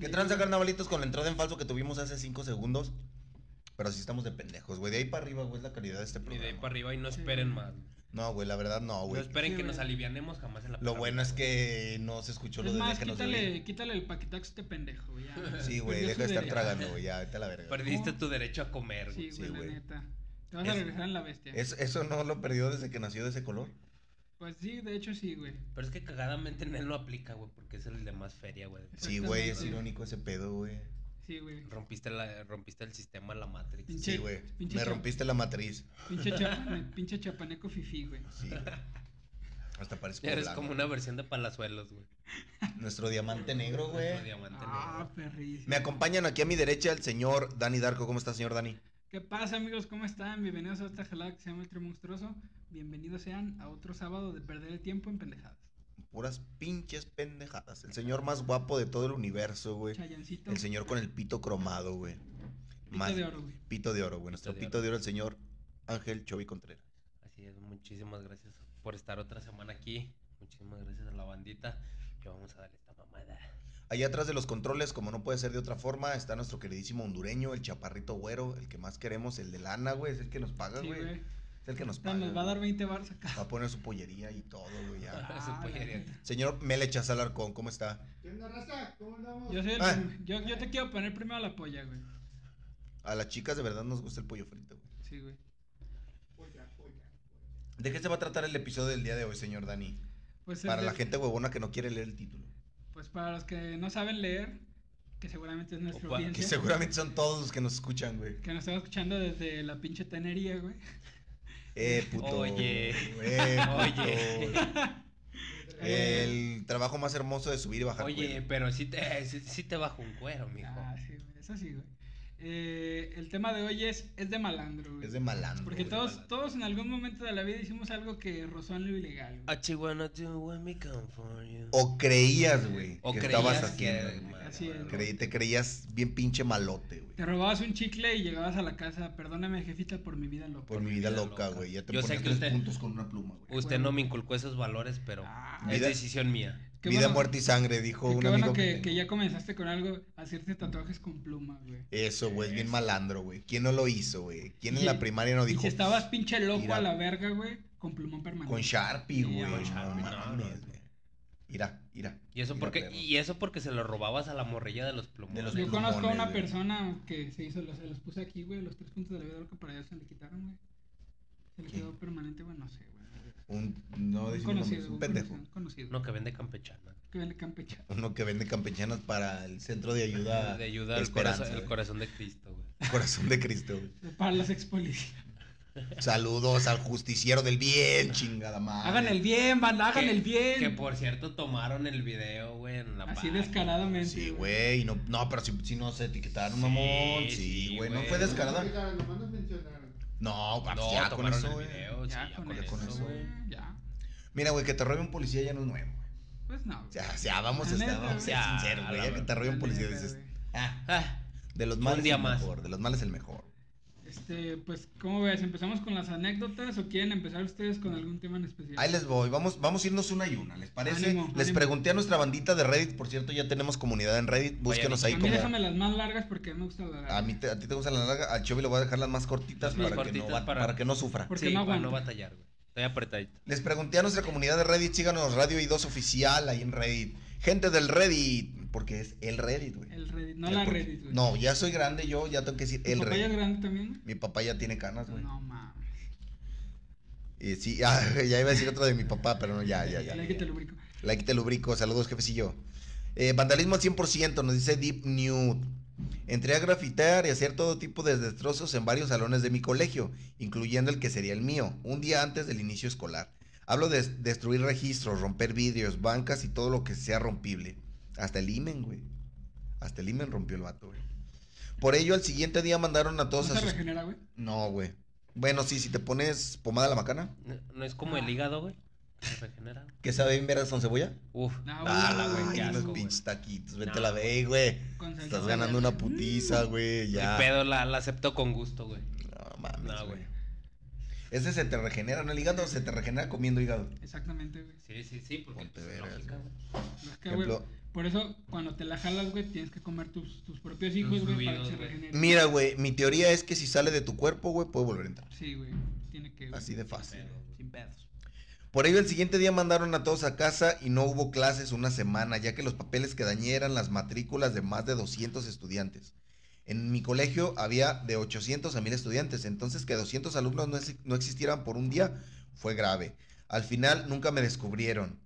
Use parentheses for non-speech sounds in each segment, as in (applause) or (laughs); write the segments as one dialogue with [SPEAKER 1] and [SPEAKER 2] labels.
[SPEAKER 1] ¿Qué tranza, carnavalitos, con la entrada en falso que tuvimos hace 5 segundos? Pero sí estamos de pendejos, güey. De ahí para arriba, güey, es la calidad de este
[SPEAKER 2] Y
[SPEAKER 1] programa.
[SPEAKER 2] de ahí para arriba y no esperen más.
[SPEAKER 1] No, güey, la verdad no,
[SPEAKER 2] No
[SPEAKER 1] Oh, güey.
[SPEAKER 3] Mm.
[SPEAKER 2] esperen
[SPEAKER 3] Sí,
[SPEAKER 2] que
[SPEAKER 3] güey.
[SPEAKER 2] nos alivianemos jamás en la
[SPEAKER 1] Lo
[SPEAKER 2] palabra.
[SPEAKER 1] bueno es que no se escuchó lo
[SPEAKER 3] Es
[SPEAKER 1] de
[SPEAKER 3] más,
[SPEAKER 1] déjenos
[SPEAKER 3] quítale,
[SPEAKER 1] vivir.
[SPEAKER 3] quítale el paquetaxo a este pendejo, güey, ya.
[SPEAKER 1] Sí, güey,
[SPEAKER 3] Perdió
[SPEAKER 1] deja de
[SPEAKER 3] su
[SPEAKER 1] estar
[SPEAKER 3] derecho.
[SPEAKER 1] tragando, güey, ya, vete a la verga.
[SPEAKER 2] Perdiste tu derecho a comer,
[SPEAKER 3] Sí,
[SPEAKER 2] güey.
[SPEAKER 1] Sí,
[SPEAKER 3] güey, la
[SPEAKER 1] güey.
[SPEAKER 3] neta. Te vas a
[SPEAKER 1] Es-
[SPEAKER 3] regresar en la bestia.
[SPEAKER 1] Es- eso no lo perdió desde que nació de ese color.
[SPEAKER 3] Pues sí, de hecho sí, güey.
[SPEAKER 2] Pero es que cagadamente en él no aplica, güey, porque es el de más feria, güey.
[SPEAKER 1] Sí,
[SPEAKER 3] Exactamente,
[SPEAKER 1] güey, es
[SPEAKER 3] güey.
[SPEAKER 1] irónico ese pedo, güey.
[SPEAKER 3] Sí, güey.
[SPEAKER 2] Rompiste, la, rompiste el sistema, la Matrix.
[SPEAKER 3] Pinche-
[SPEAKER 1] Sí, güey.
[SPEAKER 3] pinche
[SPEAKER 1] Me
[SPEAKER 3] chavo.
[SPEAKER 1] rompiste la matriz.
[SPEAKER 3] Pinche,
[SPEAKER 1] (laughs)
[SPEAKER 3] chapane- pinche chapaneco fifí, güey.
[SPEAKER 1] Sí, güey. Hasta parece
[SPEAKER 2] Eres como una versión de Palazuelos, güey.
[SPEAKER 1] Nuestro diamante negro,
[SPEAKER 2] Nuestro
[SPEAKER 1] güey.
[SPEAKER 2] diamante
[SPEAKER 3] Ah,
[SPEAKER 2] negro.
[SPEAKER 3] perrísimo.
[SPEAKER 1] Me acompañan aquí a mi derecha el señor Dani Darko. ¿Cómo está, señor Dani?
[SPEAKER 3] ¿Qué pasa, amigos? ¿Cómo están? Bienvenidos a esta jalada que se llama El Trio Monstruoso. Bienvenidos sean a otro sábado de perder el tiempo en pendejadas.
[SPEAKER 1] Puras pinches pendejadas. El señor más guapo de todo el universo, güey.
[SPEAKER 3] Chayancito.
[SPEAKER 1] El señor con el pito cromado, güey.
[SPEAKER 3] Pito de oro, güey.
[SPEAKER 1] Pito de oro, güey. Nuestro
[SPEAKER 2] Pito de
[SPEAKER 1] pito
[SPEAKER 2] oro.
[SPEAKER 1] de oro, el señor Ángel Chovy Contreras.
[SPEAKER 2] Así es, muchísimas gracias por estar otra semana aquí. Muchísimas gracias a la bandita. Que vamos a darle esta mamada.
[SPEAKER 1] Allá atrás de los controles, como no puede ser de otra forma, está nuestro queridísimo hondureño, el chaparrito güero, el que más queremos, el de lana, güey. Es el que nos paga,
[SPEAKER 3] Sí,
[SPEAKER 1] Ah, güey.
[SPEAKER 3] güey.
[SPEAKER 1] es el que nos
[SPEAKER 3] Hasta
[SPEAKER 1] paga.
[SPEAKER 3] Nos va a dar
[SPEAKER 1] güey.
[SPEAKER 3] 20 bars acá.
[SPEAKER 1] Va a poner su pollería y todo, güey. ya.
[SPEAKER 3] Ah,
[SPEAKER 2] (laughs) Su
[SPEAKER 3] la
[SPEAKER 2] pollería.
[SPEAKER 3] neta.
[SPEAKER 1] Señor Melechas Alarcón, ¿cómo está?
[SPEAKER 4] ¿Qué onda, raza? ¿Cómo andamos?
[SPEAKER 3] Yo, soy el
[SPEAKER 1] Ah.
[SPEAKER 3] prim- yo, yo te quiero poner primero la polla, güey.
[SPEAKER 1] A las chicas de verdad nos gusta el pollo frito, güey.
[SPEAKER 3] Sí, güey.
[SPEAKER 4] Polla, polla, polla.
[SPEAKER 1] ¿De qué se va a tratar el episodio del día de hoy, señor Dani?
[SPEAKER 3] Pues el
[SPEAKER 1] Para
[SPEAKER 3] de-
[SPEAKER 1] la gente huevona que no quiere leer el título.
[SPEAKER 3] Pues para los que no saben leer, que seguramente es nuestra
[SPEAKER 2] Opa, que
[SPEAKER 1] Que
[SPEAKER 3] audiencia.
[SPEAKER 1] seguramente son todos los que nos escuchan, güey.
[SPEAKER 3] Que nos están escuchando desde la pinche tenería, güey.
[SPEAKER 1] Eh, puto.
[SPEAKER 2] Oye.
[SPEAKER 1] Eh,
[SPEAKER 2] Oye.
[SPEAKER 1] puto. El trabajo más hermoso de subir y bajar.
[SPEAKER 2] Oye,
[SPEAKER 1] cuero.
[SPEAKER 2] pero sí te, (laughs) sí, sí te bajo un cuero, mijo.
[SPEAKER 3] Ah, sí, güey. Eso sí, güey. Eh, el tema de hoy es, es de malandro, güey.
[SPEAKER 1] Es de malandro.
[SPEAKER 3] Porque
[SPEAKER 1] güey.
[SPEAKER 3] todos,
[SPEAKER 2] malandro.
[SPEAKER 3] todos en algún momento de la vida hicimos algo que rozó en lo ilegal, güey.
[SPEAKER 2] What you wanna do when we come for you.
[SPEAKER 1] O creías, güey.
[SPEAKER 2] O
[SPEAKER 1] que
[SPEAKER 2] creías
[SPEAKER 1] estabas
[SPEAKER 2] que-
[SPEAKER 1] haciendo. güey.
[SPEAKER 3] Así es.
[SPEAKER 1] Creí- te creías bien pinche malote, güey.
[SPEAKER 3] Te robabas un chicle y llegabas a la casa. Perdóname, jefita, por mi vida loca.
[SPEAKER 1] Por mi vida loca, güey. Ya te
[SPEAKER 2] Yo sé
[SPEAKER 1] ponías
[SPEAKER 2] que
[SPEAKER 1] tres
[SPEAKER 2] usted-
[SPEAKER 1] puntos con una pluma, güey.
[SPEAKER 2] Usted no me inculcó esos valores, pero
[SPEAKER 3] Ah,
[SPEAKER 2] es
[SPEAKER 1] vida-
[SPEAKER 2] decisión mía.
[SPEAKER 3] Qué
[SPEAKER 1] vida,
[SPEAKER 3] bueno-
[SPEAKER 1] muerte y sangre, dijo
[SPEAKER 3] que
[SPEAKER 1] un
[SPEAKER 3] Qué
[SPEAKER 1] amigo
[SPEAKER 3] bueno que,
[SPEAKER 1] que
[SPEAKER 3] que
[SPEAKER 1] tengo.
[SPEAKER 3] ya comenzaste con algo, hacerte tatuajes con pluma, güey.
[SPEAKER 1] Eso, güey, es bien malandro, güey. ¿Quién no lo hizo, güey? ¿Quién
[SPEAKER 3] Y-
[SPEAKER 1] en la primaria no
[SPEAKER 3] Y
[SPEAKER 1] dijo?
[SPEAKER 3] si estabas pinche loco
[SPEAKER 1] Mira.
[SPEAKER 3] a la verga, güey, con plumón permanente.
[SPEAKER 1] Con Sharpie, güey.
[SPEAKER 3] Con
[SPEAKER 1] No
[SPEAKER 2] Mm. Sharpie, no,
[SPEAKER 1] mames,
[SPEAKER 2] no.
[SPEAKER 1] güey. Mira, mira.
[SPEAKER 2] Y eso
[SPEAKER 1] mira,
[SPEAKER 2] porque,
[SPEAKER 1] perro.
[SPEAKER 2] y eso porque se lo robabas a la morrilla de los
[SPEAKER 1] De
[SPEAKER 2] plumones.
[SPEAKER 1] los
[SPEAKER 3] Yo conozco a
[SPEAKER 1] plumones,
[SPEAKER 3] una
[SPEAKER 1] güey.
[SPEAKER 3] persona que se hizo, los- se los puse aquí, güey, los tres puntos de la vida loca para allá se le quitaron, güey. Se le
[SPEAKER 1] ¿Qué?
[SPEAKER 3] quedó permanente, güey, no sé, güey.
[SPEAKER 1] Un, no,
[SPEAKER 3] Un
[SPEAKER 1] decimos nombres, un pendejo.
[SPEAKER 3] conocido, un conocido.
[SPEAKER 2] Uno que vende campechana.
[SPEAKER 3] Que viene campecha.
[SPEAKER 1] Uno que vende campechanas para el centro de ayuda.
[SPEAKER 2] (laughs) De ayuda al
[SPEAKER 1] Esperanza, eh.
[SPEAKER 2] corazón, el
[SPEAKER 1] güey.
[SPEAKER 2] corazón de Cristo, güey.
[SPEAKER 1] (laughs) Corazón de Cristo, güey.
[SPEAKER 3] Para los ex policías.
[SPEAKER 1] Saludos al justiciero del bien, chingada madre.
[SPEAKER 3] Hagan el bien, banda, hagan
[SPEAKER 2] Que-
[SPEAKER 3] el bien.
[SPEAKER 2] Que por cierto tomaron el video, güey, en la
[SPEAKER 3] Así
[SPEAKER 2] página.
[SPEAKER 3] descaradamente.
[SPEAKER 1] Sí, güey. No, no, pero si, si nos etiquetaron, mamón.
[SPEAKER 2] sí,
[SPEAKER 1] Sí, güey. No
[SPEAKER 2] güey.
[SPEAKER 1] fue descarada.
[SPEAKER 4] Oiga, nomás nos mencionaron.
[SPEAKER 1] No, papi,
[SPEAKER 2] No,
[SPEAKER 1] ya con
[SPEAKER 2] tomaron
[SPEAKER 1] eso,
[SPEAKER 2] el
[SPEAKER 1] güey.
[SPEAKER 2] video, sí,
[SPEAKER 3] Ya,
[SPEAKER 2] ya
[SPEAKER 3] con,
[SPEAKER 2] con
[SPEAKER 3] eso,
[SPEAKER 2] eso, güey.
[SPEAKER 3] güey, Ya.
[SPEAKER 1] Mira, güey, que te robe un policía ya no es nuevo, güey.
[SPEAKER 3] Pues no.
[SPEAKER 1] O
[SPEAKER 3] güey.
[SPEAKER 1] sea, o sea, vamos, a
[SPEAKER 3] La
[SPEAKER 1] estar-
[SPEAKER 3] neta,
[SPEAKER 1] vamos a ser
[SPEAKER 2] güey.
[SPEAKER 1] sinceros, güey. Ya que te robe un
[SPEAKER 3] La
[SPEAKER 1] policía,
[SPEAKER 3] neta,
[SPEAKER 1] dices.
[SPEAKER 3] güey.
[SPEAKER 1] Ah,
[SPEAKER 2] Ah,
[SPEAKER 1] de los
[SPEAKER 2] Un
[SPEAKER 1] males
[SPEAKER 2] día
[SPEAKER 1] el
[SPEAKER 2] más.
[SPEAKER 1] mejor. De los males el mejor.
[SPEAKER 3] Este, pues, ¿cómo ves? ¿Empezamos con las anécdotas o quieren empezar ustedes con algún tema en especial?
[SPEAKER 1] Ahí les voy, vamos, vamos a irnos una y una, ¿les parece?
[SPEAKER 3] Ánimo,
[SPEAKER 1] les
[SPEAKER 3] ánimo.
[SPEAKER 1] pregunté a nuestra bandita de Reddit, por cierto, ya tenemos comunidad en Reddit, búsquenos
[SPEAKER 2] Vayan.
[SPEAKER 1] ahí
[SPEAKER 3] a mí
[SPEAKER 1] como...
[SPEAKER 3] déjame las más largas porque me gusta la larga.
[SPEAKER 1] A, mí te- a ti te gusta la larga, al Chovy le voy a dejar las más cortitas,
[SPEAKER 2] Las más
[SPEAKER 1] para, que no,
[SPEAKER 2] cortitas
[SPEAKER 1] va-
[SPEAKER 2] para-
[SPEAKER 1] para que no sufra.
[SPEAKER 3] Por- Porque
[SPEAKER 2] sí,
[SPEAKER 3] no
[SPEAKER 2] para no
[SPEAKER 3] aguanta.
[SPEAKER 2] batallar, güey. Estoy apretadito.
[SPEAKER 1] Les pregunté a nuestra comunidad de Reddit, síganos Radio I2 Oficial ahí en Reddit. Gente del Reddit, porque es el Reddit, güey.
[SPEAKER 3] El Reddit, no
[SPEAKER 1] El
[SPEAKER 3] la
[SPEAKER 1] por-
[SPEAKER 3] Reddit, güey.
[SPEAKER 1] No, ya soy grande yo, ya tengo que decir
[SPEAKER 3] ¿Tu
[SPEAKER 1] el
[SPEAKER 3] papá ya es
[SPEAKER 1] Reddit.
[SPEAKER 3] grande también?
[SPEAKER 1] Mi papá ya tiene canas, güey.
[SPEAKER 3] No, mames.
[SPEAKER 1] Y sí, (laughs) ah, ya iba a decir otro de mi papá, pero no, ya, ya, ya.
[SPEAKER 3] Dale que te lubrico.
[SPEAKER 1] Like te lubrico, saludos jefecillo. Eh, vandalismo al 100%, nos dice Deep Nude. Entré a grafitear y hacer todo tipo de destrozos en varios salones de mi colegio, incluyendo el que sería el mío, un día antes del inicio escolar. Hablo de destruir registros, romper vidrios, bancas y todo lo que sea rompible. Hasta el imen, güey. Hasta el imen rompió el vato, güey. Por ello, al siguiente día mandaron a
[SPEAKER 3] ¿No
[SPEAKER 1] todos a
[SPEAKER 3] se
[SPEAKER 1] sus...
[SPEAKER 3] regenera, güey?
[SPEAKER 1] No, güey. Bueno, sí, si te pones pomada a la macana,
[SPEAKER 2] No, no es como el hígado, güey. Se regenera.
[SPEAKER 1] que sabe bien veras con cebolla.
[SPEAKER 2] Uf.
[SPEAKER 3] Ah. No,
[SPEAKER 1] Ah,
[SPEAKER 3] güey,
[SPEAKER 1] la
[SPEAKER 3] güey,
[SPEAKER 1] güey,
[SPEAKER 3] qué
[SPEAKER 1] unos
[SPEAKER 3] asco,
[SPEAKER 1] pinches taquitos. Vete
[SPEAKER 2] No,
[SPEAKER 1] a la ve, güey.
[SPEAKER 3] Con salsa
[SPEAKER 1] Estás
[SPEAKER 3] de
[SPEAKER 1] ganando
[SPEAKER 3] verga.
[SPEAKER 1] una putiza, güey.
[SPEAKER 2] El
[SPEAKER 1] Ya.
[SPEAKER 2] pedo la, la acepto con gusto, güey.
[SPEAKER 1] No mames,
[SPEAKER 2] No,
[SPEAKER 1] güey.
[SPEAKER 2] güey.
[SPEAKER 1] Ese se te regenera, no el hígado, se te regenera comiendo hígado.
[SPEAKER 3] Exactamente, güey.
[SPEAKER 2] Sí, sí, sí, porque
[SPEAKER 1] Ponte
[SPEAKER 2] pues, es
[SPEAKER 1] vergas,
[SPEAKER 2] lógica, güey.
[SPEAKER 3] Es que,
[SPEAKER 1] Por
[SPEAKER 3] güey,
[SPEAKER 1] ejemplo,
[SPEAKER 3] por eso cuando te la jalas, güey, tienes que comer tus, tus propios hijos,
[SPEAKER 2] Los
[SPEAKER 3] güey, para que
[SPEAKER 2] fluidos,
[SPEAKER 3] se
[SPEAKER 2] güey.
[SPEAKER 3] regeneren.
[SPEAKER 1] mira, güey, mi teoría es que si sale de tu cuerpo, güey, puede volver a entrar.
[SPEAKER 3] Sí, güey. Tiene que. güey.
[SPEAKER 1] Así de fácil.
[SPEAKER 2] Pero, güey.
[SPEAKER 3] Sin pedos.
[SPEAKER 1] Por ello, el siguiente día mandaron a todos a casa y no hubo clases una semana, ya que los papeles que dañé eran las matrículas de más de 200 estudiantes. En mi colegio había de 800 a 1000 estudiantes, entonces que 200 alumnos no, ex- no existieran por un día fue grave. Al final nunca me descubrieron,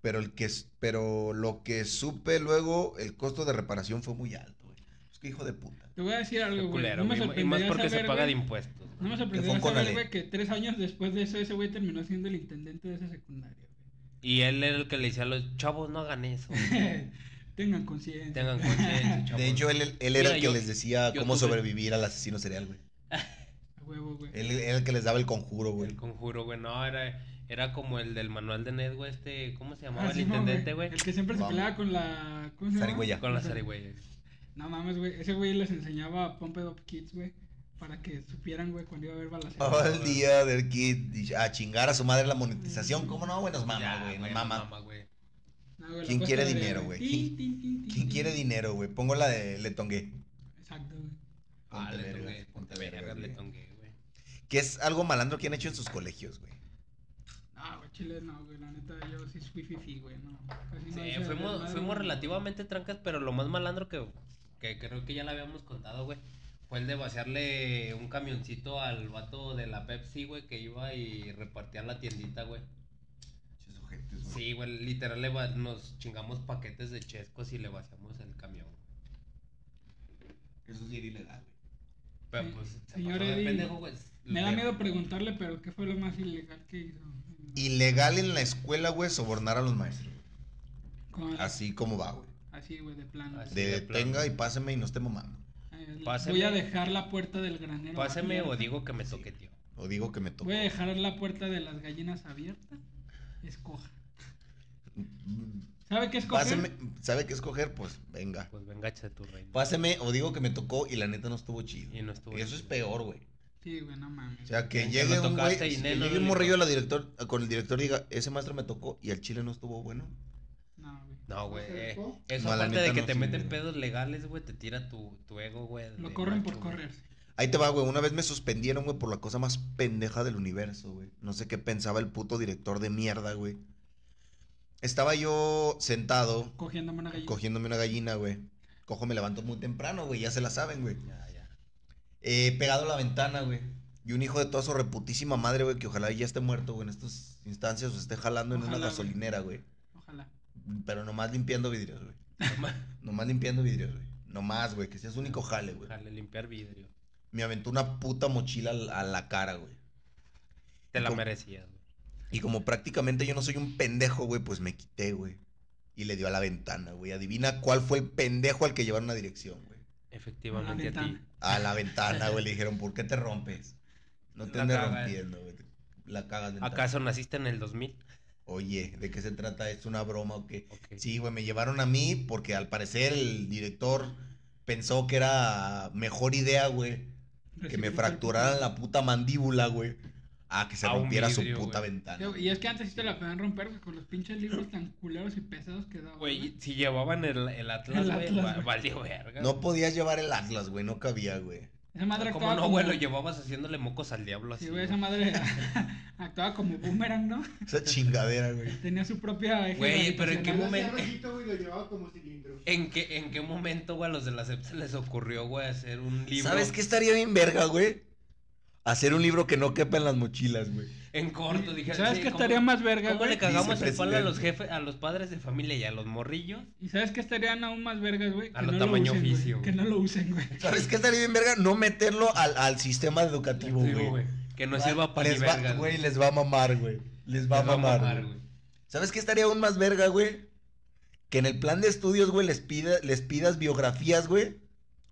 [SPEAKER 1] pero, el que, s- pero lo que supe luego, el costo de reparación fue muy alto. güey. Es que hijo de puta.
[SPEAKER 3] Te voy a decir
[SPEAKER 2] Qué
[SPEAKER 3] algo, güey.
[SPEAKER 2] culero,
[SPEAKER 3] No me
[SPEAKER 2] güey, y más
[SPEAKER 3] sorprendería
[SPEAKER 2] porque
[SPEAKER 3] saber,
[SPEAKER 2] se paga de
[SPEAKER 3] güey,
[SPEAKER 2] impuestos. güey.
[SPEAKER 3] No me
[SPEAKER 1] fue
[SPEAKER 3] sorprendería
[SPEAKER 1] un
[SPEAKER 3] saber,
[SPEAKER 1] Conalep.
[SPEAKER 3] güey, que tres años después de eso, ese güey terminó siendo el intendente de esa secundaria,
[SPEAKER 2] Y él era el que le decía a los chavos, no hagan eso.
[SPEAKER 1] (laughs)
[SPEAKER 3] güey. (laughs) Tengan conciencia.
[SPEAKER 2] Tengan conciencia, chavos.
[SPEAKER 1] De hecho, él, él era
[SPEAKER 2] Mira,
[SPEAKER 1] el que
[SPEAKER 2] yo-
[SPEAKER 1] les decía
[SPEAKER 2] yo
[SPEAKER 1] cómo
[SPEAKER 2] tuve-
[SPEAKER 1] sobrevivir al asesino serial, güey.
[SPEAKER 3] A huevo, güey.
[SPEAKER 1] Él él era el que les daba el conjuro, güey.
[SPEAKER 2] El conjuro, güey, no, era, era como el del manual de Ned, güey, este, ¿cómo se llamaba
[SPEAKER 3] Ah,
[SPEAKER 2] el
[SPEAKER 3] sí, no,
[SPEAKER 2] intendente, güey?
[SPEAKER 3] El que siempre se
[SPEAKER 1] Vamos.
[SPEAKER 3] peleaba con la. ¿Cómo se llama?
[SPEAKER 1] Zarigüeya.
[SPEAKER 2] Con las zarigüeyas.
[SPEAKER 3] No mames, güey. Ese güey les enseñaba Pump It Up Kids, güey. Para que supieran, güey, cuando iba a haber balaceras.
[SPEAKER 1] Todo el día del kit dice, a chingar a su madre la monetización. ¿Cómo no, güey? Nos
[SPEAKER 2] Ya,
[SPEAKER 1] mama, güey. Nos
[SPEAKER 2] nos
[SPEAKER 1] mama.
[SPEAKER 2] mama, güey.
[SPEAKER 3] No, güey, la
[SPEAKER 1] ¿Quién
[SPEAKER 3] puesta
[SPEAKER 1] quiere
[SPEAKER 3] de-
[SPEAKER 1] dinero, güey?
[SPEAKER 3] Tin, tin, tin, tin,
[SPEAKER 1] ¿Quién
[SPEAKER 3] tin.
[SPEAKER 1] quiere dinero, güey? Pongo la de Le Tongué.
[SPEAKER 3] Exacto, güey.
[SPEAKER 2] Ah,
[SPEAKER 1] Ponte
[SPEAKER 2] le
[SPEAKER 1] vergas,
[SPEAKER 2] tongué,
[SPEAKER 1] ponte
[SPEAKER 2] ponte vergas,
[SPEAKER 1] vergas,
[SPEAKER 2] le
[SPEAKER 1] güey.
[SPEAKER 2] tongué, güey.
[SPEAKER 1] Que es algo malandro que han hecho en sus colegios, güey.
[SPEAKER 3] No, güey, chile, no, güey. La neta, yo sí fui fifi, güey. No, casi no
[SPEAKER 2] Sí,
[SPEAKER 3] hice
[SPEAKER 2] fuimos,
[SPEAKER 3] desmadre,
[SPEAKER 2] fuimos
[SPEAKER 3] güey.
[SPEAKER 2] relativamente trancas, pero lo más malandro que, que creo que ya le habíamos contado, güey, fue el de vaciarle un camioncito al vato de la Pepsi, güey, que iba y repartía en la tiendita, güey. Sí, güey, literal le va- nos chingamos paquetes de chescos y le vaciamos el camión.
[SPEAKER 1] Eso sí era ilegal,
[SPEAKER 2] Pero
[SPEAKER 3] Sí,
[SPEAKER 2] pues, se
[SPEAKER 3] señor
[SPEAKER 2] pasó de
[SPEAKER 3] Eddie,
[SPEAKER 2] pendejo, güey.
[SPEAKER 3] Me da
[SPEAKER 2] Pero-
[SPEAKER 3] miedo preguntarle, pero ¿qué fue lo más ilegal que hizo?
[SPEAKER 1] Ilegal en la escuela, güey, sobornar a los maestros.
[SPEAKER 3] Como-
[SPEAKER 1] Así como va, güey.
[SPEAKER 3] Así, güey, de plano.
[SPEAKER 2] Así. Sí,
[SPEAKER 1] De
[SPEAKER 2] de plano.
[SPEAKER 1] tenga y páseme y no esté mamando.
[SPEAKER 3] Eh,
[SPEAKER 2] Páseme.
[SPEAKER 3] Voy a dejar la puerta del granero.
[SPEAKER 2] Páseme
[SPEAKER 3] abierta.
[SPEAKER 2] o digo que me
[SPEAKER 1] Sí.
[SPEAKER 2] toque, tío.
[SPEAKER 1] O digo que me tocó.
[SPEAKER 3] Voy a dejar la puerta de las gallinas abierta. Escoja.
[SPEAKER 1] Mm,
[SPEAKER 3] ¿Sabe qué escoger?
[SPEAKER 1] Páseme, ¿sabe qué escoger? Pues venga.
[SPEAKER 2] Pues venga, de tu reino.
[SPEAKER 1] Páseme o digo que me tocó y la neta no estuvo chido.
[SPEAKER 2] Y no estuvo
[SPEAKER 1] Eso es
[SPEAKER 2] chido.
[SPEAKER 1] peor, güey.
[SPEAKER 3] Sí, güey, no mames.
[SPEAKER 1] O sea, que
[SPEAKER 2] Aunque
[SPEAKER 1] llegue
[SPEAKER 2] no
[SPEAKER 1] un güey,
[SPEAKER 2] tocaste
[SPEAKER 1] que
[SPEAKER 2] y nena,
[SPEAKER 1] llegue
[SPEAKER 2] no
[SPEAKER 1] un
[SPEAKER 2] le
[SPEAKER 1] morrillo a la director, a- con el director y diga, ese maestro me tocó y al chile no estuvo bueno.
[SPEAKER 3] No, güey.
[SPEAKER 2] No, güey. eh, Eso
[SPEAKER 1] No, la
[SPEAKER 2] aparte de
[SPEAKER 1] neta
[SPEAKER 2] que
[SPEAKER 1] no,
[SPEAKER 2] te
[SPEAKER 1] sí,
[SPEAKER 2] meten
[SPEAKER 1] güey.
[SPEAKER 2] pedos legales, güey, te tira tu, tu ego, güey.
[SPEAKER 3] Lo
[SPEAKER 2] de
[SPEAKER 3] corren por
[SPEAKER 2] macho, güey.
[SPEAKER 3] correrse.
[SPEAKER 1] Ahí te va, güey. Una vez me suspendieron, güey, por la cosa más pendeja del universo, güey. No sé qué pensaba el puto director de mierda, güey. Estaba yo sentado,
[SPEAKER 3] Cogiéndome una gallina.
[SPEAKER 1] cogiéndome una gallina, güey. Cojo, me levanto muy temprano, güey. Ya se la saben, güey.
[SPEAKER 2] Ya, ya.
[SPEAKER 1] Eh, pegado a la ventana, güey. Y un hijo de toda su reputísima madre, güey, que ojalá ya esté muerto, güey, en estas instancias o se esté jalando en
[SPEAKER 3] Ojalá,
[SPEAKER 1] una
[SPEAKER 3] güey.
[SPEAKER 1] gasolinera, güey.
[SPEAKER 3] Ojalá.
[SPEAKER 1] Pero nomás limpiando vidrios, güey. Nomás limpiando vidrios, güey. Nomás, güey, que seas único jale, güey.
[SPEAKER 2] Jale, limpiar vidrio.
[SPEAKER 1] Me aventó una puta mochila al- a la cara, güey.
[SPEAKER 2] Te la
[SPEAKER 1] Como-
[SPEAKER 2] merecías, güey.
[SPEAKER 1] Y como prácticamente yo no soy un pendejo, güey, pues me quité, güey. Y le dio a la ventana, güey. Adivina cuál fue el pendejo al que llevaron a dirección, güey.
[SPEAKER 2] Efectivamente
[SPEAKER 3] Una
[SPEAKER 2] a ti.
[SPEAKER 3] ventana.
[SPEAKER 1] A la ventana, güey. Le dijeron, ¿por qué te rompes? No te
[SPEAKER 2] La
[SPEAKER 1] andes
[SPEAKER 2] cagas.
[SPEAKER 1] rompiendo, güey. La cagas ventana.
[SPEAKER 2] ¿Acaso naciste en el 2000?
[SPEAKER 1] Oye, ¿de qué se trata? ¿Es una broma o qué?
[SPEAKER 2] Ok.
[SPEAKER 1] Sí, güey, me llevaron a mí porque al parecer el director pensó que era mejor idea, güey. que me
[SPEAKER 3] Recíprete.
[SPEAKER 1] fracturaran la puta mandíbula, güey. A que se
[SPEAKER 2] A un
[SPEAKER 1] rompiera
[SPEAKER 2] vidrio,
[SPEAKER 1] su puta
[SPEAKER 2] güey.
[SPEAKER 1] ventana.
[SPEAKER 3] Yo- Y es que antes sí te la podían romper güey, con los pinches libros tan culeros y pesados que daban.
[SPEAKER 2] Güey, si llevaban el, el Atlas,
[SPEAKER 3] El
[SPEAKER 2] güey,
[SPEAKER 3] Atlas,
[SPEAKER 2] va-
[SPEAKER 3] güey.
[SPEAKER 2] valió verga.
[SPEAKER 1] No podías llevar el Atlas, güey, no cabía, güey.
[SPEAKER 3] Esa madre
[SPEAKER 2] ¿Cómo
[SPEAKER 3] actuaba
[SPEAKER 2] no,
[SPEAKER 3] como...
[SPEAKER 2] güey? Lo llevabas haciéndole mocos al diablo así.
[SPEAKER 3] Sí, güey,
[SPEAKER 2] güey.
[SPEAKER 3] esa madre (laughs) actuaba como boomerang, ¿no?
[SPEAKER 1] Esa chingadera, güey.
[SPEAKER 3] Tenía su propia eje
[SPEAKER 2] Güey, pero ¿en qué
[SPEAKER 3] gravitacional.
[SPEAKER 2] momento? Eh,
[SPEAKER 4] lo llevaba como cilindro.
[SPEAKER 2] ¿En qué, ¿En qué momento, güey, a los de la CEP se les ocurrió, güey, hacer un libro
[SPEAKER 1] ¿Sabes qué estaría bien verga, güey? Hacer un libro que no quepa en las mochilas, güey.
[SPEAKER 2] en corto? Dije,
[SPEAKER 3] ¿Sabes
[SPEAKER 2] sí,
[SPEAKER 3] qué
[SPEAKER 2] ¿cómo-
[SPEAKER 3] estaría más verga,
[SPEAKER 2] ¿Cómo
[SPEAKER 3] güey?
[SPEAKER 2] le cagamos el palo a los
[SPEAKER 1] Vicepresidente.
[SPEAKER 2] jefes, a los padres de familia y a los morrillos?
[SPEAKER 3] ¿Y sabes qué estarían aún más vergas, güey?
[SPEAKER 2] A
[SPEAKER 3] Que
[SPEAKER 2] lo
[SPEAKER 3] no
[SPEAKER 2] tamaño
[SPEAKER 3] usen, güey,
[SPEAKER 2] oficio,
[SPEAKER 3] Que no
[SPEAKER 2] güey.
[SPEAKER 3] lo usen, güey.
[SPEAKER 1] ¿Sabes qué estaría bien verga? No meterlo al, al sistema educativo,
[SPEAKER 2] Sí,
[SPEAKER 1] güey.
[SPEAKER 2] güey, Que no sirva para ni
[SPEAKER 1] les va,
[SPEAKER 2] verga.
[SPEAKER 1] güey, les va a mamar, güey. Les va a
[SPEAKER 2] Les va
[SPEAKER 1] mamar. güey.
[SPEAKER 2] güey.
[SPEAKER 1] ¿Sabes qué estaría aún más verga, güey? Que en el plan de estudios, güey, les, pida- les pidas biografías, güey.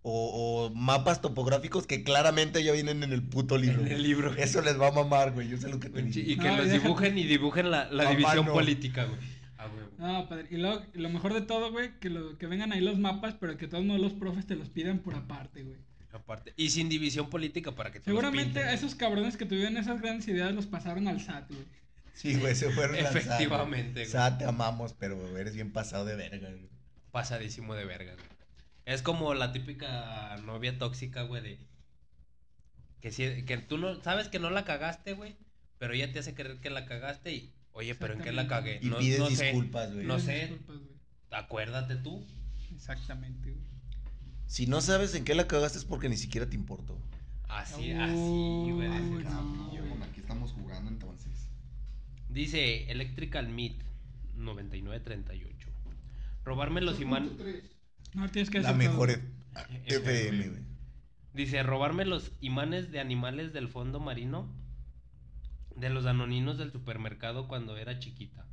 [SPEAKER 1] O, o mapas topográficos que claramente ya vienen en el puto libro.
[SPEAKER 2] En el libro.
[SPEAKER 1] güey. Eso les va a mamar, güey. Yo sé lo que te
[SPEAKER 2] Pinche-
[SPEAKER 1] digo.
[SPEAKER 2] Y que
[SPEAKER 3] No,
[SPEAKER 2] los
[SPEAKER 3] deja-
[SPEAKER 2] dibujen y dibujen la, la
[SPEAKER 1] Papá,
[SPEAKER 2] división
[SPEAKER 1] no.
[SPEAKER 2] política, güey. Ah, güey.
[SPEAKER 3] No, padre. Y luego, lo mejor de todo, güey, que, lo, que vengan ahí los mapas, pero que de todos modos los profes te los pidan por aparte, güey.
[SPEAKER 2] Aparte. Y sin división política para que te los
[SPEAKER 3] Seguramente
[SPEAKER 2] pinten,
[SPEAKER 3] a
[SPEAKER 2] güey.
[SPEAKER 3] esos cabrones que tuvieron esas grandes ideas los pasaron al SAT, güey.
[SPEAKER 1] Sí, güey, se fueron al SAT, güey.
[SPEAKER 2] Efectivamente, güey.
[SPEAKER 1] SAT, te amamos, pero eres bien pasado de verga, güey.
[SPEAKER 2] Pasadísimo de verga, güey. Es como la típica novia tóxica, güey, de... Que, si, que tú no sabes que no la cagaste, güey, pero ella te hace creer que la cagaste y... Oye, pero ¿en qué la cagué?
[SPEAKER 3] Exactamente.
[SPEAKER 1] Y
[SPEAKER 2] No,
[SPEAKER 1] pides
[SPEAKER 2] no sé.
[SPEAKER 1] disculpas, güey.
[SPEAKER 2] No
[SPEAKER 3] Pides
[SPEAKER 2] sé.
[SPEAKER 3] disculpas, güey.
[SPEAKER 2] Acuérdate tú.
[SPEAKER 3] Exactamente, güey.
[SPEAKER 1] Si no sabes en qué la cagaste es porque ni siquiera te importó.
[SPEAKER 3] Uy,
[SPEAKER 2] Así, así, güey. de
[SPEAKER 3] Ah, güey,
[SPEAKER 2] ese-
[SPEAKER 3] no, güey.
[SPEAKER 5] Cabrón, aquí estamos jugando entonces.
[SPEAKER 2] Dice Electrical Meat 9938. Robarme los imanes...
[SPEAKER 3] No tienes que
[SPEAKER 1] La
[SPEAKER 3] aceptar,
[SPEAKER 1] mejor
[SPEAKER 3] güey.
[SPEAKER 1] F- FM, güey.
[SPEAKER 2] Dice, robarme los imanes de animales del fondo marino de los danoninos del supermercado cuando era chiquita.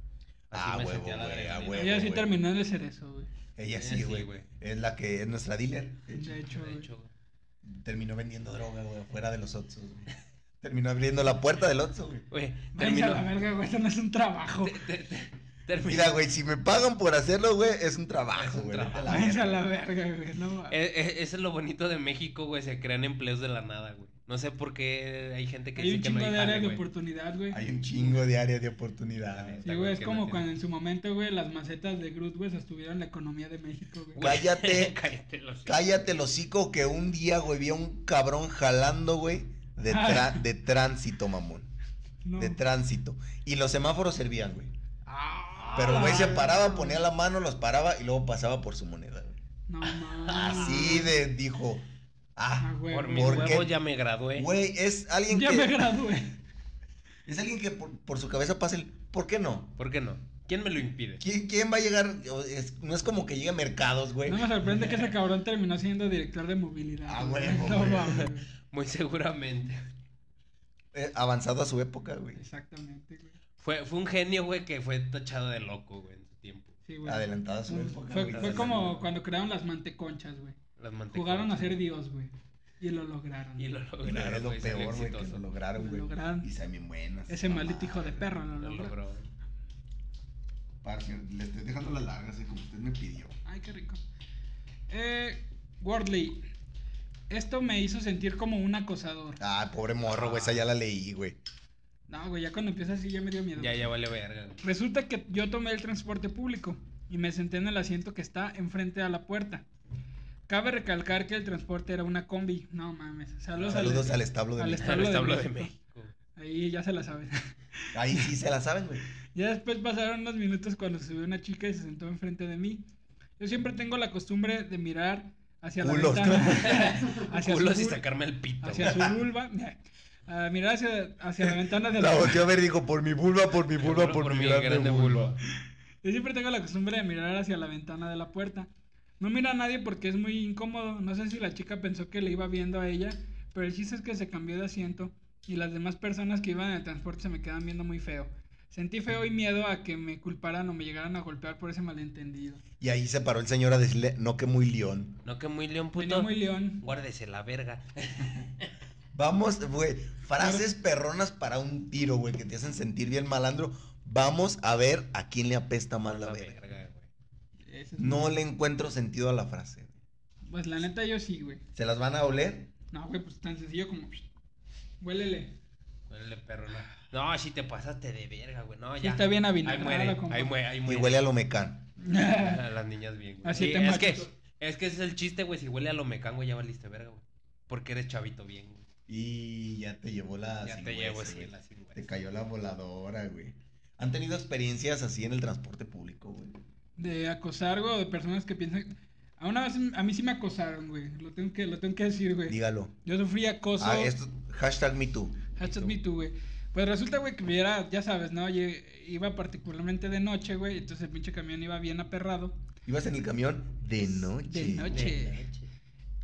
[SPEAKER 2] Así
[SPEAKER 1] Ah,
[SPEAKER 2] me
[SPEAKER 1] huevo,
[SPEAKER 2] sentía la
[SPEAKER 1] güey,
[SPEAKER 2] adrenalina.
[SPEAKER 1] a huevo.
[SPEAKER 3] Ella sí
[SPEAKER 1] güey.
[SPEAKER 3] terminó de hacer eso, güey.
[SPEAKER 1] Ella
[SPEAKER 2] Ella
[SPEAKER 1] sí,
[SPEAKER 2] sí,
[SPEAKER 1] güey.
[SPEAKER 2] güey.
[SPEAKER 1] es la que es nuestra dealer.
[SPEAKER 3] De hecho,
[SPEAKER 2] De
[SPEAKER 3] güey.
[SPEAKER 2] hecho, güey.
[SPEAKER 1] Terminó vendiendo droga, güey, fuera de los Oxxos, güey. (laughs) Terminó abriendo la puerta del Oxxo, güey.
[SPEAKER 2] Güey,
[SPEAKER 3] Váyanse a la
[SPEAKER 2] terminó.
[SPEAKER 3] verga, güey, eso no es un trabajo.
[SPEAKER 2] te- te- terminó-
[SPEAKER 1] Mira, güey, si me pagan por hacerlo, güey, es un trabajo,
[SPEAKER 2] un
[SPEAKER 1] güey. vete a
[SPEAKER 3] (laughs)
[SPEAKER 1] la
[SPEAKER 3] Váyanse a
[SPEAKER 1] verga.
[SPEAKER 3] la verga, güey, no mames.
[SPEAKER 2] Eh, eh, eso es lo bonito de México, güey. Se crean empleos de la nada, güey. No sé por qué hay gente que
[SPEAKER 3] Hay
[SPEAKER 2] dice
[SPEAKER 3] un
[SPEAKER 2] que no
[SPEAKER 3] chingo
[SPEAKER 2] hay
[SPEAKER 3] de áreas
[SPEAKER 2] jale,
[SPEAKER 3] de
[SPEAKER 2] (laughs) güey.
[SPEAKER 3] oportunidad, güey.
[SPEAKER 1] Hay un chingo de áreas de oportunidades.
[SPEAKER 3] Sí,
[SPEAKER 2] güey,
[SPEAKER 3] güey, es
[SPEAKER 2] que
[SPEAKER 3] como
[SPEAKER 2] no
[SPEAKER 3] cuando
[SPEAKER 2] tiene-
[SPEAKER 3] en su momento, güey, las macetas de Groot, güey, sostuvieron la economía de México, güey.
[SPEAKER 2] Güey,
[SPEAKER 1] Cállate.
[SPEAKER 2] cállate, los
[SPEAKER 1] Eh, Cállate el hocico que un día, güey, vi a un cabrón jalando, güey, de, tra- de tránsito, mamón.
[SPEAKER 3] No.
[SPEAKER 1] De tránsito. Y los semáforos servían, güey.
[SPEAKER 3] Ah,
[SPEAKER 1] Pero el güey se
[SPEAKER 3] güey.
[SPEAKER 1] paraba, ponía la mano, los paraba y luego pasaba por su moneda, güey.
[SPEAKER 3] No mames.
[SPEAKER 1] (laughs) Así de dijo.
[SPEAKER 3] Ah,
[SPEAKER 1] Ah,
[SPEAKER 3] güey.
[SPEAKER 2] Por
[SPEAKER 3] Por
[SPEAKER 2] mis
[SPEAKER 1] ¿Por qué?
[SPEAKER 2] huevos ya me gradué.
[SPEAKER 1] güey, es alguien
[SPEAKER 3] Ya me
[SPEAKER 1] que.
[SPEAKER 3] gradué.
[SPEAKER 1] Es alguien que por, por su cabeza pasa el. ¿Por qué no?
[SPEAKER 2] ¿Por qué no? ¿Quién me lo impide?
[SPEAKER 1] ¿Quién, quién va a llegar? O es- no es como que llegue a mercados, güey.
[SPEAKER 3] No me sorprende que ese cabrón terminó siendo director de movilidad.
[SPEAKER 1] Ah,
[SPEAKER 3] güey. (laughs)
[SPEAKER 1] huevo,
[SPEAKER 3] No
[SPEAKER 1] güey.
[SPEAKER 3] mames. güey.
[SPEAKER 2] Muy seguramente.
[SPEAKER 1] Eh, avanzado a su época, güey.
[SPEAKER 3] Exactamente, güey.
[SPEAKER 2] Fue, fue un genio, güey, que fue tachado de loco, güey, en su tiempo.
[SPEAKER 3] Sí, güey.
[SPEAKER 1] Adelantado a su época.
[SPEAKER 3] Fue,
[SPEAKER 1] güey.
[SPEAKER 3] fue como cuando crearon las manteconchas, güey.
[SPEAKER 2] Las mantecolas.
[SPEAKER 3] Jugaron a ser Dios, güey. Y lo lograron.
[SPEAKER 2] Y lo
[SPEAKER 1] Y lo-
[SPEAKER 2] lograron.
[SPEAKER 1] es lo
[SPEAKER 2] güey, salió
[SPEAKER 1] peor, güey, que
[SPEAKER 2] exitoso.
[SPEAKER 1] lo lograron,
[SPEAKER 3] Lo
[SPEAKER 1] güey.
[SPEAKER 3] lograron.
[SPEAKER 1] Y salen bien buenas.
[SPEAKER 3] Ese maldito hijo de perro lo
[SPEAKER 2] Lo
[SPEAKER 3] logró.
[SPEAKER 2] logró. güey.
[SPEAKER 5] Parce, le estoy dejando las largas, eh, como usted me pidió.
[SPEAKER 3] Ay, qué rico. Eh, Wordley. Esto me hizo sentir como un acosador.
[SPEAKER 1] Ah, pobre morro, güey, esa ya la leí, güey.
[SPEAKER 3] No, güey, ya cuando empieza así ya me dio miedo.
[SPEAKER 2] Ya, ya vale verga. güey.
[SPEAKER 3] Resulta que yo tomé el transporte público y me senté en el asiento que está enfrente a la puerta. Cabe recalcar que el transporte era una combi. No mames. Saludos, al-
[SPEAKER 1] Saludos al establo de
[SPEAKER 3] al
[SPEAKER 1] mi-
[SPEAKER 3] establo.
[SPEAKER 2] Al establo
[SPEAKER 3] de
[SPEAKER 2] de
[SPEAKER 3] México.
[SPEAKER 2] México.
[SPEAKER 3] Ahí ya se la saben.
[SPEAKER 1] Ahí sí se la saben, güey.
[SPEAKER 3] (laughs) ya después pasaron unos minutos cuando subió una chica y se sentó enfrente de mí. Yo siempre tengo la costumbre de mirar hacia
[SPEAKER 1] Culos.
[SPEAKER 3] la
[SPEAKER 1] (laughs)
[SPEAKER 3] ventana. hacia
[SPEAKER 2] Culos y
[SPEAKER 3] su-
[SPEAKER 2] sacarme el pito.
[SPEAKER 3] hacia
[SPEAKER 2] güey.
[SPEAKER 3] su vulva, (laughs) a mirar hacia, hacia (laughs) la ventana de
[SPEAKER 1] La
[SPEAKER 3] la
[SPEAKER 1] volteó a ver y dijo, por mi vulva, por mi vulva,
[SPEAKER 2] Seguro
[SPEAKER 1] por, mi grande, vulva.
[SPEAKER 3] Yo siempre tengo la costumbre de mirar hacia la ventana de la puerta. No mira a nadie porque es muy incómodo. No sé si la chica pensó que le iba viendo a ella, pero el chiste es que se cambió de asiento y las demás personas que iban en el transporte se me quedan viendo muy feo. Sentí feo y miedo a que me culparan o me llegaran a golpear por ese malentendido.
[SPEAKER 1] Y ahí se paró el señor a decirle, no que muy león.
[SPEAKER 2] No, que muy león,
[SPEAKER 3] Venía
[SPEAKER 2] puto.
[SPEAKER 3] muy león.
[SPEAKER 2] Guárdese la verga.
[SPEAKER 1] Vamos, güey, frases perronas para un tiro, güey, que te hacen sentir bien malandro. Vamos a ver a quién le apesta más la
[SPEAKER 2] La
[SPEAKER 1] verga.
[SPEAKER 2] verga, güey.
[SPEAKER 3] Ese es
[SPEAKER 1] No
[SPEAKER 3] muy-
[SPEAKER 1] le encuentro sentido a la frase.
[SPEAKER 3] Pues la neta yo sí, güey.
[SPEAKER 1] ¿Se las van a oler?
[SPEAKER 3] No, güey, pues tan sencillo como... Huélele.
[SPEAKER 2] Huélele, perro, no. No, si te pasaste de verga, güey. No,
[SPEAKER 3] Sí
[SPEAKER 2] Pues ya.
[SPEAKER 3] está bien
[SPEAKER 2] Ahí
[SPEAKER 3] avinagrado,
[SPEAKER 2] muere.
[SPEAKER 3] compa.
[SPEAKER 2] Ahí muere. Ahí
[SPEAKER 1] Y
[SPEAKER 2] muere.
[SPEAKER 1] huele a lo mecán.
[SPEAKER 3] (laughs)
[SPEAKER 2] A las niñas bien, güey.
[SPEAKER 3] Así
[SPEAKER 2] Sí,
[SPEAKER 3] te
[SPEAKER 2] es que
[SPEAKER 3] machos.
[SPEAKER 2] es que ese es el chiste, güey. Si huele a lo mecan, güey, ya valiste verga, güey. Porque eres chavito bien, güey.
[SPEAKER 1] Y ya te llevó la...
[SPEAKER 2] ya
[SPEAKER 1] sin
[SPEAKER 2] te llevo
[SPEAKER 1] hueso,
[SPEAKER 2] así
[SPEAKER 1] Ah, güey.
[SPEAKER 2] la sin hueso.
[SPEAKER 1] Te cayó la voladora, güey. ¿Han tenido experiencias así en el transporte público, güey?
[SPEAKER 3] De acosar, güey, o de personas que piensan. A una vez a mí sí me acosaron, güey. Lo tengo que, lo tengo que decir, güey.
[SPEAKER 1] Dígalo.
[SPEAKER 3] Yo sufrí acoso.
[SPEAKER 1] Ah, esto, hashtag me too.
[SPEAKER 3] Hashtag me too, güey. Pues resulta, güey, que era, ya sabes, ¿no? Oye, iba particularmente de noche, güey. Entonces el pinche camión iba bien aperrado.
[SPEAKER 1] Ibas en el camión de noche.
[SPEAKER 3] De noche.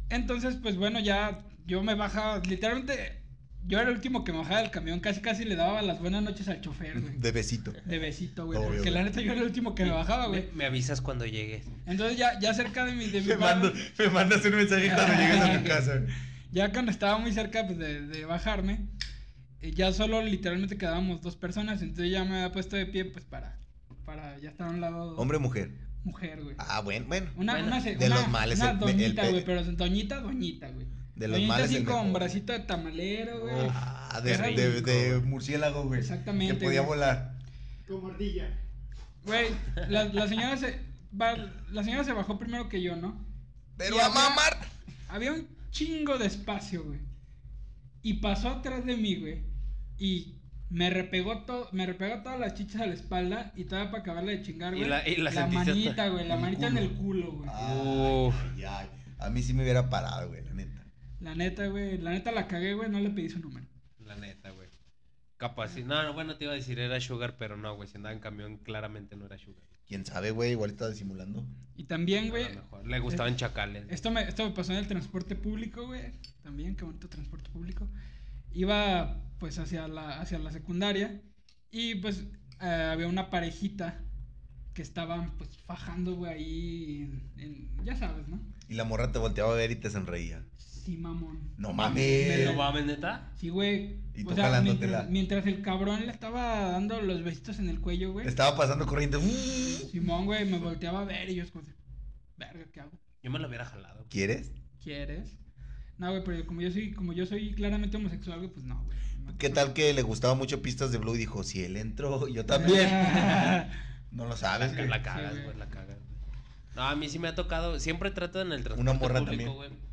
[SPEAKER 3] Entonces, pues bueno, ya yo me bajaba. Literalmente, yo era el último que me bajaba del camión. Casi, casi le daba las buenas noches al chofer, güey.
[SPEAKER 1] De besito.
[SPEAKER 3] De besito, güey.
[SPEAKER 1] Obvio,
[SPEAKER 3] Porque
[SPEAKER 1] güey.
[SPEAKER 3] la neta yo era el último que me bajaba,
[SPEAKER 2] Me,
[SPEAKER 3] güey.
[SPEAKER 2] me avisas cuando llegues.
[SPEAKER 3] Entonces ya, ya cerca de mi, de mi
[SPEAKER 1] Me,
[SPEAKER 3] bar,
[SPEAKER 1] mando-
[SPEAKER 3] güey,
[SPEAKER 1] (laughs) me mandas un mensaje cuando
[SPEAKER 3] (laughs)
[SPEAKER 1] llegues a tu casa. güey.
[SPEAKER 3] Ya cuando estaba muy cerca pues, de, de bajarme, eh, ya solo literalmente quedábamos dos personas, entonces ya me había puesto de pie pues para, para ya estar a un lado
[SPEAKER 1] Hombre o mujer.
[SPEAKER 3] mujer, güey.
[SPEAKER 1] Ah, bueno, bueno.
[SPEAKER 3] Una,
[SPEAKER 2] bueno,
[SPEAKER 3] una, se-
[SPEAKER 1] de
[SPEAKER 3] una-
[SPEAKER 1] los males,
[SPEAKER 3] una
[SPEAKER 1] el pe- el
[SPEAKER 3] doñita,
[SPEAKER 1] pe-
[SPEAKER 3] güey, pero doñita, doñita, güey.
[SPEAKER 1] De los
[SPEAKER 3] Doñita
[SPEAKER 1] males
[SPEAKER 3] así
[SPEAKER 1] del
[SPEAKER 3] con
[SPEAKER 1] mejor.
[SPEAKER 3] bracito de tamalero, güey.
[SPEAKER 2] Uf.
[SPEAKER 1] Ah, de,
[SPEAKER 3] Ay,
[SPEAKER 1] de- de
[SPEAKER 5] De
[SPEAKER 1] mu-
[SPEAKER 5] murciélago, güey.
[SPEAKER 3] Exactamente,
[SPEAKER 5] Que podía
[SPEAKER 3] güey.
[SPEAKER 5] volar.
[SPEAKER 4] Como ardilla.
[SPEAKER 3] Güey, la, la señora se. va- la señora se bajó primero que yo, ¿no?
[SPEAKER 1] Pero
[SPEAKER 3] Y
[SPEAKER 1] a
[SPEAKER 3] había-
[SPEAKER 1] mamar.
[SPEAKER 3] Había un chingo de espacio, güey. Y pasó atrás de mí, güey. Y me repegó todo, me repegó todas las chichas a la espalda y todavía para acabarla de chingar,
[SPEAKER 2] Y
[SPEAKER 3] güey.
[SPEAKER 2] la- y la sentiste
[SPEAKER 3] manita,
[SPEAKER 2] hasta
[SPEAKER 3] güey, la
[SPEAKER 5] en el
[SPEAKER 3] manita en
[SPEAKER 5] culo.
[SPEAKER 3] el culo, güey.
[SPEAKER 5] Ay, ay, ay. A mí sí me hubiera parado, güey, la neta.
[SPEAKER 3] La neta, güey, la neta la cagué, güey, no le pedí su número.
[SPEAKER 2] La neta, güey. Capaz, sí. No, no, bueno, te iba a decir era Sugar, pero no, güey. Si andaba en camión, claramente no era Sugar.
[SPEAKER 1] Quién sabe, güey, igual estaba disimulando.
[SPEAKER 3] Y también,
[SPEAKER 2] A
[SPEAKER 3] güey,
[SPEAKER 2] lo mejor. Le gustaban chacales. güey.
[SPEAKER 3] esto me, esto me pasó en el transporte público, güey. También, qué bonito transporte público. Iba, pues, hacia la, hacia la secundaria. Y, pues, eh, había una parejita que estaban, pues, fajando, güey, ahí en- en- ya sabes, ¿no?
[SPEAKER 1] Y la morra te volteaba a ver y te sonreía.
[SPEAKER 3] Sí, mamón. Me
[SPEAKER 1] No
[SPEAKER 2] ¿No
[SPEAKER 1] mames.
[SPEAKER 3] lo-
[SPEAKER 2] mames, neta?
[SPEAKER 3] Sí, güey.
[SPEAKER 1] Y
[SPEAKER 3] O
[SPEAKER 1] tú
[SPEAKER 3] sea,
[SPEAKER 1] jalándotela.
[SPEAKER 3] mientras, mientras el cabrón le estaba dando los besitos en el cuello, güey.
[SPEAKER 1] Estaba pasando corriente. ¡uh!
[SPEAKER 3] Simón, güey, me volteaba a ver y yo es como, de, verga, ¿qué hago?
[SPEAKER 2] Yo me lo hubiera jalado.
[SPEAKER 1] ¿Quieres?
[SPEAKER 3] ¿Quieres? No, güey, pero como yo soy, como yo soy claramente homosexual, güey, pues no, güey. no.
[SPEAKER 1] ¿Qué tal que le gustaba mucho pistas de Blue y dijo, si él entró, yo
[SPEAKER 3] (laughs)
[SPEAKER 1] también? no lo sabes,
[SPEAKER 2] La,
[SPEAKER 1] güey.
[SPEAKER 2] la cagas,
[SPEAKER 3] güey.
[SPEAKER 2] güey, la cagas. güey. No, a mí sí me ha tocado. Siempre trato en el transporte
[SPEAKER 1] Una morra
[SPEAKER 2] público, güey.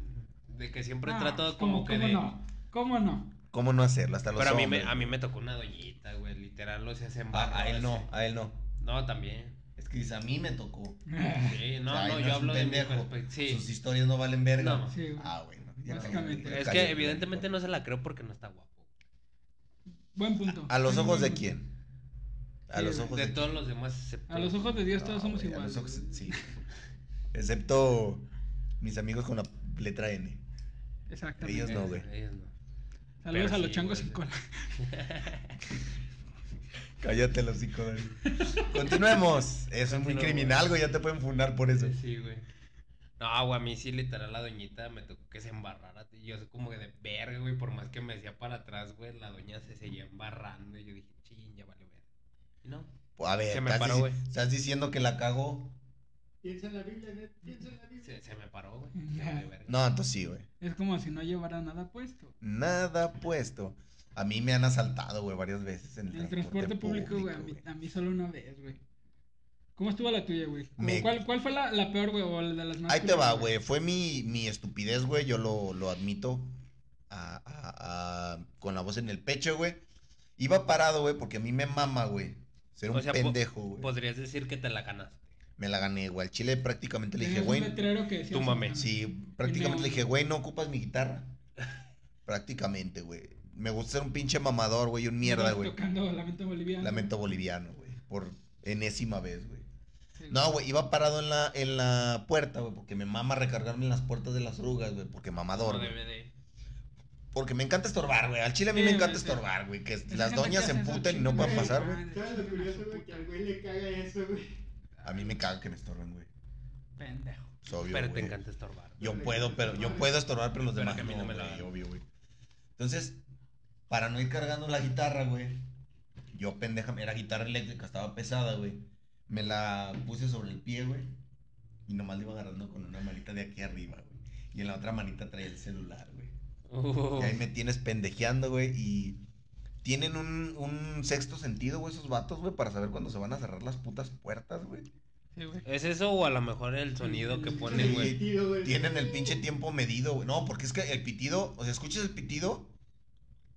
[SPEAKER 2] De que siempre
[SPEAKER 3] No, pues,
[SPEAKER 2] trato
[SPEAKER 3] ¿cómo-
[SPEAKER 2] como que
[SPEAKER 3] ¿Cómo
[SPEAKER 2] de.
[SPEAKER 3] no? ¿Cómo
[SPEAKER 1] (laughs)
[SPEAKER 3] no?
[SPEAKER 1] ¿Cómo no hacerlo? Hasta los
[SPEAKER 2] Pero a mí, me,
[SPEAKER 1] hombres.
[SPEAKER 2] a mí me tocó una doñita, güey. Literal, o sea, se
[SPEAKER 1] Ah,
[SPEAKER 2] embarró.
[SPEAKER 1] a él no,
[SPEAKER 2] así.
[SPEAKER 1] a él no.
[SPEAKER 2] No, también.
[SPEAKER 1] Es que dice, a mí me tocó.
[SPEAKER 2] Sí, no,
[SPEAKER 1] O sea, ahí
[SPEAKER 2] no,
[SPEAKER 1] es
[SPEAKER 2] yo
[SPEAKER 1] un
[SPEAKER 2] hablo de mi
[SPEAKER 1] pendejo.
[SPEAKER 2] perspectiva.
[SPEAKER 1] Sus
[SPEAKER 2] Sí.
[SPEAKER 1] historias no valen verga.
[SPEAKER 2] No.
[SPEAKER 3] Sí, güey.
[SPEAKER 1] Ah, bueno.
[SPEAKER 3] Básicamente.
[SPEAKER 2] Es que evidentemente no se la creo porque no está guapo.
[SPEAKER 3] Buen punto.
[SPEAKER 1] ¿A los
[SPEAKER 3] Buen
[SPEAKER 1] ojos de
[SPEAKER 3] punto.
[SPEAKER 1] quién? A
[SPEAKER 3] Sí,
[SPEAKER 1] los
[SPEAKER 3] güey.
[SPEAKER 1] ojos
[SPEAKER 2] De
[SPEAKER 1] de
[SPEAKER 2] todos los demás, excepto-
[SPEAKER 3] A los ojos de Dios todos
[SPEAKER 1] No,
[SPEAKER 3] somos
[SPEAKER 1] güey, a
[SPEAKER 3] iguales.
[SPEAKER 1] los ojos-
[SPEAKER 3] güey.
[SPEAKER 1] sí. Excepto mis amigos con la letra N.
[SPEAKER 3] Exactamente.
[SPEAKER 1] Ellos no, güey.
[SPEAKER 2] Ellos no.
[SPEAKER 3] Saludos
[SPEAKER 2] Pero
[SPEAKER 3] a los
[SPEAKER 2] sí,
[SPEAKER 3] changos
[SPEAKER 2] güey.
[SPEAKER 3] sin cola.
[SPEAKER 1] Cállate los cinco, David. Continuemos. Eso es muy
[SPEAKER 2] Continuemos.
[SPEAKER 1] criminal, güey. Ya te pueden funar por eso.
[SPEAKER 2] Sí, güey. No, güey, a mí sí, literal, la doñita me tocó que se embarrara. Y yo, así como que de verga, güey, por más que me decía para atrás, güey, la doña se seguía embarrando. Y yo dije, ching, ya vale, güey. Y no,
[SPEAKER 1] A ver,
[SPEAKER 2] Se me
[SPEAKER 1] estás,
[SPEAKER 2] paró,
[SPEAKER 1] dici-
[SPEAKER 2] güey.
[SPEAKER 1] estás diciendo que la cago.
[SPEAKER 4] Piensa en la Biblia, Ned, piensa en la Biblia.
[SPEAKER 2] se, se me paró, güey. Ya valió verga.
[SPEAKER 1] No, entonces sí, güey.
[SPEAKER 3] (laughs) Es como si no llevara nada puesto.
[SPEAKER 1] Nada puesto. A mí me han asaltado, güey, varias veces en
[SPEAKER 3] En el transporte público, güey, a mí, a mí solo una vez, güey. ¿Cómo estuvo la tuya, güey? ¿Cómo-
[SPEAKER 1] Me-
[SPEAKER 3] ¿Cuál, ¿Cuál fue la, la peor, güey, o la de las más
[SPEAKER 1] Ahí te va,
[SPEAKER 3] culeras,
[SPEAKER 1] güey. Fue mi, mi estupidez, güey. Yo lo, lo admito. a- a- a- con la voz en el pecho, güey. Iba parado, güey, porque a mí me mama, güey. Ser un
[SPEAKER 2] O sea, po-
[SPEAKER 1] pendejo, güey.
[SPEAKER 2] Podrías decir que te la ganaste.
[SPEAKER 1] Me la gané, güey. Al chile prácticamente le dije,
[SPEAKER 3] Tenías un
[SPEAKER 1] güey.
[SPEAKER 3] letrero que decía
[SPEAKER 2] tú mames.
[SPEAKER 3] Santana.
[SPEAKER 1] Sí, prácticamente
[SPEAKER 3] Tiene
[SPEAKER 1] le dije,
[SPEAKER 3] un-
[SPEAKER 1] güey, no ocupas mi guitarra. (laughs) prácticamente, güey. Me gusta ser un pinche mamador, güey, un mierda,
[SPEAKER 3] Estabas
[SPEAKER 1] güey.
[SPEAKER 3] Tocando Lamento Boliviano.
[SPEAKER 1] Lamento boliviano, güey. Por enésima vez, güey.
[SPEAKER 3] Sí,
[SPEAKER 1] No, güey, iba parado en la, en la puerta, güey, porque me mama recargarme en las puertas de las orugas, güey, porque mamador,
[SPEAKER 2] No,
[SPEAKER 1] güey.
[SPEAKER 2] DVD.
[SPEAKER 1] Porque me encanta estorbar, güey. Al chile a mí
[SPEAKER 3] Sí,
[SPEAKER 1] me
[SPEAKER 3] güey,
[SPEAKER 1] encanta
[SPEAKER 3] sí.
[SPEAKER 1] estorbar, güey. Que
[SPEAKER 3] Es que
[SPEAKER 1] las
[SPEAKER 3] gente
[SPEAKER 1] doñas
[SPEAKER 3] que
[SPEAKER 1] se
[SPEAKER 3] hace eso,
[SPEAKER 1] emputen y no
[SPEAKER 3] chinga
[SPEAKER 1] puedan
[SPEAKER 3] madre,
[SPEAKER 1] pasar,
[SPEAKER 3] güey.
[SPEAKER 1] güey.
[SPEAKER 4] ¿Sabes lo curioso, güey? Que al güey le caga eso, güey.
[SPEAKER 1] A mí me caga que me estorben, güey.
[SPEAKER 3] Pendejo.
[SPEAKER 1] Es obvio,
[SPEAKER 2] pero te
[SPEAKER 1] güey.
[SPEAKER 2] encanta estorbar. güey.
[SPEAKER 1] Yo puedo, pero yo puedo estorbar, pero los
[SPEAKER 2] Pero
[SPEAKER 1] demás
[SPEAKER 2] que a mí
[SPEAKER 1] no,
[SPEAKER 2] no me la
[SPEAKER 1] güey,
[SPEAKER 2] hagan.
[SPEAKER 1] obvio, güey. Entonces, para no ir cargando la guitarra, güey, yo pendeja, era guitarra eléctrica, estaba pesada, güey. Me la puse sobre el pie, güey, y nomás le iba agarrando con una manita de aquí arriba, güey. Y en la otra manita traía el celular, güey.
[SPEAKER 2] Uh,
[SPEAKER 1] Y ahí me tienes pendejeando, güey, y tienen un, un sexto sentido, güey, esos vatos, güey, para saber cuándo se van a cerrar las putas puertas, güey.
[SPEAKER 3] Sí, güey.
[SPEAKER 2] ¿Es eso o a lo mejor el sonido que ponen, güey?
[SPEAKER 4] Sentido, güey.
[SPEAKER 1] Tienen el pinche tiempo medido, güey. No, porque es que el pitido, o sea, escuchas el pitido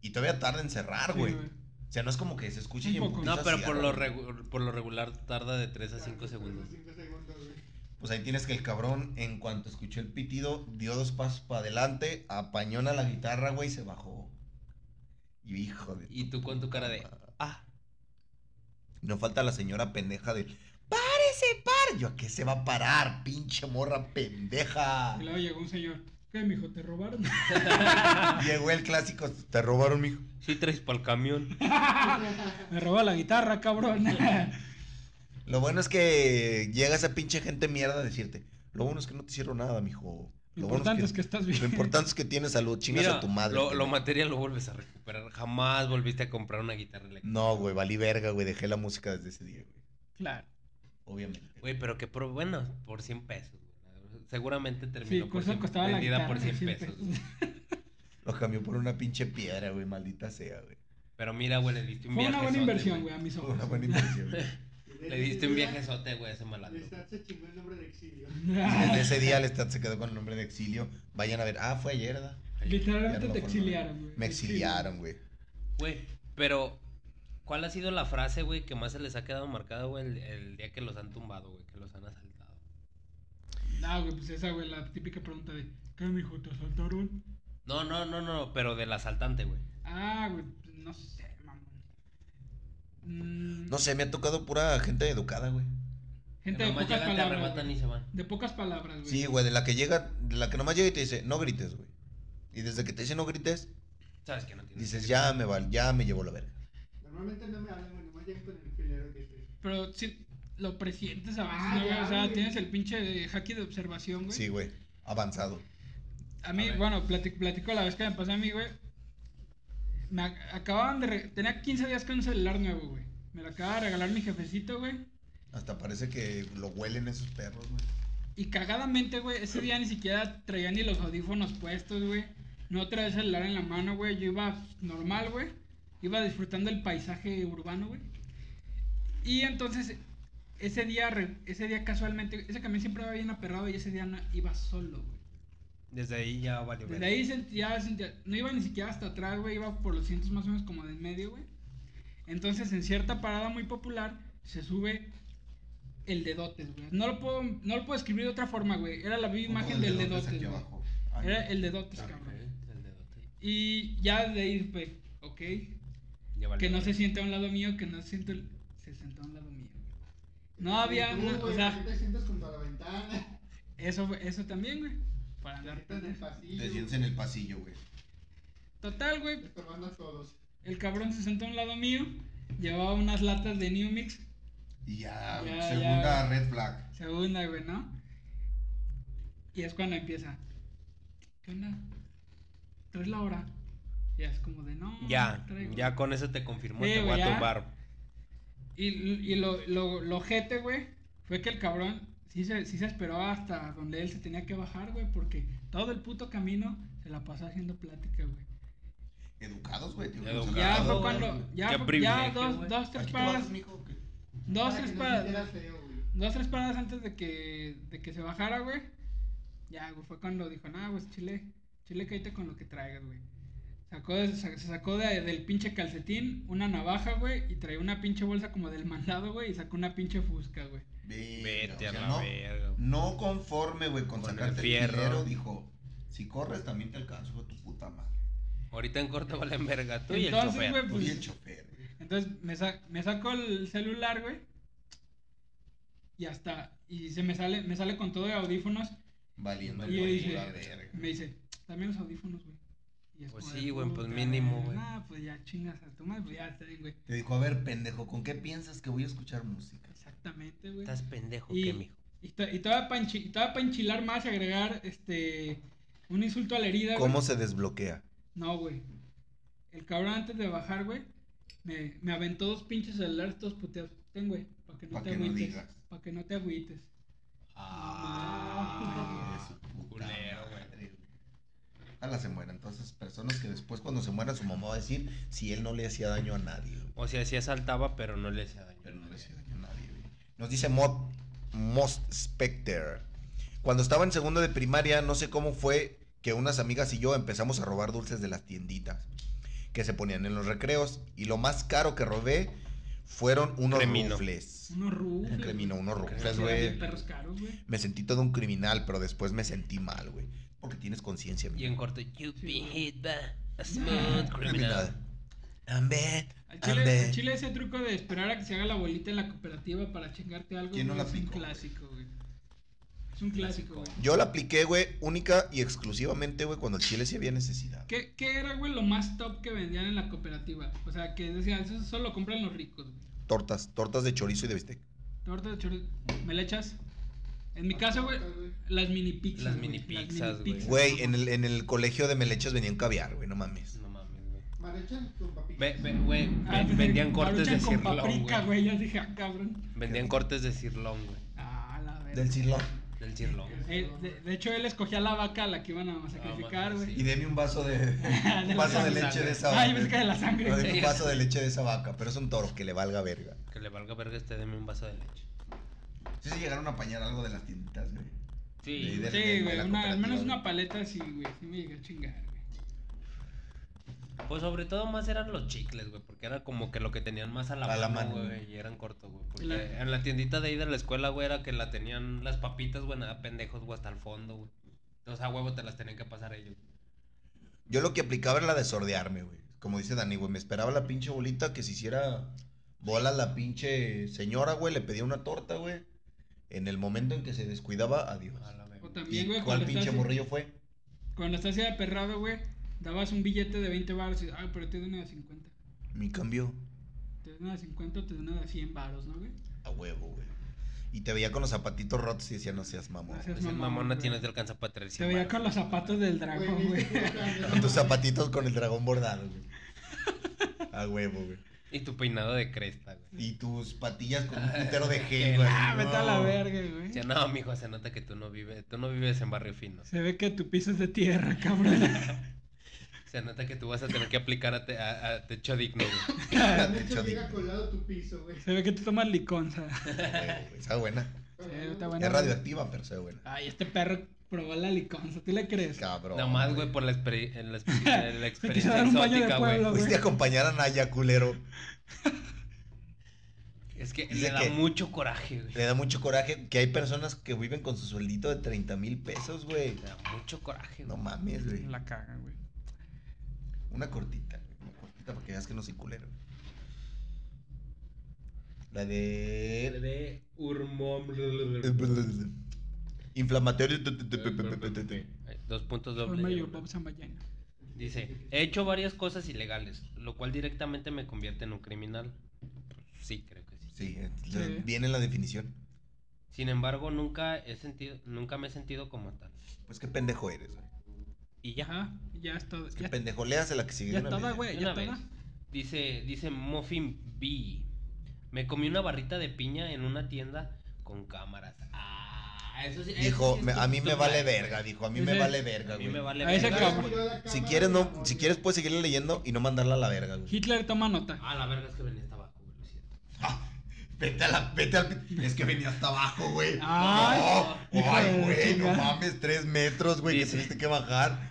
[SPEAKER 1] y todavía tarda en cerrar,
[SPEAKER 3] Sí,
[SPEAKER 1] Ah, güey.
[SPEAKER 3] güey.
[SPEAKER 1] o sea, no es como que se escuche
[SPEAKER 3] Un
[SPEAKER 1] y en
[SPEAKER 3] poco.
[SPEAKER 1] putiza
[SPEAKER 2] No, pero
[SPEAKER 1] cierra,
[SPEAKER 2] por lo,
[SPEAKER 1] güey.
[SPEAKER 2] regu- por lo regular tarda de 3 a
[SPEAKER 4] Tarda
[SPEAKER 2] 5 segundos.
[SPEAKER 4] cinco segundos, güey.
[SPEAKER 1] Pues ahí tienes que el cabrón, en cuanto escuchó el pitido, dio dos pasos para adelante, apañó la guitarra, güey, y se bajó. Y hijo de.
[SPEAKER 2] Y tú con tu cara de, ah,
[SPEAKER 1] No falta la señora pendeja de. ¡Párese, par! Yo, ¿a qué se va a parar, pinche morra pendeja?
[SPEAKER 3] Y luego llegó un señor. ¿Qué, mijo? ¿Te robaron? (laughs)
[SPEAKER 1] Llegó el clásico, te robaron, mijo.
[SPEAKER 2] sí traes para el camión.
[SPEAKER 3] Me robó la guitarra, cabrón.
[SPEAKER 1] Lo bueno es que llega esa pinche gente mierda a decirte, lo bueno es que no te hicieron nada, mijo.
[SPEAKER 3] (laughs) Lo
[SPEAKER 1] bueno
[SPEAKER 3] importante es que estás bien.
[SPEAKER 1] Lo importante es que tienes salud, chingas
[SPEAKER 2] Mira,
[SPEAKER 1] a tu madre.
[SPEAKER 2] Lo,
[SPEAKER 1] güey.
[SPEAKER 2] lo material lo vuelves a recuperar. Jamás volviste a comprar una guitarra eléctrica.
[SPEAKER 1] No, güey, valí verga, güey, dejé la música desde ese día, güey.
[SPEAKER 3] (laughs) Claro.
[SPEAKER 1] Obviamente.
[SPEAKER 2] Güey, pero que pro- bueno, por 100 pesos. güey. Seguramente terminó
[SPEAKER 3] Sí,
[SPEAKER 2] por
[SPEAKER 3] cosa
[SPEAKER 2] 100
[SPEAKER 3] costaba la
[SPEAKER 2] vendida
[SPEAKER 3] guitarra.
[SPEAKER 2] por 100
[SPEAKER 3] 100 (laughs)
[SPEAKER 2] pesos.
[SPEAKER 3] pesos.
[SPEAKER 2] güey.
[SPEAKER 1] Lo cambió por una pinche piedra, güey, maldita sea, güey.
[SPEAKER 2] Pero mira, güey, le diste un
[SPEAKER 3] Fue
[SPEAKER 2] viaje.
[SPEAKER 3] una buena inversión, güey, a mis
[SPEAKER 1] Fue
[SPEAKER 3] ojos. (laughs)
[SPEAKER 1] una buena inversión. güey.
[SPEAKER 2] Le diste un viajezote, güey, a ese
[SPEAKER 4] Le
[SPEAKER 2] malandro.
[SPEAKER 4] estás chingando el nombre de exilio.
[SPEAKER 1] Desde ese día el Stat se quedó con el nombre de exilio. Vayan a ver. Ah, fue ayer, ¿verdad? Ya
[SPEAKER 3] Literalmente
[SPEAKER 1] no
[SPEAKER 3] te
[SPEAKER 1] fue,
[SPEAKER 3] exiliaron, güey.
[SPEAKER 1] Me exiliaron, güey.
[SPEAKER 2] Güey, pero ¿cuál ha sido la frase, güey, que más se les ha quedado marcada, güey, el, el día que los han tumbado, güey, que los han asaltado?
[SPEAKER 3] No, güey, pues esa, güey, la típica pregunta de, ¿qué, mijo, te asaltaron?
[SPEAKER 2] No, no, no, no, pero del asaltante, güey.
[SPEAKER 3] Ah, güey, pues, no sé, mamón. Mm,
[SPEAKER 1] No sé, me ha tocado pura gente educada, güey.
[SPEAKER 3] Gente
[SPEAKER 2] que
[SPEAKER 3] de
[SPEAKER 2] nomás
[SPEAKER 3] pocas
[SPEAKER 2] llegan, te
[SPEAKER 3] palabras.
[SPEAKER 2] arrebatan
[SPEAKER 3] güey.
[SPEAKER 2] y se van.
[SPEAKER 3] De pocas palabras, güey.
[SPEAKER 1] Sí, güey, de la que llega, de la que nomás llega y te dice, no grites, güey. Y desde que te dice no grites,
[SPEAKER 2] Sabes que no tienes.
[SPEAKER 1] dices,
[SPEAKER 2] que-
[SPEAKER 1] ya me va, ya me llevó la verga.
[SPEAKER 4] Normalmente no me hablan, güey, nomás llegan con el filero que te.
[SPEAKER 3] Pero sí, lo presientes a veces,
[SPEAKER 4] Ah,
[SPEAKER 3] ¿no, güey?
[SPEAKER 4] ya,
[SPEAKER 3] O sea,
[SPEAKER 4] güey.
[SPEAKER 3] tienes el pinche hacking de observación, güey.
[SPEAKER 1] Sí, güey, avanzado.
[SPEAKER 3] A mí,
[SPEAKER 2] A ver.
[SPEAKER 3] bueno, platico, platico la vez que me pasó a mí, güey. Me ac- acababan de... re- Tenía 15 días con un celular nuevo, güey. Me lo acaba de regalar mi jefecito, güey.
[SPEAKER 1] Hasta parece que lo huelen esos perros, güey.
[SPEAKER 3] Y cagadamente, güey, ese día ni siquiera traía ni los audífonos puestos, güey. No traía el celular en la mano, güey. Yo iba normal, güey. Iba disfrutando el paisaje urbano, güey. Y entonces, ese día, re- ese día casualmente, ese camión siempre iba bien aperrado y ese día no- iba solo, güey.
[SPEAKER 2] Desde ahí ya valió.
[SPEAKER 3] Desde
[SPEAKER 2] verga.
[SPEAKER 3] ahí sentía, sentía- no iba ni siquiera hasta atrás, güey, iba por los cientos más o menos como de en medio, güey. Entonces, en cierta parada muy popular, se sube el dedotes, güey. No lo puedo, no lo puedo escribir de otra forma, güey. Era la viva imagen del dedotes,
[SPEAKER 5] aquí
[SPEAKER 3] güey.
[SPEAKER 5] abajo.
[SPEAKER 3] Era el dedotes,
[SPEAKER 2] Ah, Ok,
[SPEAKER 3] pues, cabrón.
[SPEAKER 2] el dedote.
[SPEAKER 3] Y ya de ahí, pues, ok,
[SPEAKER 2] Ya valió
[SPEAKER 3] que no
[SPEAKER 2] verga.
[SPEAKER 3] se sienta a un lado mío, que no se sienta, se sentó a un lado mío. No había, no,
[SPEAKER 4] Tú, güey,
[SPEAKER 3] o sea,
[SPEAKER 4] ¿por qué te sientas junto a la ventana.
[SPEAKER 3] eso, fue- eso también, güey. Para
[SPEAKER 4] Te
[SPEAKER 3] andar
[SPEAKER 4] sientas en el
[SPEAKER 3] pendejo.
[SPEAKER 4] pasillo.
[SPEAKER 1] Te sientes en el pasillo, güey.
[SPEAKER 3] Total, güey,
[SPEAKER 4] Estorbando a todos.
[SPEAKER 3] El cabrón se sentó a un lado mío, llevaba unas latas de New Mix,
[SPEAKER 5] Y ya,
[SPEAKER 3] Ya,
[SPEAKER 5] segunda
[SPEAKER 3] ya.
[SPEAKER 5] red flag.
[SPEAKER 3] segunda, güey, ¿no? Y es cuando empieza. ¿Qué onda? ¿Traes la hora? Ya es como de no.
[SPEAKER 2] Ya,
[SPEAKER 3] no traigo".
[SPEAKER 2] ya con eso te confirmó,
[SPEAKER 3] Sí,
[SPEAKER 2] te voy
[SPEAKER 3] güey,
[SPEAKER 2] a
[SPEAKER 3] ya.
[SPEAKER 2] tumbar.
[SPEAKER 3] Y, y lo, lo, lo ojete, güey, fue que el cabrón sí se, sí se esperó hasta donde él se tenía que bajar, güey, porque todo el puto camino se la pasó haciendo plática, güey.
[SPEAKER 5] Educados, güey. tío,
[SPEAKER 2] Educados.
[SPEAKER 5] nos
[SPEAKER 3] Ya
[SPEAKER 5] educados,
[SPEAKER 3] fue
[SPEAKER 5] güey.
[SPEAKER 3] cuando. Ya, fue-
[SPEAKER 2] Qué
[SPEAKER 3] ya
[SPEAKER 2] privilegio,
[SPEAKER 3] dos,
[SPEAKER 2] güey.
[SPEAKER 3] dos, tres
[SPEAKER 5] Aquí te
[SPEAKER 3] paradas.
[SPEAKER 5] vas, mijo, que-
[SPEAKER 3] Dos,
[SPEAKER 4] Para
[SPEAKER 3] tres
[SPEAKER 4] que no
[SPEAKER 3] paradas.
[SPEAKER 4] sintieras feo, güey.
[SPEAKER 3] dos, tres paradas antes de que, de que se bajara, güey. Ya, güey, fue cuando dijo, nah, pues chile, chile caíte con lo que traigas, güey. Sacó, de- sa- se sacó de- del pinche calcetín una navaja, güey, y traía una pinche bolsa como del mandado, güey, y sacó una pinche fusca, güey.
[SPEAKER 5] Verga,
[SPEAKER 2] Vete
[SPEAKER 5] o sea,
[SPEAKER 2] a la
[SPEAKER 5] no,
[SPEAKER 2] verga.
[SPEAKER 5] no conforme, güey, con,
[SPEAKER 2] Con el
[SPEAKER 5] sacarte el
[SPEAKER 2] fierro.
[SPEAKER 5] dinero, dijo, si corres también te alcanzo, güey, tu puta madre.
[SPEAKER 2] Ahorita en corto valen verga tú y el
[SPEAKER 3] Entonces,
[SPEAKER 2] chofer.
[SPEAKER 3] güey,
[SPEAKER 5] Tú
[SPEAKER 3] Pues-
[SPEAKER 5] y el chofer, güey.
[SPEAKER 3] Entonces me, sa- me sacó el celular, güey. Y hasta, y se me sale, me sale con todo de audífonos.
[SPEAKER 5] Valiendo
[SPEAKER 3] Y
[SPEAKER 5] por
[SPEAKER 3] dice-
[SPEAKER 5] la verga.
[SPEAKER 3] Me dice, también los audífonos, güey. Y es
[SPEAKER 2] Pues
[SPEAKER 3] como de
[SPEAKER 2] sí, güey, pues
[SPEAKER 3] puta,
[SPEAKER 2] mínimo, güey.
[SPEAKER 3] Nah, pues ya chingas a tu madre, pues ya está bien, güey.
[SPEAKER 5] Te dijo, a ver, pendejo, ¿con qué piensas que voy a escuchar música?
[SPEAKER 3] Exactamente, güey.
[SPEAKER 2] Estás pendejo,
[SPEAKER 3] Y-
[SPEAKER 2] ¿qué, mijo?
[SPEAKER 3] Y, to- y todavía para enchilar más y agregar este un insulto a la herida. güey.
[SPEAKER 1] ¿Cómo se desbloquea?
[SPEAKER 3] No, güey. El cabrón antes de bajar, güey, me, me aventó dos pinches celulares todos puteados. Ten, güey, para que no
[SPEAKER 5] Pa'
[SPEAKER 3] te
[SPEAKER 5] que no
[SPEAKER 3] agüites.
[SPEAKER 5] digas.
[SPEAKER 3] para que no te agüites.
[SPEAKER 2] Ah,
[SPEAKER 5] Hijo de su puta
[SPEAKER 2] culero,
[SPEAKER 5] madre,
[SPEAKER 2] güey.
[SPEAKER 5] güey.
[SPEAKER 1] Ojalá se mueran todas esas personas que después cuando se muera su mamá va a decir si él no le hacía daño a nadie, güey.
[SPEAKER 2] O sea, sí asaltaba, pero no le hacía daño.
[SPEAKER 5] Pero no le hacía daño a nadie, güey.
[SPEAKER 1] Nos dice Mod, Most Specter. Cuando estaba en segundo de primaria, no sé cómo fue que unas amigas y yo empezamos a robar dulces de las tienditas que se ponían en los recreos. Y lo más caro que robé fueron unos
[SPEAKER 2] Cremino.
[SPEAKER 1] rufles.
[SPEAKER 3] Unos rufles.
[SPEAKER 1] Un cremino, unos rufles,
[SPEAKER 3] Eran bien
[SPEAKER 1] güey.
[SPEAKER 3] perros caros, güey.
[SPEAKER 1] Me sentí todo un criminal, pero después me sentí mal, güey. Porque tienes conciencia,
[SPEAKER 2] Y
[SPEAKER 1] mi
[SPEAKER 2] en corto, you
[SPEAKER 3] Sí,
[SPEAKER 2] be
[SPEAKER 3] güey.
[SPEAKER 2] hit by a smooth criminal.
[SPEAKER 1] I'm bad,
[SPEAKER 3] Al
[SPEAKER 1] I'm
[SPEAKER 3] chile, al
[SPEAKER 1] bad.
[SPEAKER 3] chile ese truco de esperar a que se haga la bolita en la cooperativa para chingarte algo
[SPEAKER 5] ¿Quién no
[SPEAKER 3] güey,
[SPEAKER 5] la
[SPEAKER 3] es un
[SPEAKER 5] aplicó, güey?
[SPEAKER 3] clásico, güey. Es un clásico, güey.
[SPEAKER 1] Yo la apliqué, güey, única y exclusivamente, güey, cuando el chile sí había necesidad.
[SPEAKER 3] ¿Qué, qué era, güey, lo más top que vendían en la cooperativa? O sea, que decían, eso solo compran los ricos, güey.
[SPEAKER 1] Tortas, tortas de chorizo y de bistec.
[SPEAKER 3] Torta de chorizo, ¿me le echas? En mi caso, güey, las mini pizzas.
[SPEAKER 2] Las
[SPEAKER 3] güey,
[SPEAKER 2] mini pizzas, güey.
[SPEAKER 3] pizzas.
[SPEAKER 1] Güey, en el, en el colegio de Melechas venían caviar, güey, no mames.
[SPEAKER 2] No mames, güey.
[SPEAKER 4] Maruchan con papitas.
[SPEAKER 2] Ve, ve, güey,
[SPEAKER 3] Ah,
[SPEAKER 2] ven-
[SPEAKER 3] pensé
[SPEAKER 2] vendían
[SPEAKER 3] que
[SPEAKER 2] cortes de
[SPEAKER 3] Maruchan con
[SPEAKER 2] cirlón,
[SPEAKER 3] paprika,
[SPEAKER 2] güey.
[SPEAKER 3] güey. Ya dije, ah, cabrón.
[SPEAKER 2] Vendían cortes de cirlón, güey.
[SPEAKER 3] Ah, la verga.
[SPEAKER 1] Del cirlón.
[SPEAKER 2] Del cirlón.
[SPEAKER 3] Eh, de, de hecho, él escogía la vaca a la que iban a sacrificar, güey.
[SPEAKER 2] sí.
[SPEAKER 1] Y deme un vaso
[SPEAKER 3] (laughs)
[SPEAKER 1] de, (laughs)
[SPEAKER 3] De
[SPEAKER 1] Ah, un
[SPEAKER 3] la
[SPEAKER 1] vaso de
[SPEAKER 3] sangre.
[SPEAKER 1] leche de esa
[SPEAKER 3] Ah, yo pensé que de la sangre.
[SPEAKER 1] No, deme
[SPEAKER 2] Sí.
[SPEAKER 1] un vaso de leche de esa vaca, pero es un toro que le valga verga.
[SPEAKER 2] Que le valga verga este, deme un vaso de leche.
[SPEAKER 5] Sí, se llegaron a apañar algo de las tienditas, güey.
[SPEAKER 1] Sí,
[SPEAKER 2] Sí,
[SPEAKER 1] del-
[SPEAKER 3] Sí,
[SPEAKER 1] del- de
[SPEAKER 3] güey,
[SPEAKER 1] la
[SPEAKER 3] una- al menos
[SPEAKER 1] cooperativa,
[SPEAKER 3] una
[SPEAKER 1] güey.
[SPEAKER 3] paleta sí, güey, sí me llegué a chingar, güey.
[SPEAKER 2] pues sobre todo más eran los chicles, güey, porque era como que lo que tenían más a la,
[SPEAKER 1] A la
[SPEAKER 2] mano,
[SPEAKER 1] mano.
[SPEAKER 2] güey, y eran cortos, güey. Porque
[SPEAKER 3] La-
[SPEAKER 2] en la tiendita de ahí de la escuela, güey, era que la tenían las papitas, güey, nada pendejos, güey, hasta el fondo, güey. Entonces a huevo te las tenían que pasar ellos.
[SPEAKER 1] Yo lo que aplicaba era la de sordearme, güey. Como dice Dani, güey, me esperaba la pinche bolita que se hiciera bola la pinche señora, güey, le pedía una torta, güey. En el momento en que se descuidaba,
[SPEAKER 3] Pues,
[SPEAKER 1] adiós.
[SPEAKER 2] A la verga.
[SPEAKER 3] O también,
[SPEAKER 1] ¿Y
[SPEAKER 3] güey,
[SPEAKER 1] cuál
[SPEAKER 3] cuando
[SPEAKER 1] pinche
[SPEAKER 3] estás-
[SPEAKER 1] morrillo fue?
[SPEAKER 3] Cuando estás ya perrado, güey, dabas un billete de 20 baros y, ah, pero te doy una de 50.
[SPEAKER 1] Mi cambio.
[SPEAKER 3] Te doy una de 50, te doy una de 100 baros, ¿no, güey?
[SPEAKER 1] A huevo, güey. Y te veía con los zapatitos rotos y decía, no seas mamón.
[SPEAKER 3] No seas
[SPEAKER 2] Pues el
[SPEAKER 3] mamón,
[SPEAKER 2] mamón a
[SPEAKER 3] güey.
[SPEAKER 2] ti no te alcanza para traer
[SPEAKER 3] Te
[SPEAKER 2] cien
[SPEAKER 3] veía
[SPEAKER 2] varos,
[SPEAKER 3] con los
[SPEAKER 2] güey.
[SPEAKER 3] zapatos del dragón, güey.
[SPEAKER 1] Con tus zapatitos con el dragón bordado, güey. A huevo, güey.
[SPEAKER 2] Y tu peinado de cresta, güey.
[SPEAKER 1] Y tus patillas con un putero de gel, güey.
[SPEAKER 3] (laughs) Ah, vete a la
[SPEAKER 1] No.
[SPEAKER 3] verga, güey.
[SPEAKER 2] Decía, no, mijo, se nota que tú no vives, tú no vives en barrio fino.
[SPEAKER 3] Se ve que tu piso es de tierra, cabrón. (laughs)
[SPEAKER 2] Se nota que tú vas a tener que aplicar a, te- a- a techo digno, güey.
[SPEAKER 1] hecho,
[SPEAKER 4] Mucho llega
[SPEAKER 1] di-
[SPEAKER 4] colado tu piso, güey.
[SPEAKER 3] Se ve que tú tomas liconza.
[SPEAKER 1] A huevo, güey. Está buena.
[SPEAKER 3] Sí, está buena.
[SPEAKER 1] Es radioactiva, pero está buena.
[SPEAKER 3] Ay, este perro probó la liconza, ¿tú le crees?
[SPEAKER 1] Cabrón.
[SPEAKER 2] Nada más, güey, por la, experi- en la,
[SPEAKER 3] (laughs)
[SPEAKER 2] exper- en
[SPEAKER 3] Me
[SPEAKER 2] la
[SPEAKER 3] quiso
[SPEAKER 2] experiencia
[SPEAKER 3] dar un baño de
[SPEAKER 2] exótica,
[SPEAKER 3] pueblo,
[SPEAKER 2] güey.
[SPEAKER 1] Fuiste a
[SPEAKER 3] güey.
[SPEAKER 1] acompañar a Naya, culero.
[SPEAKER 2] Es que
[SPEAKER 1] Dice
[SPEAKER 2] le da
[SPEAKER 1] que-
[SPEAKER 2] mucho coraje, güey.
[SPEAKER 1] Le da mucho coraje que hay personas que viven con su sueldito de 30 mil pesos, güey.
[SPEAKER 2] Le da mucho coraje,
[SPEAKER 1] No
[SPEAKER 2] güey.
[SPEAKER 1] mames, güey.
[SPEAKER 3] Este, La caga, güey.
[SPEAKER 1] Una cortita, güey. Una cortita para que veas que no soy culero. güey. La de.
[SPEAKER 2] De
[SPEAKER 1] pues, Inflamatorio.
[SPEAKER 2] Dos puntos
[SPEAKER 3] Forma
[SPEAKER 2] dobles.
[SPEAKER 3] yo, Bob Zambayana.
[SPEAKER 2] Dice, he hecho varias cosas ilegales, lo cual directamente me convierte en un criminal. Pues, sí, creo que sí.
[SPEAKER 1] Sí, eh,
[SPEAKER 3] Sí.
[SPEAKER 1] viene la definición.
[SPEAKER 2] Sin embargo, nunca he sentido, nunca me he sentido como tal.
[SPEAKER 1] Pues qué pendejo eres, güey. Pues,
[SPEAKER 2] Y ya.
[SPEAKER 3] Ajá, ya es todo.
[SPEAKER 1] Qué
[SPEAKER 3] Ya,
[SPEAKER 1] pendejo. Léase la que sigue.
[SPEAKER 3] ya
[SPEAKER 1] de una
[SPEAKER 3] toda,
[SPEAKER 1] vez,
[SPEAKER 3] güey,
[SPEAKER 2] Una
[SPEAKER 3] ya
[SPEAKER 2] vez.
[SPEAKER 3] toda.
[SPEAKER 2] Dice, dice Muffin B. Me comí una barrita de piña en una tienda con cámaras. Ah, eso sí. eso
[SPEAKER 1] Dijo,
[SPEAKER 2] sí es
[SPEAKER 1] me- a
[SPEAKER 2] tu-
[SPEAKER 1] mí
[SPEAKER 2] tu
[SPEAKER 1] me vale
[SPEAKER 2] madre,
[SPEAKER 1] verga, dijo, a mí
[SPEAKER 3] Ese-
[SPEAKER 1] me vale verga,
[SPEAKER 2] A mí
[SPEAKER 1] güey.
[SPEAKER 2] me vale
[SPEAKER 3] A ese
[SPEAKER 2] verga.
[SPEAKER 3] cabrón.
[SPEAKER 1] Si quieres, no, si quieres pues, puedes seguirle leyendo y no mandarla a la verga, güey.
[SPEAKER 3] Hitler toma nota.
[SPEAKER 2] Ah, la verga es que venía hasta abajo, güey, lo siento.
[SPEAKER 1] Vete a la, vete al, es que venía hasta abajo, güey.
[SPEAKER 3] Ay,
[SPEAKER 1] No,
[SPEAKER 3] hijo de
[SPEAKER 1] ay,
[SPEAKER 3] la
[SPEAKER 1] güey, no
[SPEAKER 3] chingada.
[SPEAKER 1] mames, tres metros, güey, que
[SPEAKER 2] Dice-
[SPEAKER 1] tuviste que bajar.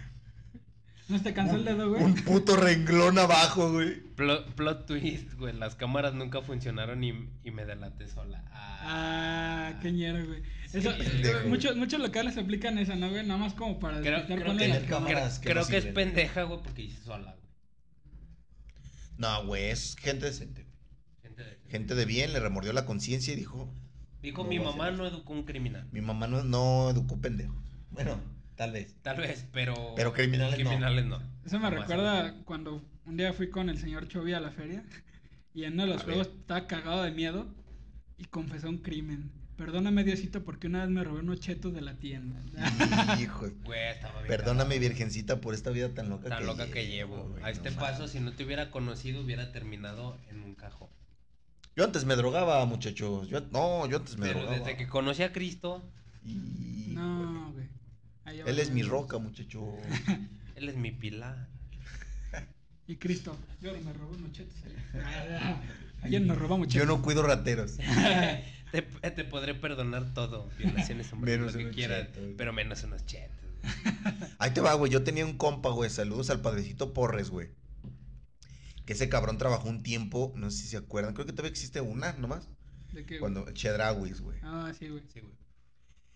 [SPEAKER 3] No te cansó el dedo, güey.
[SPEAKER 1] Un puto renglón abajo, güey.
[SPEAKER 2] Plo- Plot, twist, güey. Las cámaras nunca funcionaron y, y me delaté sola. Ah,
[SPEAKER 3] Ah, qué ñero, güey. Eso,
[SPEAKER 2] Sí, pendejo,
[SPEAKER 1] güey.
[SPEAKER 3] muchos, muchos locales aplican esa, ¿no, güey? Nada más como para
[SPEAKER 2] Creo-
[SPEAKER 3] detectar
[SPEAKER 2] creo
[SPEAKER 3] cuándo
[SPEAKER 2] que-
[SPEAKER 3] las
[SPEAKER 1] creo-
[SPEAKER 3] cámaras.
[SPEAKER 1] cámaras que
[SPEAKER 2] Creo
[SPEAKER 1] no
[SPEAKER 2] que es
[SPEAKER 1] sirven.
[SPEAKER 2] pendeja, güey, porque hice sola, güey.
[SPEAKER 1] No, güey, es gente decente.
[SPEAKER 2] Gente de-
[SPEAKER 1] Gente de bien, le remordió la conciencia y dijo,
[SPEAKER 2] Dijo,
[SPEAKER 1] No
[SPEAKER 2] mi
[SPEAKER 1] voy a hacer
[SPEAKER 2] mamá
[SPEAKER 1] eso".
[SPEAKER 2] no educó un criminal.
[SPEAKER 1] mi mamá no, no educó pendejos. Bueno, tal vez.
[SPEAKER 2] Tal vez, pero.
[SPEAKER 1] Pero criminales no.
[SPEAKER 2] criminales no.
[SPEAKER 3] Eso me
[SPEAKER 2] Jamás.
[SPEAKER 3] recuerda cuando un día fui con el señor Chovy a la feria y en uno de los
[SPEAKER 1] A
[SPEAKER 3] juegos estaba cagado de miedo y confesó un crimen. Perdóname, Diosito, porque una vez me robé unos chetos de la tienda.
[SPEAKER 1] Hijo,
[SPEAKER 2] Güey, estaba bien
[SPEAKER 1] perdóname, virgencita, por esta vida tan loca
[SPEAKER 2] Tan
[SPEAKER 1] que
[SPEAKER 2] loca que llevo.
[SPEAKER 1] güey,
[SPEAKER 2] a
[SPEAKER 1] no
[SPEAKER 2] este
[SPEAKER 1] mames.
[SPEAKER 2] paso, si no te hubiera conocido, hubiera terminado en un cajón.
[SPEAKER 1] Yo antes me drogaba, muchachos. Yo, no, yo antes me
[SPEAKER 2] Pero
[SPEAKER 1] drogaba.
[SPEAKER 2] desde que conocí a Cristo,
[SPEAKER 1] Y-
[SPEAKER 3] No, güey. Ahí
[SPEAKER 1] Él
[SPEAKER 3] va.
[SPEAKER 1] es mi roca, muchacho.
[SPEAKER 2] Él es
[SPEAKER 1] (laughs)
[SPEAKER 2] mi pilar.
[SPEAKER 3] Y Cristo, yo no me robó unos chetos. ahí.
[SPEAKER 1] (laughs)
[SPEAKER 3] Ayer nos robamos
[SPEAKER 1] Yo
[SPEAKER 3] chetos.
[SPEAKER 1] no cuido rateros.
[SPEAKER 2] te, eh, te podré perdonar todo. Violaciones, hombre,
[SPEAKER 1] Menos
[SPEAKER 2] lo que
[SPEAKER 1] unos
[SPEAKER 2] quieras.
[SPEAKER 1] chetos, güey.
[SPEAKER 2] Pero menos unos chetos. güey.
[SPEAKER 1] Ahí te va, güey. Yo tenía un compa, güey. Saludos al padrecito Porres, güey. Que ese cabrón trabajó un tiempo, no sé si se acuerdan, creo que todavía existe una nomás.
[SPEAKER 3] ¿De qué, güey?
[SPEAKER 1] Cuando Eh, Chedrawis, güey.
[SPEAKER 3] Ah, sí, güey.
[SPEAKER 2] Sí, güey.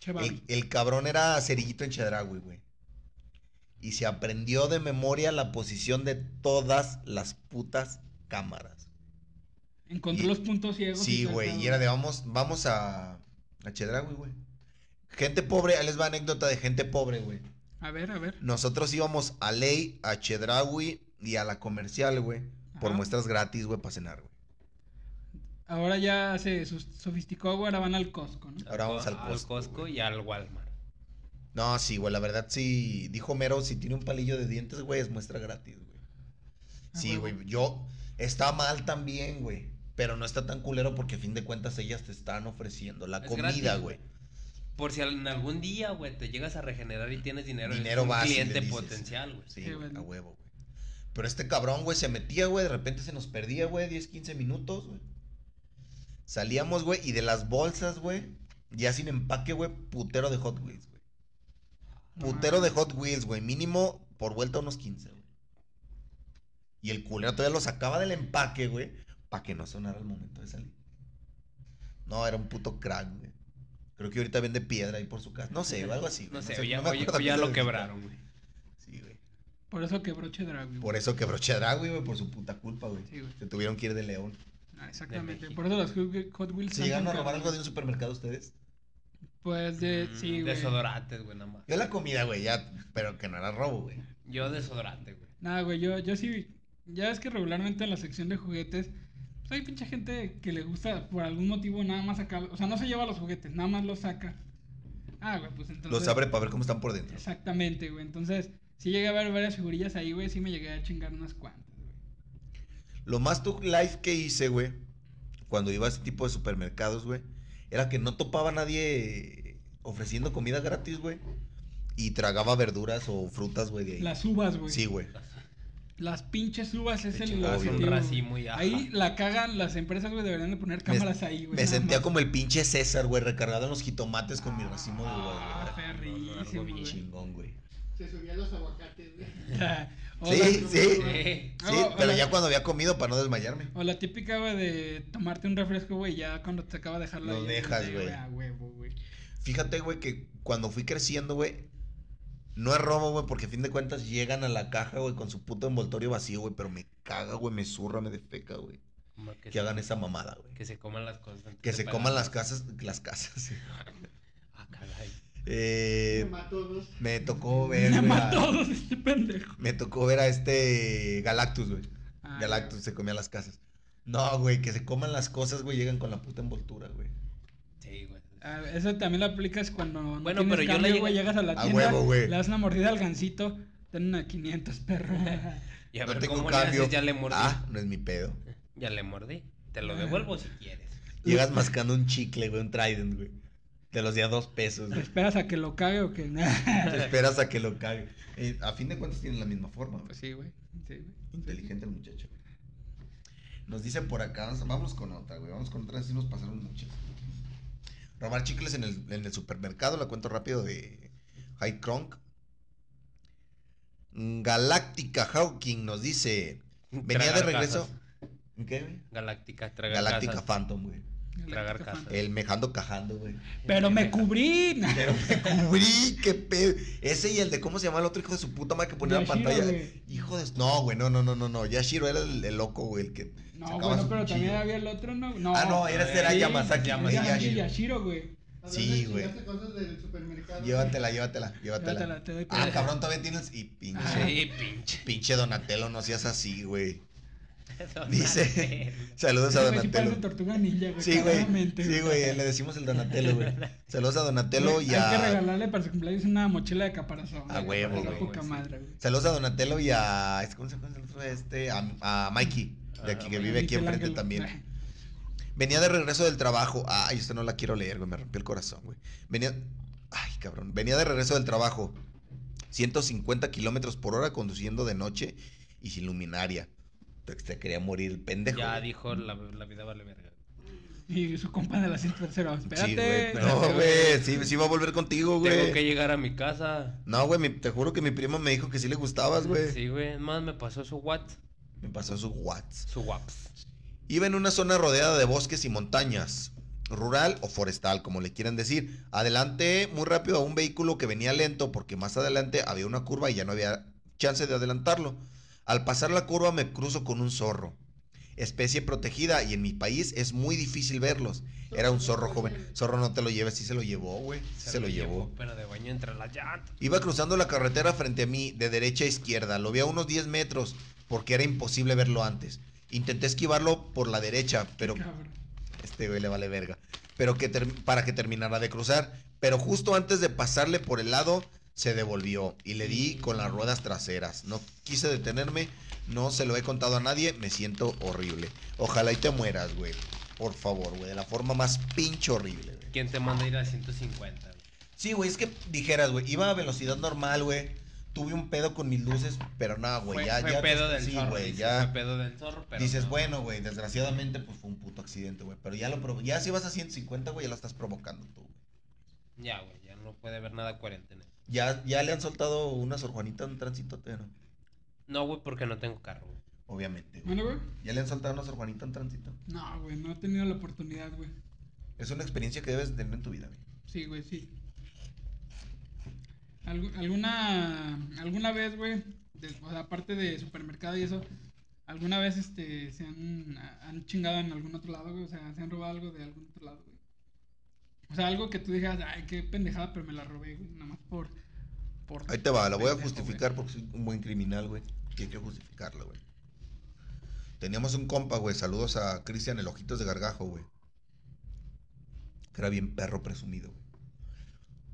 [SPEAKER 3] Che, babi.
[SPEAKER 1] El, el cabrón era cerillito en Chedraui, güey. Y se aprendió de memoria la posición de todas las putas cámaras.
[SPEAKER 3] Encontró
[SPEAKER 1] y-
[SPEAKER 3] los puntos ciegos.
[SPEAKER 1] Sí,
[SPEAKER 3] todo el
[SPEAKER 1] güey.
[SPEAKER 3] pedo,
[SPEAKER 1] Y era de vamos, vamos a, a Chedraui, güey. Gente pobre, ahí les va anécdota de gente pobre, güey.
[SPEAKER 3] A ver, a ver.
[SPEAKER 1] Nosotros íbamos a Ley, a Chedraui y a la comercial, güey. Por
[SPEAKER 3] Ajá.
[SPEAKER 1] muestras gratis, güey, para cenar, güey.
[SPEAKER 3] Ahora ya se sus- sofisticó, güey. Ahora van al Costco, ¿no?
[SPEAKER 1] Ahora vamos al
[SPEAKER 2] Al
[SPEAKER 1] Costco,
[SPEAKER 2] Costco
[SPEAKER 1] güey.
[SPEAKER 2] y al Walmart.
[SPEAKER 1] No, sí, güey, la verdad sí. Dijo Mero, si tiene un palillo de dientes, güey, es muestra gratis, güey.
[SPEAKER 3] Ah,
[SPEAKER 1] Sí,
[SPEAKER 3] huevo.
[SPEAKER 1] güey, yo. Está mal también, güey. Pero no está tan culero porque a fin de cuentas ellas te están ofreciendo la
[SPEAKER 2] Es
[SPEAKER 1] comida,
[SPEAKER 2] gratis,
[SPEAKER 1] güey.
[SPEAKER 2] Por si en algún día, güey, te llegas a regenerar y tienes dinero. eres
[SPEAKER 1] Dinero
[SPEAKER 2] un
[SPEAKER 1] fácil, le
[SPEAKER 2] cliente
[SPEAKER 1] dices.
[SPEAKER 2] potencial, güey.
[SPEAKER 1] Sí,
[SPEAKER 3] Sí,
[SPEAKER 1] güey,
[SPEAKER 3] bueno.
[SPEAKER 1] a huevo, güey. Pero este cabrón, güey, se metía, güey, de repente se nos perdía, güey, 10, 15 minutos, güey. Salíamos, güey, y de las bolsas, güey, ya sin empaque, güey, putero de Hot Wheels, güey. Putero
[SPEAKER 3] Ah,
[SPEAKER 1] de Hot Wheels, güey, mínimo por vuelta unos 15, güey. Y el culero todavía lo sacaba del empaque, güey, para que no sonara al momento de salir. No, era un puto crack, güey. Creo que ahorita vende piedra ahí por su casa. No sé, o algo así. güey.
[SPEAKER 2] No sé, o ya,
[SPEAKER 1] me
[SPEAKER 2] o ya-
[SPEAKER 1] acuerdo
[SPEAKER 2] o ya lo
[SPEAKER 1] ahorita.
[SPEAKER 2] quebraron, güey.
[SPEAKER 1] Sí, güey.
[SPEAKER 3] Por eso quebró Chedraui. güey.
[SPEAKER 1] Por eso quebró Chedragui, güey, por su puta culpa, güey.
[SPEAKER 3] Sí, güey.
[SPEAKER 1] Se tuvieron que ir de León.
[SPEAKER 3] Ah, exactamente.
[SPEAKER 2] México.
[SPEAKER 3] Por eso los Hot Hot Wheels.
[SPEAKER 1] ¿Se
[SPEAKER 3] son
[SPEAKER 1] llegaron a
[SPEAKER 3] tan
[SPEAKER 1] robar algo
[SPEAKER 3] caros.
[SPEAKER 1] de un supermercado ustedes?
[SPEAKER 3] Pues de.
[SPEAKER 2] Mm,
[SPEAKER 3] Sí, güey.
[SPEAKER 2] Desodorantes, güey, nada más.
[SPEAKER 1] Yo la comida, güey, ya, pero que no era robo, güey.
[SPEAKER 2] Yo desodorante, güey.
[SPEAKER 3] Nada, güey, yo, yo sí. Ya es que regularmente en la sección de juguetes. Pues hay pinche gente que le gusta por algún motivo nada más sacar. O sea, no se lleva los juguetes, nada más los saca. Ah, güey, pues entonces.
[SPEAKER 1] Los abre para ver cómo están por dentro.
[SPEAKER 3] Exactamente, güey. Entonces, sí llegué a ver varias figurillas ahí, güey. Sí me llegué a chingar unas cuantas, güey.
[SPEAKER 1] Lo más tu life que hice, güey, cuando iba a ese tipo de supermercados, güey, era que no topaba a nadie ofreciendo comida gratis, güey. Y tragaba verduras o frutas, güey, de ahí.
[SPEAKER 3] Las uvas, güey.
[SPEAKER 1] Sí, güey.
[SPEAKER 3] Las pinches uvas es
[SPEAKER 1] De
[SPEAKER 3] el
[SPEAKER 1] chingada,
[SPEAKER 3] el
[SPEAKER 1] obvio.
[SPEAKER 3] objetivo,
[SPEAKER 2] Un
[SPEAKER 3] güey.
[SPEAKER 2] racimo y ajá.
[SPEAKER 3] Ahí la cagan las empresas, güey. Deberían de poner cámaras ahí, güey.
[SPEAKER 1] Me
[SPEAKER 3] nada
[SPEAKER 1] sentía
[SPEAKER 3] más.
[SPEAKER 1] como el pinche César, güey, recargado en los jitomates con mi racimo de
[SPEAKER 3] Ah,
[SPEAKER 1] uvas, güey.
[SPEAKER 3] ferrísimo,
[SPEAKER 2] algo bien
[SPEAKER 3] güey.
[SPEAKER 1] Chingón, güey.
[SPEAKER 4] Se subía a los aguacates, güey.
[SPEAKER 3] (laughs) O
[SPEAKER 1] Sí,
[SPEAKER 3] la-
[SPEAKER 1] sí.
[SPEAKER 2] Sí.
[SPEAKER 3] Ah,
[SPEAKER 1] Sí,
[SPEAKER 3] o- o
[SPEAKER 1] pero
[SPEAKER 3] la-
[SPEAKER 1] ya cuando había comido para no desmayarme.
[SPEAKER 3] O la típica, güey, de tomarte un refresco, güey, ya cuando te acaba de dejarlo
[SPEAKER 1] Lo
[SPEAKER 3] ahí,
[SPEAKER 1] dejas,
[SPEAKER 3] sí,
[SPEAKER 1] güey.
[SPEAKER 3] A huevo, güey.
[SPEAKER 1] Fíjate, güey, que cuando fui creciendo, güey, no es robo, güey, porque a fin de cuentas llegan a la caja, güey, con su puto envoltorio vacío, güey, pero me caga, güey, me zurra, me defeca, güey.
[SPEAKER 2] Como Que,
[SPEAKER 1] Que
[SPEAKER 2] se,
[SPEAKER 1] hagan esa mamada, güey.
[SPEAKER 2] que se coman las cosas. antes
[SPEAKER 1] Que
[SPEAKER 2] de
[SPEAKER 1] se
[SPEAKER 2] pagar.
[SPEAKER 1] coman las casas, las casas. sí.
[SPEAKER 2] Ah, caray.
[SPEAKER 1] Eh,
[SPEAKER 4] Me mató dos.
[SPEAKER 1] me tocó ver, güey,
[SPEAKER 3] Llama a
[SPEAKER 1] a-
[SPEAKER 3] todos este pendejo.
[SPEAKER 1] me tocó ver a este Galactus, güey.
[SPEAKER 3] Ah,
[SPEAKER 1] (laughs) Galactus se comía las casas. No, güey, que se coman las cosas, güey, llegan con la puta envoltura, güey.
[SPEAKER 2] Sí, güey.
[SPEAKER 3] Ah, eso también lo aplicas cuando no
[SPEAKER 2] Bueno,
[SPEAKER 3] tienes
[SPEAKER 2] pero yo
[SPEAKER 3] cambio,
[SPEAKER 2] le llegué-
[SPEAKER 3] güey, llegas a la
[SPEAKER 1] A
[SPEAKER 3] tienda,
[SPEAKER 1] huevo, güey.
[SPEAKER 3] le das una mordida al gancito, ten una 500,
[SPEAKER 1] (laughs)
[SPEAKER 3] perro.
[SPEAKER 2] Y a
[SPEAKER 1] no
[SPEAKER 2] ver
[SPEAKER 1] tengo
[SPEAKER 2] cómo le
[SPEAKER 1] cambio.
[SPEAKER 2] haces, ya le mordí.
[SPEAKER 1] ah, no es mi pedo.
[SPEAKER 2] Ya le mordí. Te lo devuelvo si quieres.
[SPEAKER 1] Llegas mascando un chicle, güey, un Trident, güey. Te los di a dos pesos,
[SPEAKER 3] ¿Te
[SPEAKER 1] güey.
[SPEAKER 3] esperas a que lo cague o que
[SPEAKER 1] Te esperas a que lo cague. Eh, a fin de cuentas tienen la misma forma, güey.
[SPEAKER 3] Pues sí, güey. Sí, güey.
[SPEAKER 1] Inteligente el muchacho. güey. Nos dice por acá, vamos- vamos con otra, güey. Vamos con otra, así nos pasaron muchas. Robar chicles en el, en el supermercado, la cuento rápido de High Kronk. Galáctica Hawking nos dice. (laughs) Venía de
[SPEAKER 2] Tragar
[SPEAKER 1] regreso.
[SPEAKER 2] casas.
[SPEAKER 1] ¿Qué, güey?
[SPEAKER 2] Galáctica, tragar
[SPEAKER 1] Galáctica
[SPEAKER 2] casas.
[SPEAKER 1] Phantom, güey.
[SPEAKER 2] Tragar
[SPEAKER 3] Galáctica
[SPEAKER 2] casas.
[SPEAKER 3] Fanta.
[SPEAKER 1] El mejando cajando, güey.
[SPEAKER 3] Pero me cubrí. (laughs)
[SPEAKER 1] Pero me cubrí, qué pedo. Ese y el de cómo se llama el otro hijo de su puta madre que ponía en la
[SPEAKER 3] Yashiro,
[SPEAKER 1] pantalla.
[SPEAKER 3] güey.
[SPEAKER 1] Hijo de. No, güey, no, no, no, no, no. Yashiro era el, el loco, güey, el que.
[SPEAKER 3] No,
[SPEAKER 1] sacaba
[SPEAKER 3] bueno,
[SPEAKER 1] su
[SPEAKER 3] pero también
[SPEAKER 1] cuchillo.
[SPEAKER 3] había el otro, ¿no? No.
[SPEAKER 1] ah, no, era, era
[SPEAKER 2] Sí,
[SPEAKER 1] Yamazaki.
[SPEAKER 2] Yamazaki.
[SPEAKER 1] era
[SPEAKER 3] Yamazaki
[SPEAKER 1] Yashiro.
[SPEAKER 3] Yashiro, güey.
[SPEAKER 4] Hablando
[SPEAKER 1] Sí,
[SPEAKER 4] de
[SPEAKER 1] güey.
[SPEAKER 4] chingarse cosas del supermercado.
[SPEAKER 1] Llévatela, llévatela, llévatela.
[SPEAKER 3] Llévatela, te doy
[SPEAKER 1] ah,
[SPEAKER 3] cuenta.
[SPEAKER 1] cabrón, todavía tienes. Y pinche.
[SPEAKER 2] Sí,
[SPEAKER 1] (laughs)
[SPEAKER 2] pinche. (laughs)
[SPEAKER 1] Pinche Donatello, no seas así, güey.
[SPEAKER 2] Eso
[SPEAKER 1] Dice. Saludos a
[SPEAKER 3] Ese güey sí parece
[SPEAKER 1] Donatello.
[SPEAKER 3] tortuga ninja, güey.
[SPEAKER 1] Sí, güey.
[SPEAKER 3] claramente,
[SPEAKER 1] Sí, güey. Le decimos el
[SPEAKER 3] (laughs)
[SPEAKER 1] Donatello, güey. Saludos a Donatello y
[SPEAKER 3] Hay que
[SPEAKER 1] a.
[SPEAKER 3] regalarle para su cumpleaños una mochila de caparazón.
[SPEAKER 1] A
[SPEAKER 3] güey,
[SPEAKER 1] huevo,
[SPEAKER 3] caparazón,
[SPEAKER 1] güey.
[SPEAKER 3] poca madre, güey.
[SPEAKER 1] Saludos a Donatello y a. ¿Cómo se llama el otro? Este. A, a Mikey. De aquí, que
[SPEAKER 2] Ah,
[SPEAKER 1] vive aquí
[SPEAKER 3] Miguel
[SPEAKER 1] enfrente
[SPEAKER 3] Ángel,
[SPEAKER 1] también.
[SPEAKER 2] (laughs)
[SPEAKER 3] güey.
[SPEAKER 1] Venía de regreso del trabajo. Ay, esto no la quiero leer, güey. Me rompió el corazón, güey. Venía. Ay, cabrón. Venía de regreso del trabajo. 150 kilómetros por hora conduciendo de noche y sin luminaria. Te, te quería morir el pendejo.
[SPEAKER 2] Ya
[SPEAKER 1] güey.
[SPEAKER 2] dijo, la, la vida vale verga.
[SPEAKER 3] (laughs) Y su compa de la 103.
[SPEAKER 1] Sí,
[SPEAKER 3] Espérate.
[SPEAKER 1] güey. No,
[SPEAKER 2] espérate,
[SPEAKER 1] güey.
[SPEAKER 2] güey.
[SPEAKER 1] Sí, sí va a volver contigo, güey.
[SPEAKER 2] Tengo que llegar a mi casa.
[SPEAKER 1] No, güey. mi- Te juro que mi prima me dijo que sí le gustabas, güey.
[SPEAKER 2] Sí, güey. Es más, me pasó su what,
[SPEAKER 1] Me pasó su WhatsApp.
[SPEAKER 2] su waps.
[SPEAKER 1] Iba en una zona rodeada de bosques y montañas, rural o forestal, como le quieran decir. Adelante muy rápido a un vehículo que venía lento porque más adelante había una curva y ya no había chance de adelantarlo. Al pasar la curva me cruzo con un zorro, especie protegida y en mi país es muy difícil verlos. Era un zorro joven. Zorro no te lo lleves, sí se lo llevó, Oh, güey. Sí se lo llevó.
[SPEAKER 2] Pero de baño entre las llantas.
[SPEAKER 1] Iba cruzando la carretera frente a mí, de derecha a izquierda. Lo vi a unos 10 metros, porque era imposible verlo antes. Intenté esquivarlo por la derecha, pero
[SPEAKER 3] Cabrón.
[SPEAKER 1] este güey le vale verga. Pero que ter- para que terminara de cruzar. Pero justo antes de pasarle por el lado, se devolvió y le di con las ruedas traseras. No quise detenerme, no se lo he contado a nadie, me siento horrible. Ojalá y te mueras, güey. Por favor, güey, de la forma más pinche horrible, güey.
[SPEAKER 2] ¿Quién te manda a ir a 150? güey?
[SPEAKER 1] Sí, güey, es que dijeras, güey, iba a velocidad normal, güey. Tuve un pedo con mis luces, pero no, güey,
[SPEAKER 2] Fue,
[SPEAKER 1] ya,
[SPEAKER 2] fue
[SPEAKER 1] ya.
[SPEAKER 2] pedo del
[SPEAKER 1] sí,
[SPEAKER 2] zorro.
[SPEAKER 1] güey,
[SPEAKER 2] dices,
[SPEAKER 1] ya.
[SPEAKER 2] Fue pedo del zorro, pero.
[SPEAKER 1] dices,
[SPEAKER 2] no.
[SPEAKER 1] bueno, güey, desgraciadamente, pues fue un puto accidente, güey. Pero ya lo provo- ya si vas a 150, güey, ya lo estás provocando tú, güey.
[SPEAKER 2] Ya, güey, ya no puede haber nada coherente en eso.
[SPEAKER 1] Ya, ya le han soltado una Sor Juanita en tránsito, eh, pero.
[SPEAKER 2] No, güey, porque no tengo carro, güey.
[SPEAKER 1] Obviamente, güey.
[SPEAKER 3] ¿Bueno, güey?
[SPEAKER 1] Ya le han soltado una Sor Juanita en tránsito.
[SPEAKER 3] No, güey, no he tenido la oportunidad, güey.
[SPEAKER 1] Es una experiencia que debes de tener en tu vida, güey.
[SPEAKER 3] Sí, güey, sí. Algu- alguna, alguna vez, güey, de- o sea, aparte de supermercado y eso, ¿alguna vez este, se han, a- han chingado en algún otro lado, güey? O sea, ¿se han robado algo de algún otro lado, güey? O sea, algo que tú dijeras, ay, qué pendejada, pero me la robé, güey, nada más por... por
[SPEAKER 1] Ahí te va, la voy a
[SPEAKER 3] pendejo, güey".
[SPEAKER 1] justificar porque soy un buen criminal, güey. Y hay que justificarla, güey. Teníamos un compa, güey. Saludos a Cristian, el Ojitos de Gargajo, güey. Que era bien perro presumido, güey.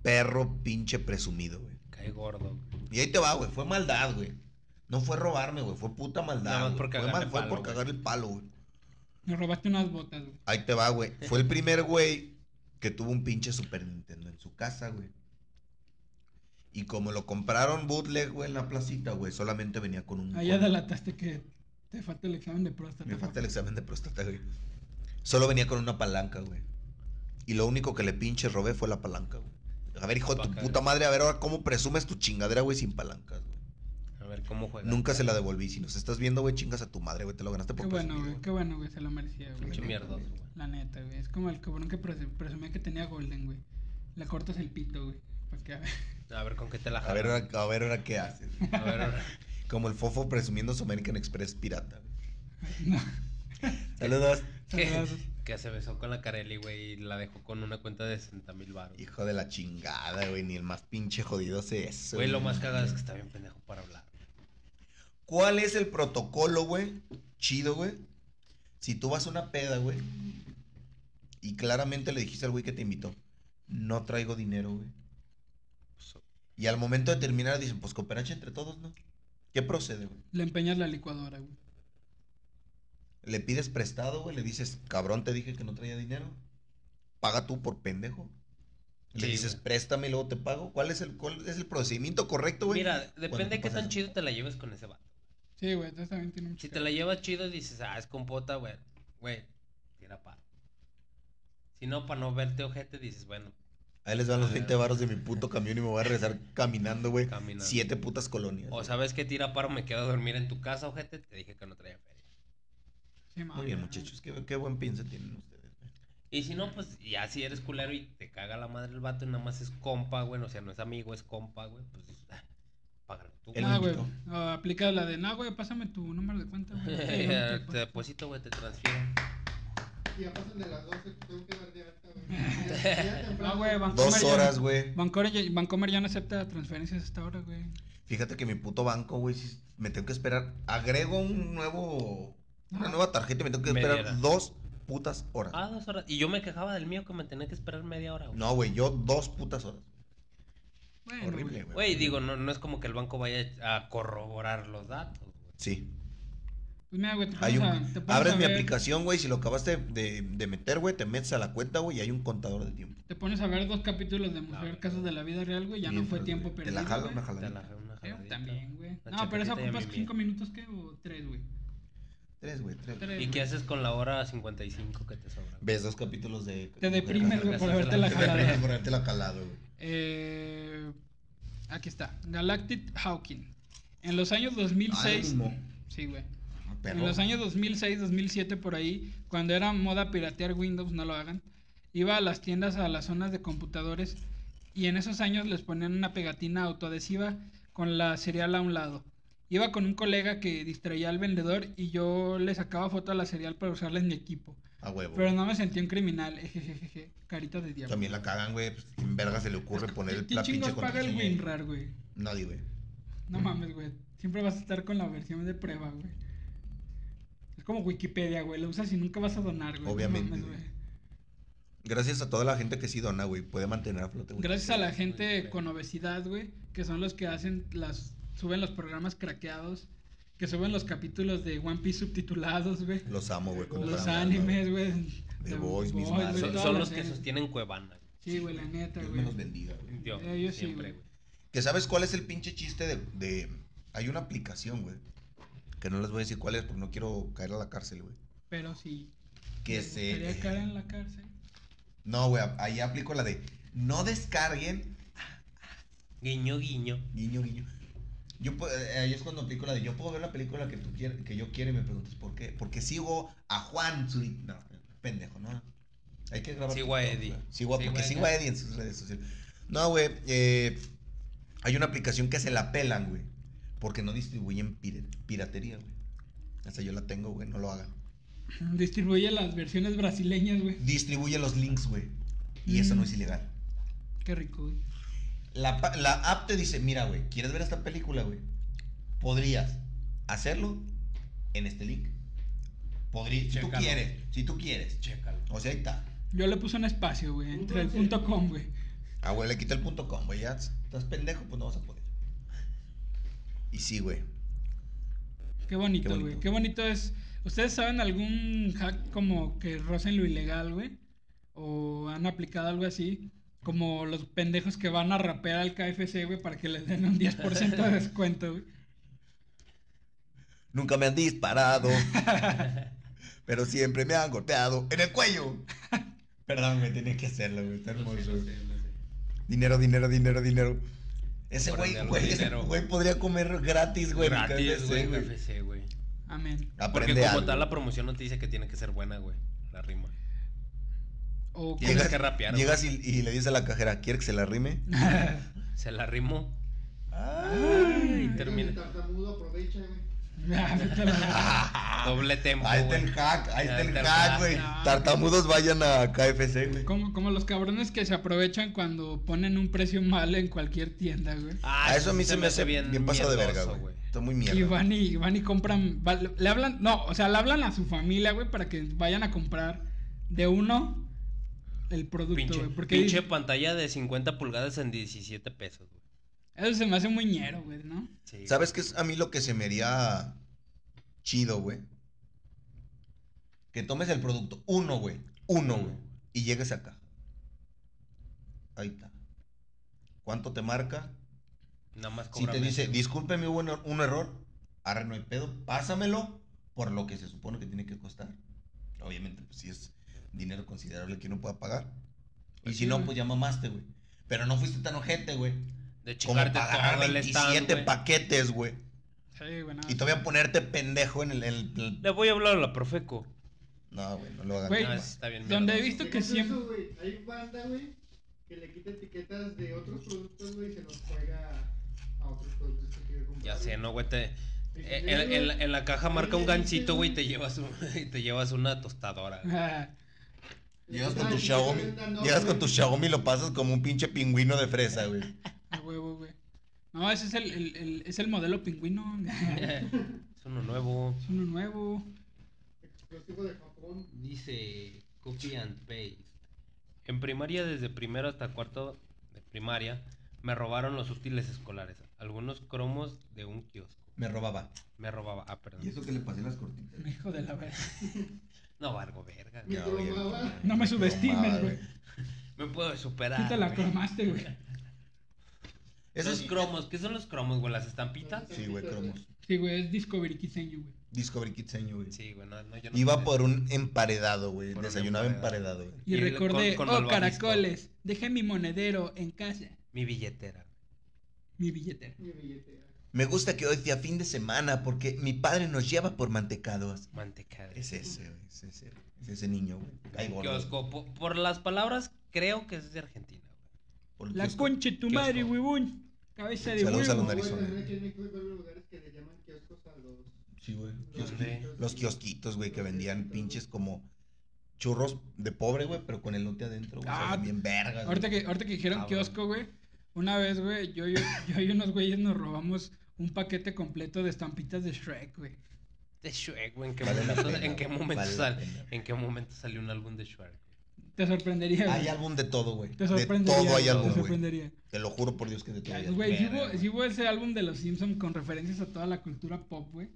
[SPEAKER 1] Perro pinche presumido, güey.
[SPEAKER 2] Cae gordo, güey.
[SPEAKER 1] Y ahí te va, güey. Fue maldad, güey. No fue robarme, güey. Fue puta maldad.
[SPEAKER 2] Nada más
[SPEAKER 1] güey.
[SPEAKER 2] por
[SPEAKER 1] fue
[SPEAKER 2] cagarle
[SPEAKER 1] mal- fue
[SPEAKER 2] palo,
[SPEAKER 1] por
[SPEAKER 2] güey.
[SPEAKER 1] cagar el palo, güey.
[SPEAKER 3] Me robaste unas botas, güey.
[SPEAKER 1] Ahí te va, güey. Fue el primer güey que tuvo un pinche Super Nintendo en su casa, güey. Y como lo compraron bootleg, güey, en la placita, güey, solamente venía con un...
[SPEAKER 3] Ahí ya
[SPEAKER 1] con-
[SPEAKER 3] delataste que te falta el examen de próstata.
[SPEAKER 1] Me falta
[SPEAKER 3] güey.
[SPEAKER 1] el examen de próstata, güey. Solo venía con una palanca, güey. Y lo único que le pinche robé fue la palanca, güey. A ver, hijo de tu
[SPEAKER 2] Paca,
[SPEAKER 3] eh.
[SPEAKER 1] puta madre, a ver ahora cómo presumes tu chingadera, güey, sin palancas, güey.
[SPEAKER 2] A ver cómo juega.
[SPEAKER 1] Nunca se la devolví. Si nos estás viendo, güey, chingas a tu madre, güey. Te lo ganaste por
[SPEAKER 3] Qué bueno,
[SPEAKER 1] presumido,
[SPEAKER 3] güey, qué bueno, güey, se lo merecía, güey.
[SPEAKER 2] Pinche
[SPEAKER 1] La neta,
[SPEAKER 2] mierdoso,
[SPEAKER 1] güey.
[SPEAKER 2] güey.
[SPEAKER 3] La neta, güey. Es como el cabrón que presu- presumía que tenía Golden, güey. Le cortas el pito, güey. Para que a ver.
[SPEAKER 2] A ver con qué te la
[SPEAKER 1] A ver,
[SPEAKER 2] jalas.
[SPEAKER 1] ahora- a ver ahora qué haces.
[SPEAKER 2] A
[SPEAKER 1] (laughs)
[SPEAKER 2] ver, (laughs) ahora.
[SPEAKER 1] Como el fofo presumiendo su American Express pirata. güey.
[SPEAKER 3] No.
[SPEAKER 1] (laughs) Saludos.
[SPEAKER 2] que,
[SPEAKER 3] Saludos.
[SPEAKER 2] que se besó con la Carelli, güey, y la dejó con una cuenta de 60 mil baros.
[SPEAKER 1] Hijo de la chingada, güey. Ni el más pinche jodido hace eso.
[SPEAKER 2] Güey, lo más cagado es que está bien pendejo para hablar.
[SPEAKER 1] ¿Cuál es el protocolo, güey? Chido, güey. Si tú vas a una peda, güey. Y claramente le dijiste al güey que te invitó. No traigo dinero, güey. Y al momento de terminar dicen, pues cooperache entre todos, ¿no? ¿Qué procede, güey?
[SPEAKER 3] (laughs) Le empeñas la licuadora, güey.
[SPEAKER 1] Le pides prestado, güey. Le dices, cabrón, te dije que no traía dinero. Paga tú por pendejo. Le
[SPEAKER 2] Sí,
[SPEAKER 1] dices,
[SPEAKER 2] güey.
[SPEAKER 1] préstame y luego te pago. ¿Cuál es el, cuál es el procedimiento correcto, güey?
[SPEAKER 2] Mira, depende
[SPEAKER 1] te
[SPEAKER 2] qué
[SPEAKER 1] pasa
[SPEAKER 2] tan
[SPEAKER 1] eso?
[SPEAKER 2] chido te la lleves con ese vato.
[SPEAKER 3] Sí, güey, entonces también tiene mucho.
[SPEAKER 2] Si te
[SPEAKER 3] que
[SPEAKER 2] la
[SPEAKER 3] ver.
[SPEAKER 2] llevas chido, dices, ah, es compota, güey. Güey, tira pa. Si no, para no verte ojete, dices, bueno,
[SPEAKER 1] Ahí les van los
[SPEAKER 2] A ver.
[SPEAKER 1] 20 barros de mi puto camión y me voy a regresar caminando, güey.
[SPEAKER 2] Caminando.
[SPEAKER 1] Siete putas colonias.
[SPEAKER 2] o sabes que tira paro, me quedo a dormir en tu casa, ojete, te dije que no traía feria.
[SPEAKER 3] Sí,
[SPEAKER 1] Muy
[SPEAKER 3] mami,
[SPEAKER 1] bien,
[SPEAKER 3] güey.
[SPEAKER 1] muchachos. Qué, qué buen pince tienen ustedes. güey.
[SPEAKER 2] Y si no, pues ya si eres culero y te caga la madre el vato y nada más es compa, güey, o sea, no es amigo, es compa, güey, pues (laughs) ah, págalo tú.
[SPEAKER 1] (laughs) El
[SPEAKER 3] Ah, güey.
[SPEAKER 1] invitó.
[SPEAKER 3] ah, aplica la de, no, güey, pásame tu número de cuenta,
[SPEAKER 2] (laughs)
[SPEAKER 3] güey. Sí, güey, te
[SPEAKER 1] pues.
[SPEAKER 2] Ya, te pues
[SPEAKER 3] paso".
[SPEAKER 2] deposito, güey, te transfiero.
[SPEAKER 4] Y ya pasan de las 12, tengo que dar de alta,
[SPEAKER 3] (laughs)
[SPEAKER 4] güey. Ya- ya temprano.
[SPEAKER 3] No, Ah, güey, Bancomer.
[SPEAKER 1] Dos
[SPEAKER 3] ya-
[SPEAKER 1] horas, güey.
[SPEAKER 3] Bancomer ya, Bancomer ya no acepta transferencias hasta ahora, güey.
[SPEAKER 1] Fíjate que mi puto banco, güey, sí, me tengo que esperar. Agrego un nuevo. Una
[SPEAKER 3] Ah.
[SPEAKER 1] nueva tarjeta y me tengo que
[SPEAKER 2] Media
[SPEAKER 1] esperar
[SPEAKER 2] hora.
[SPEAKER 1] dos putas horas.
[SPEAKER 2] Ah, dos horas. Y yo me quejaba del mío que me tenía que esperar media hora, güey.
[SPEAKER 1] No, güey, yo dos putas horas.
[SPEAKER 3] Bueno,
[SPEAKER 1] Horrible,
[SPEAKER 3] güey.
[SPEAKER 1] güey.
[SPEAKER 2] Güey, digo, no, no es como que el banco vaya a corroborar los datos, güey.
[SPEAKER 1] Sí.
[SPEAKER 3] Pues mira, güey, te
[SPEAKER 1] Hay
[SPEAKER 3] pones
[SPEAKER 1] un,
[SPEAKER 3] a- te pones
[SPEAKER 1] abres
[SPEAKER 3] a
[SPEAKER 1] mi
[SPEAKER 3] ver-
[SPEAKER 1] aplicación, güey. Si lo acabaste de, de meter, güey, te metes a la cuenta, güey, y hay un contador de tiempo.
[SPEAKER 3] Te pones a ver dos capítulos de Mujer
[SPEAKER 2] güey.
[SPEAKER 3] Casos de la Vida Real, güey. Ya no fue
[SPEAKER 1] Mientras,
[SPEAKER 3] tiempo
[SPEAKER 1] güey,
[SPEAKER 3] perdido.
[SPEAKER 1] Te la jalo,
[SPEAKER 3] güey.
[SPEAKER 1] me jalo.
[SPEAKER 2] Te la una
[SPEAKER 3] Eh,
[SPEAKER 2] jaladita.
[SPEAKER 3] También, güey.
[SPEAKER 2] Ah, La
[SPEAKER 3] No, pero esa
[SPEAKER 2] chaquetita y a
[SPEAKER 3] ocupas
[SPEAKER 2] mimir.
[SPEAKER 3] 5 minutos, ¿qué? O 3, güey.
[SPEAKER 1] Tres, güey, tres. güey.
[SPEAKER 3] Tres.
[SPEAKER 2] ¿Y qué haces con la hora 55 que te sobra?
[SPEAKER 3] Pues,
[SPEAKER 2] güey?
[SPEAKER 1] Ves dos capítulos de.
[SPEAKER 3] Te deprimes, güey, por haberte la
[SPEAKER 1] Te deprimes
[SPEAKER 3] jalado.
[SPEAKER 1] por haberte la calado, güey.
[SPEAKER 3] Eh, aquí está. Galactic Hawking. En los años
[SPEAKER 1] Ay,
[SPEAKER 3] 2006.
[SPEAKER 1] mo-
[SPEAKER 3] sí, güey.
[SPEAKER 1] Ah, perro.
[SPEAKER 3] En los años 2006, 2007, por ahí, cuando era moda piratear Windows, no lo hagan, iba a las tiendas, a las zonas de computadores, y en esos años les ponían una pegatina autoadhesiva con la cereal a un lado. Iba con un colega que distraía al vendedor y yo le sacaba foto a la cereal para usarla en mi equipo.
[SPEAKER 1] A huevo.
[SPEAKER 3] Pero no me sentí un criminal, (laughs) ejejejeje, carita de diablo.
[SPEAKER 1] También la cagan, güey. Pues, ¿quién verga se le ocurre poner el,
[SPEAKER 3] ¿Quién
[SPEAKER 1] la
[SPEAKER 3] chingos
[SPEAKER 1] pinche
[SPEAKER 3] paga el
[SPEAKER 1] contraseña ahí? Mm.
[SPEAKER 3] WinRAR, güey?
[SPEAKER 1] Nadie, güey.
[SPEAKER 3] No mames, güey. Siempre vas a estar con la versión de prueba, güey. Es como Wikipedia, güey. Lo usas y nunca vas a donar, güey. No
[SPEAKER 1] Obviamente,
[SPEAKER 3] mames,
[SPEAKER 1] güey.
[SPEAKER 3] güey.
[SPEAKER 1] Gracias a toda la gente que sí dona, güey. Puede mantener a flote, güey.
[SPEAKER 3] Gracias a la gente
[SPEAKER 2] Wikipedia.
[SPEAKER 3] con obesidad, güey, que son los que hacen las suben los programas craqueados, que suben los capítulos de One Piece subtitulados, güey.
[SPEAKER 1] Los amo, güey. con
[SPEAKER 3] Los
[SPEAKER 1] toda mi alma, güey.
[SPEAKER 3] animes, güey.
[SPEAKER 1] The Boys, Miss
[SPEAKER 3] Boys,
[SPEAKER 1] Marvel.
[SPEAKER 3] güey,
[SPEAKER 2] Son,
[SPEAKER 3] todas
[SPEAKER 2] Ah, son
[SPEAKER 3] las
[SPEAKER 2] los que
[SPEAKER 3] series.
[SPEAKER 2] sostienen Cuevana. güey.
[SPEAKER 3] Sí, güey, la neta,
[SPEAKER 5] Dios
[SPEAKER 3] güey.
[SPEAKER 5] me los bendiga, güey.
[SPEAKER 2] Yo,
[SPEAKER 3] Eh, yo sí,
[SPEAKER 2] siempre,
[SPEAKER 3] güey.
[SPEAKER 2] güey.
[SPEAKER 1] Que sabes cuál es el pinche chiste de. de- Hay una aplicación, güey. Que no les voy a decir cuál es porque no quiero caer a la cárcel, güey.
[SPEAKER 3] Pero sí.
[SPEAKER 1] Que
[SPEAKER 3] me
[SPEAKER 1] se.
[SPEAKER 3] gustaría caer en la cárcel.
[SPEAKER 1] No, güey, ahí aplico la de. No descarguen.
[SPEAKER 2] Guiño, guiño.
[SPEAKER 1] Guiño, guiño. Yo, pu- eh, ahí es cuando aplico la de. Yo puedo ver la película que, tú quieres, que yo quiero y me preguntas por qué. Porque sigo a Juan Zuri- No, pendejo, ¿no? Hay que grabar.
[SPEAKER 2] Sigo a
[SPEAKER 1] TikTok,
[SPEAKER 2] Eddie.
[SPEAKER 1] güey. Sigo a-
[SPEAKER 2] Sigo
[SPEAKER 1] porque
[SPEAKER 2] a
[SPEAKER 1] sigo a Eddie en sus redes sociales. No, güey. eh, hay una aplicación que se la pelan, güey. Porque no distribuyen pire- piratería, güey. Hasta yo la tengo, güey. No lo hagan.
[SPEAKER 3] Distribuye las versiones brasileñas, güey.
[SPEAKER 1] Distribuye los links, güey. Y eso no es
[SPEAKER 3] Mm.
[SPEAKER 1] ilegal.
[SPEAKER 3] Qué rico, güey.
[SPEAKER 1] La, pa- la app te dice, mira, güey, ¿quieres ver esta película, güey? Podrías hacerlo en este link. Podrías, si tú
[SPEAKER 2] Chécalo.
[SPEAKER 1] quieres, si tú quieres.
[SPEAKER 2] Chécalo.
[SPEAKER 1] O sea, ahí está.
[SPEAKER 3] Yo le puse un espacio, güey, entre el
[SPEAKER 4] Entonces-
[SPEAKER 3] punto com, güey.
[SPEAKER 1] Ah, güey, le quita el punto com, güey. Ya estás pendejo, pues no vas a poder. Y sí, güey.
[SPEAKER 3] Qué bonito,
[SPEAKER 1] Qué bonito.
[SPEAKER 3] güey. Qué bonito es. ¿Ustedes saben algún hack como que rocen lo ilegal, güey? ¿O han aplicado algo así? Como los pendejos que van a rapear al KFC, güey, para que les den un 10% de descuento, güey.
[SPEAKER 1] Nunca me han (laughs) disparado. pero siempre me han golpeado en el cuello. (laughs) Perdón, güey, tenía que hacerlo, güey. Está
[SPEAKER 2] Lo sé,
[SPEAKER 1] (laughs) hermoso.
[SPEAKER 2] lo
[SPEAKER 1] güey.
[SPEAKER 2] sé, lo sé.
[SPEAKER 1] Dinero, dinero, dinero, dinero. Ese
[SPEAKER 2] Por
[SPEAKER 1] güey,
[SPEAKER 2] enviarlo
[SPEAKER 1] güey, ese
[SPEAKER 2] dinero.
[SPEAKER 1] güey podría comer gratis, güey. en el
[SPEAKER 2] Gratis,
[SPEAKER 1] KFC,
[SPEAKER 2] güey, KFC, güey.
[SPEAKER 3] Amén.
[SPEAKER 2] Porque
[SPEAKER 1] Aprende
[SPEAKER 2] como
[SPEAKER 1] algo.
[SPEAKER 2] tal la promoción no te dice que tiene que ser buena, güey. La rima.
[SPEAKER 3] O
[SPEAKER 2] Tienes
[SPEAKER 1] Llegas,
[SPEAKER 2] que rapear,
[SPEAKER 1] llegas y, y le dices a la cajera, ¿quiere que se la rime?
[SPEAKER 2] Se la rimó. Ah,
[SPEAKER 3] Ay,
[SPEAKER 2] Y termina.
[SPEAKER 4] El tartamudo aprovecha, güey.
[SPEAKER 3] (laughs) Ah, vete a la-
[SPEAKER 2] Doble tempo,
[SPEAKER 1] Ah, Ahí está
[SPEAKER 2] güey.
[SPEAKER 1] el hack, ahí está el
[SPEAKER 2] Ahí está el
[SPEAKER 1] hack,
[SPEAKER 2] hack. Ah,
[SPEAKER 1] güey.
[SPEAKER 3] No.
[SPEAKER 1] Tartamudos vayan a KFC, güey.
[SPEAKER 3] como, como los cabrones que se aprovechan cuando ponen un precio mal en cualquier tienda, güey.
[SPEAKER 2] Ah,
[SPEAKER 1] A eso a mí
[SPEAKER 2] sí
[SPEAKER 1] se me hace bien, pasado de verga,
[SPEAKER 2] miedoso,
[SPEAKER 1] güey. Está muy mierda.
[SPEAKER 3] Y van y van y compran, va- le hablan, no, o sea, le hablan a su familia, güey, para que vayan a comprar de uno el producto,
[SPEAKER 2] Pinche,
[SPEAKER 3] güey. Porque
[SPEAKER 2] pinche
[SPEAKER 3] dice-
[SPEAKER 2] pantalla de 50 pulgadas en 17 pesos, güey.
[SPEAKER 3] eso se me hace muy ñero, güey, ¿no?
[SPEAKER 2] Sí,
[SPEAKER 1] ¿Sabes qué es a mí lo que se me haría chido, güey? Que tomes el producto, uno, güey. Uno, güey. Y llegues acá. Ahí está. ¿Cuánto te marca?
[SPEAKER 2] Nada más
[SPEAKER 1] Si te
[SPEAKER 2] cóbrame.
[SPEAKER 1] dice, discúlpeme, hubo un, er-, un error, arre, no hay pedo, pásamelo por lo que se supone que tiene que costar. Obviamente, pues si es dinero considerable que uno pueda pagar. Y
[SPEAKER 3] Pues
[SPEAKER 1] si
[SPEAKER 3] sí,
[SPEAKER 1] no,
[SPEAKER 3] güey.
[SPEAKER 1] pues ya mamaste, güey. Pero no fuiste tan ojete, güey.
[SPEAKER 2] De
[SPEAKER 1] Como
[SPEAKER 2] chingarte
[SPEAKER 1] pagar
[SPEAKER 2] todo el
[SPEAKER 1] 27
[SPEAKER 2] stand, güey.
[SPEAKER 1] paquetes, güey.
[SPEAKER 3] Sí, güey, no.
[SPEAKER 1] Y todavía ponerte pendejo en el. en el-
[SPEAKER 2] Le voy a hablar a la Profeco.
[SPEAKER 1] No, güey, no lo hagas.
[SPEAKER 3] Güey,
[SPEAKER 2] No, sí está bien
[SPEAKER 3] donde he visto
[SPEAKER 2] mierdoso.
[SPEAKER 3] que
[SPEAKER 4] Deja tú
[SPEAKER 3] siempre...
[SPEAKER 4] eso, güey. Hay banda, güey, que le quita etiquetas de otros productos, güey, y se los juega a otros productos que quiere comprar.
[SPEAKER 2] Ya sé,
[SPEAKER 4] güey.
[SPEAKER 2] no, güey, te...
[SPEAKER 4] Y si
[SPEAKER 2] eh,
[SPEAKER 4] le
[SPEAKER 2] En,
[SPEAKER 4] digo,
[SPEAKER 2] en la- en la caja marca un
[SPEAKER 4] Ahí le
[SPEAKER 2] ganchito,
[SPEAKER 4] dices,
[SPEAKER 2] güey, y
[SPEAKER 4] güey.
[SPEAKER 2] te llevas, un- (laughs) y te llevas una tostadora. (laughs) güey.
[SPEAKER 3] Ah,
[SPEAKER 1] Llegas
[SPEAKER 4] Ah,
[SPEAKER 1] con tu
[SPEAKER 4] sí,
[SPEAKER 1] Xiaomi.
[SPEAKER 4] sí, sí, no,
[SPEAKER 1] Llegas con
[SPEAKER 4] güey.
[SPEAKER 1] tu Xiaomi y lo pasas como un pinche pingüino de fresa, güey.
[SPEAKER 3] (laughs) a huevo, güey. No, ese es el, el- el- es el modelo pingüino. (laughs)
[SPEAKER 2] Es uno nuevo.
[SPEAKER 3] es uno nuevo.
[SPEAKER 4] Explosivo de Japón.
[SPEAKER 2] Dice copy and paste. En primaria, desde primero hasta cuarto de primaria, me robaron los útiles escolares. Algunos cromos de un kiosco.
[SPEAKER 1] Me robaba.
[SPEAKER 2] Me robaba. Ah,
[SPEAKER 5] Y
[SPEAKER 2] perdón.
[SPEAKER 5] eso que le pasé las cortitas.
[SPEAKER 3] Me hijo de la verga.
[SPEAKER 2] No valgo verga.
[SPEAKER 4] Me
[SPEAKER 1] No, güey,
[SPEAKER 4] robaba.
[SPEAKER 3] No me subestimes,
[SPEAKER 1] cromaba,
[SPEAKER 3] güey.
[SPEAKER 2] Me puedo superar.
[SPEAKER 3] Tú te la
[SPEAKER 2] güey.
[SPEAKER 3] cromaste, güey.
[SPEAKER 1] Esos
[SPEAKER 2] Los cromos. ¿Qué son los cromos, güey? ¿Las estampitas?
[SPEAKER 1] Sí, güey, cromos.
[SPEAKER 3] Sí, güey, es Discovery Quiseño, güey.
[SPEAKER 1] Discovery Kitseño, güey.
[SPEAKER 2] Sí, güey. No, no, yo no
[SPEAKER 1] Iba
[SPEAKER 2] sé.
[SPEAKER 1] por un emparedado, güey.
[SPEAKER 2] Por un
[SPEAKER 1] Desayunaba
[SPEAKER 2] emparedado.
[SPEAKER 1] emparedado, güey.
[SPEAKER 3] Y,
[SPEAKER 2] Y el-
[SPEAKER 3] recordé,
[SPEAKER 2] con- con
[SPEAKER 3] oh,
[SPEAKER 2] malvavisco".
[SPEAKER 3] caracoles, dejé mi monedero en casa.
[SPEAKER 2] Mi billetera.
[SPEAKER 3] Mi billetera.
[SPEAKER 4] Mi billetera.
[SPEAKER 1] Me gusta que hoy sea fin de semana porque mi padre nos lleva por mantecados.
[SPEAKER 2] Mantecada.
[SPEAKER 1] Es ese, güey. Es ese, es ese niño, güey. Ay, gordo.
[SPEAKER 2] Kiosco. Por, por las palabras, creo que es de Argentina, güey.
[SPEAKER 1] Por el
[SPEAKER 3] La
[SPEAKER 1] kiosco.
[SPEAKER 3] conche tu
[SPEAKER 2] Kiosco.
[SPEAKER 3] madre, huevón. Cabeza de
[SPEAKER 1] Saludos a
[SPEAKER 3] huevo.
[SPEAKER 1] los
[SPEAKER 4] güey,
[SPEAKER 1] Arizona.
[SPEAKER 4] también aquí en México hay varios lugares que le llaman kioscos a los...
[SPEAKER 1] Sí, güey.
[SPEAKER 4] los
[SPEAKER 1] Kiosqui-
[SPEAKER 4] kiosquitos.
[SPEAKER 1] Los kiosquitos, güey, que vendían pinches como churros de pobre, güey, pero con elote adentro, güey.
[SPEAKER 3] Ah,
[SPEAKER 1] Ah, bien vergas.
[SPEAKER 3] Ahorita
[SPEAKER 1] güey.
[SPEAKER 3] que, ahorita que dijeron
[SPEAKER 2] Cabrón.
[SPEAKER 3] kiosco, güey. Una vez, güey, yo, (laughs) yo, yo y unos güeyes nos robamos un paquete completo de estampitas de Shrek, güey.
[SPEAKER 2] De Shrek, güey. ¿En qué
[SPEAKER 1] Vale la
[SPEAKER 2] momento,
[SPEAKER 1] pena,
[SPEAKER 2] en qué
[SPEAKER 1] güey,
[SPEAKER 2] momento,
[SPEAKER 1] vale la
[SPEAKER 2] sal-
[SPEAKER 1] pena.
[SPEAKER 2] en qué momento salió un álbum de Shrek? güey?
[SPEAKER 3] Te sorprendería, güey.
[SPEAKER 1] Hay álbum de todo, güey.
[SPEAKER 3] Te
[SPEAKER 1] Ah, De
[SPEAKER 3] sorprendería.
[SPEAKER 1] todo hay
[SPEAKER 3] güey,
[SPEAKER 1] álbum,
[SPEAKER 3] Te
[SPEAKER 1] güey.
[SPEAKER 3] sorprendería. Pues,
[SPEAKER 1] Te lo juro por Dios que de todo hay álbum.
[SPEAKER 3] Güey, si
[SPEAKER 2] verga,
[SPEAKER 3] hubo,
[SPEAKER 2] güey.
[SPEAKER 3] sí hubo ese álbum de los Simpsons con referencias a toda la cultura pop, güey.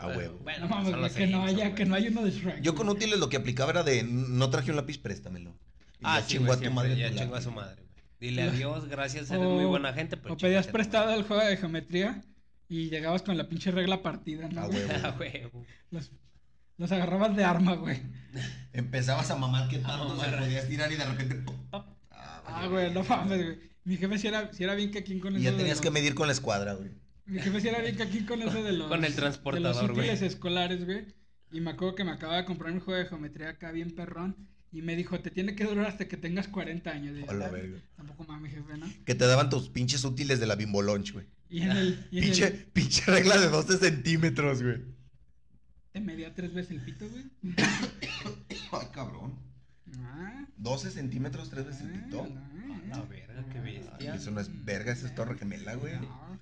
[SPEAKER 1] A huevo.
[SPEAKER 2] Bueno, pues,
[SPEAKER 3] No mames,
[SPEAKER 2] son
[SPEAKER 3] güey,
[SPEAKER 2] los
[SPEAKER 3] que no
[SPEAKER 2] Simpson,
[SPEAKER 3] haya,
[SPEAKER 2] güey.
[SPEAKER 3] que no haya uno de Shrek.
[SPEAKER 1] Yo
[SPEAKER 3] güey.
[SPEAKER 1] con útiles lo que aplicaba era de no traje un lápiz, préstamelo.
[SPEAKER 2] Ah,
[SPEAKER 1] ya
[SPEAKER 2] sí,
[SPEAKER 1] chingó
[SPEAKER 2] güey,
[SPEAKER 1] a tu
[SPEAKER 2] siempre,
[SPEAKER 1] madre.
[SPEAKER 2] Ya
[SPEAKER 1] tu
[SPEAKER 2] chingó a su
[SPEAKER 1] lado.
[SPEAKER 2] madre, güey.
[SPEAKER 3] (laughs)
[SPEAKER 2] Dile adiós, gracias, eres
[SPEAKER 3] O-
[SPEAKER 2] muy buena gente. pero
[SPEAKER 3] Oh. o pedías
[SPEAKER 2] chingas a tu
[SPEAKER 3] prestado
[SPEAKER 2] (laughs)
[SPEAKER 3] el juego de geometría y llegabas con la pinche regla partida, ¿no?
[SPEAKER 1] Ah,
[SPEAKER 3] güey?
[SPEAKER 1] güey.
[SPEAKER 2] (laughs) madre. Ah, güey.
[SPEAKER 3] Los, los agarrabas de arma, güey.
[SPEAKER 5] Empezabas a mamar
[SPEAKER 2] Ah,
[SPEAKER 5] que tanto se
[SPEAKER 2] mamar.
[SPEAKER 5] podías tirar y de
[SPEAKER 2] (laughs)
[SPEAKER 5] repente. ¡pum!
[SPEAKER 2] Pap.
[SPEAKER 5] Ah,
[SPEAKER 3] Ah, güey, no mames, güey. Mi jefe sí era, sí era bien caquín con
[SPEAKER 1] Y
[SPEAKER 3] eso.
[SPEAKER 1] ya
[SPEAKER 3] de
[SPEAKER 1] tenías
[SPEAKER 3] los-
[SPEAKER 1] que medir con la escuadra, güey.
[SPEAKER 3] Mi jefe sí era bien caquín con eso de los.
[SPEAKER 2] Con el
[SPEAKER 3] De
[SPEAKER 2] transportador,
[SPEAKER 3] los
[SPEAKER 2] güey.
[SPEAKER 3] útiles escolares, güey. Y me acuerdo que me acababa de comprar un juego de geometría acá bien perrón. Y me dijo, te tiene que durar hasta que tengas 40 años. Y yo,
[SPEAKER 1] Hola,
[SPEAKER 3] "Ah,
[SPEAKER 1] verga.
[SPEAKER 3] Tampoco mames, jefe, ¿no?
[SPEAKER 1] Que te daban tus pinches útiles de la Bimbo Lunch, güey.
[SPEAKER 3] Y en el. Y en el-
[SPEAKER 1] Pinche, pinche regla de 12 centímetros, güey.
[SPEAKER 3] Te medía tres veces el pito, güey.
[SPEAKER 5] Ay, cabrón.
[SPEAKER 3] Ah,
[SPEAKER 1] 12 centímetros tres veces el
[SPEAKER 3] ah,
[SPEAKER 1] pito.
[SPEAKER 2] La verga, qué
[SPEAKER 1] Ay,
[SPEAKER 2] bestia.
[SPEAKER 1] Eso no es verga, eso es torre gemela, güey.
[SPEAKER 3] No,
[SPEAKER 2] Ah,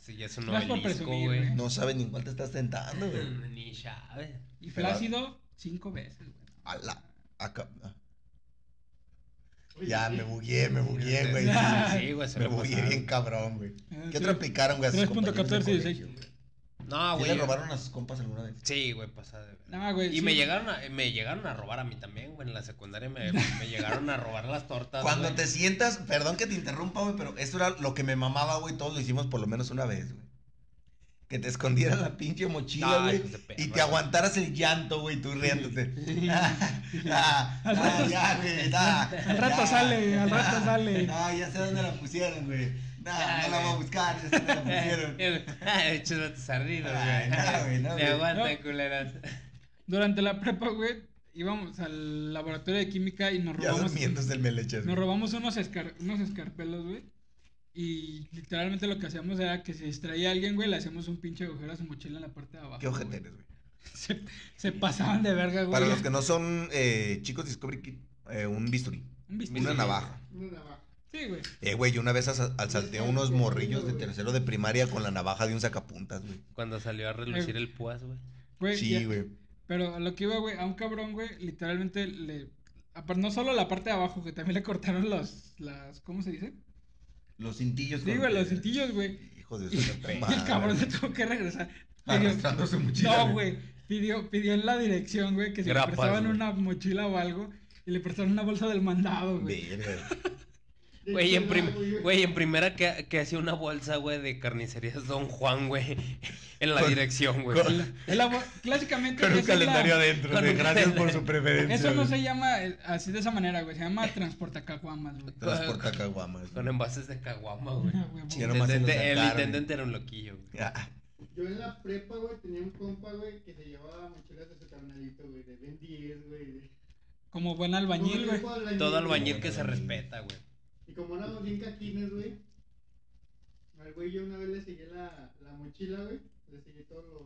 [SPEAKER 2] Sí, ya es un
[SPEAKER 3] No es por
[SPEAKER 2] obelisco,
[SPEAKER 3] presumir,
[SPEAKER 2] güey.
[SPEAKER 3] güey.
[SPEAKER 1] No sabes ni en cuál te estás sentando, güey.
[SPEAKER 2] (laughs) Ni sabe.
[SPEAKER 3] Y
[SPEAKER 1] Pero-
[SPEAKER 3] flácido cinco veces, güey.
[SPEAKER 1] A la. acá- ah,
[SPEAKER 4] Oye,
[SPEAKER 1] Ya
[SPEAKER 4] sí.
[SPEAKER 1] me bugué, me bugué, güey.
[SPEAKER 2] Sí, güey, se
[SPEAKER 1] Me
[SPEAKER 2] lo
[SPEAKER 1] bugué
[SPEAKER 2] pasaron.
[SPEAKER 1] bien cabrón, güey.
[SPEAKER 3] Ah,
[SPEAKER 1] ¿Qué
[SPEAKER 3] sí.
[SPEAKER 1] otra aplicaron, güey? a sus compañeros de
[SPEAKER 3] 3.14,
[SPEAKER 1] colegio, güey?
[SPEAKER 2] No,
[SPEAKER 1] ¿Sí
[SPEAKER 2] Ah, güey.
[SPEAKER 1] le robaron a sus compas alguna vez?
[SPEAKER 2] Sí, güey, pasada de verga.
[SPEAKER 3] No, güey.
[SPEAKER 2] Y
[SPEAKER 3] sí.
[SPEAKER 2] me llegaron a, me llegaron a robar a mí también, güey. En la secundaria me, me llegaron a robar las tortas.
[SPEAKER 1] Cuando
[SPEAKER 2] güey.
[SPEAKER 1] te sientas, perdón que te interrumpa, güey, pero esto era lo que me mamaba, güey. Todos lo hicimos por lo menos una vez, güey. Que te escondieran la pinche mochila,
[SPEAKER 2] Ah,
[SPEAKER 1] güey.
[SPEAKER 2] hijos de perra,
[SPEAKER 1] Y te
[SPEAKER 2] güey.
[SPEAKER 1] aguantaras el llanto, güey, tú riéndote. (laughs) Ah, ah, ah, ya, güey, ah,
[SPEAKER 3] Al rato
[SPEAKER 1] ya.
[SPEAKER 3] sale, al rato
[SPEAKER 1] Ah,
[SPEAKER 3] sale.
[SPEAKER 1] Ah, ya sé dónde la pusieron, güey. No,
[SPEAKER 2] Ah,
[SPEAKER 1] no la voy a
[SPEAKER 2] güey.
[SPEAKER 1] buscar, ya sé dónde
[SPEAKER 2] (laughs)
[SPEAKER 1] la pusieron.
[SPEAKER 2] Ah, Hechos de tus ardidos,
[SPEAKER 1] Ay, no, güey,
[SPEAKER 2] güey. (laughs)
[SPEAKER 1] no,
[SPEAKER 2] Me
[SPEAKER 1] güey.
[SPEAKER 2] aguanta,
[SPEAKER 3] No.
[SPEAKER 2] culeras.
[SPEAKER 3] Durante la prepa, güey, íbamos al laboratorio de química y nos
[SPEAKER 1] Ya
[SPEAKER 3] robamos.
[SPEAKER 1] durmiéndose el melechas,
[SPEAKER 3] Nos
[SPEAKER 1] güey.
[SPEAKER 3] robamos unos, escar- unos escarpelos, güey. Y literalmente lo que hacíamos era que se distraía alguien, güey, le hacíamos un pinche agujero a su mochila en la parte de abajo.
[SPEAKER 1] Qué
[SPEAKER 3] güey.
[SPEAKER 1] ojete eres, güey.
[SPEAKER 3] (laughs) Se, se pasaban de verga, güey.
[SPEAKER 1] Para los que no son eh, chicos, Discovery Kid, eh, un bisturí,
[SPEAKER 3] Un bisturí.
[SPEAKER 1] una navaja.
[SPEAKER 4] Una navaja.
[SPEAKER 3] Sí, güey.
[SPEAKER 1] Eh, güey, yo una vez asa- asalté a unos morrillos de tercero de primaria con la navaja de un sacapuntas, güey.
[SPEAKER 2] Cuando salió a relucir el púas, güey.
[SPEAKER 3] Güey,
[SPEAKER 1] Sí,
[SPEAKER 3] ya-
[SPEAKER 1] güey.
[SPEAKER 3] Pero a lo que iba, güey, a un cabrón, güey, literalmente le. apar- No solo la parte de abajo, que también le cortaron los. Las, ¿Cómo se dice?
[SPEAKER 1] Los cintillos.
[SPEAKER 3] Sí,
[SPEAKER 1] con-
[SPEAKER 3] güey, los cintillos, güey. (laughs)
[SPEAKER 1] Hijo de
[SPEAKER 3] Y
[SPEAKER 1] su puta madre.
[SPEAKER 3] el cabrón se tuvo que regresar. Pidió-
[SPEAKER 5] Arrastrando su mochila.
[SPEAKER 3] No, güey. Pidió, pidió en la dirección, güey, que si
[SPEAKER 2] Grapas,
[SPEAKER 3] le prestaban
[SPEAKER 2] güey.
[SPEAKER 3] una mochila o algo. Y le prestaron una bolsa del mandado, güey. (laughs)
[SPEAKER 1] Verga.
[SPEAKER 4] De
[SPEAKER 2] Güey,
[SPEAKER 4] hecho,
[SPEAKER 2] en,
[SPEAKER 4] era
[SPEAKER 2] prim-
[SPEAKER 4] muy-
[SPEAKER 2] güey, en primera que, que hacía una bolsa, güey, de carnicerías Don Juan, güey. (laughs) En la
[SPEAKER 1] Con-
[SPEAKER 2] dirección, güey.
[SPEAKER 1] con-
[SPEAKER 3] Es la bo- clásicamente.
[SPEAKER 1] Con un
[SPEAKER 3] esa es la-
[SPEAKER 1] calendario adentro.
[SPEAKER 2] con
[SPEAKER 1] de
[SPEAKER 2] un
[SPEAKER 1] gracias por
[SPEAKER 2] calendario.
[SPEAKER 1] su preferencia.
[SPEAKER 3] Eso no
[SPEAKER 1] güey.
[SPEAKER 3] se llama eh, así de esa manera, güey. Se llama transportacaguamas, güey.
[SPEAKER 1] Transporta caguamas.
[SPEAKER 2] Con
[SPEAKER 1] güey.
[SPEAKER 2] envases de caguama, güey.
[SPEAKER 3] Ah, güey,
[SPEAKER 1] Sí,
[SPEAKER 2] El
[SPEAKER 1] Ya nomás se
[SPEAKER 2] intendente-
[SPEAKER 1] los
[SPEAKER 2] el
[SPEAKER 1] sacaron.
[SPEAKER 2] intendente era un loquillo, güey.
[SPEAKER 1] Ah,
[SPEAKER 4] Yo en la prepa, güey, tenía un compa, güey, que se llevaba mochilas de su carnalito, güey, de Ben 10, güey.
[SPEAKER 3] Como buen albañil, güey.
[SPEAKER 4] Como albañil,
[SPEAKER 2] Todo
[SPEAKER 4] güey.
[SPEAKER 2] albañil que se
[SPEAKER 1] Albañil.
[SPEAKER 2] respeta, güey.
[SPEAKER 4] Y como éramos bien caquines, güey. Al güey yo una vez le seguí la, la mochila, güey. Le seguí todos los...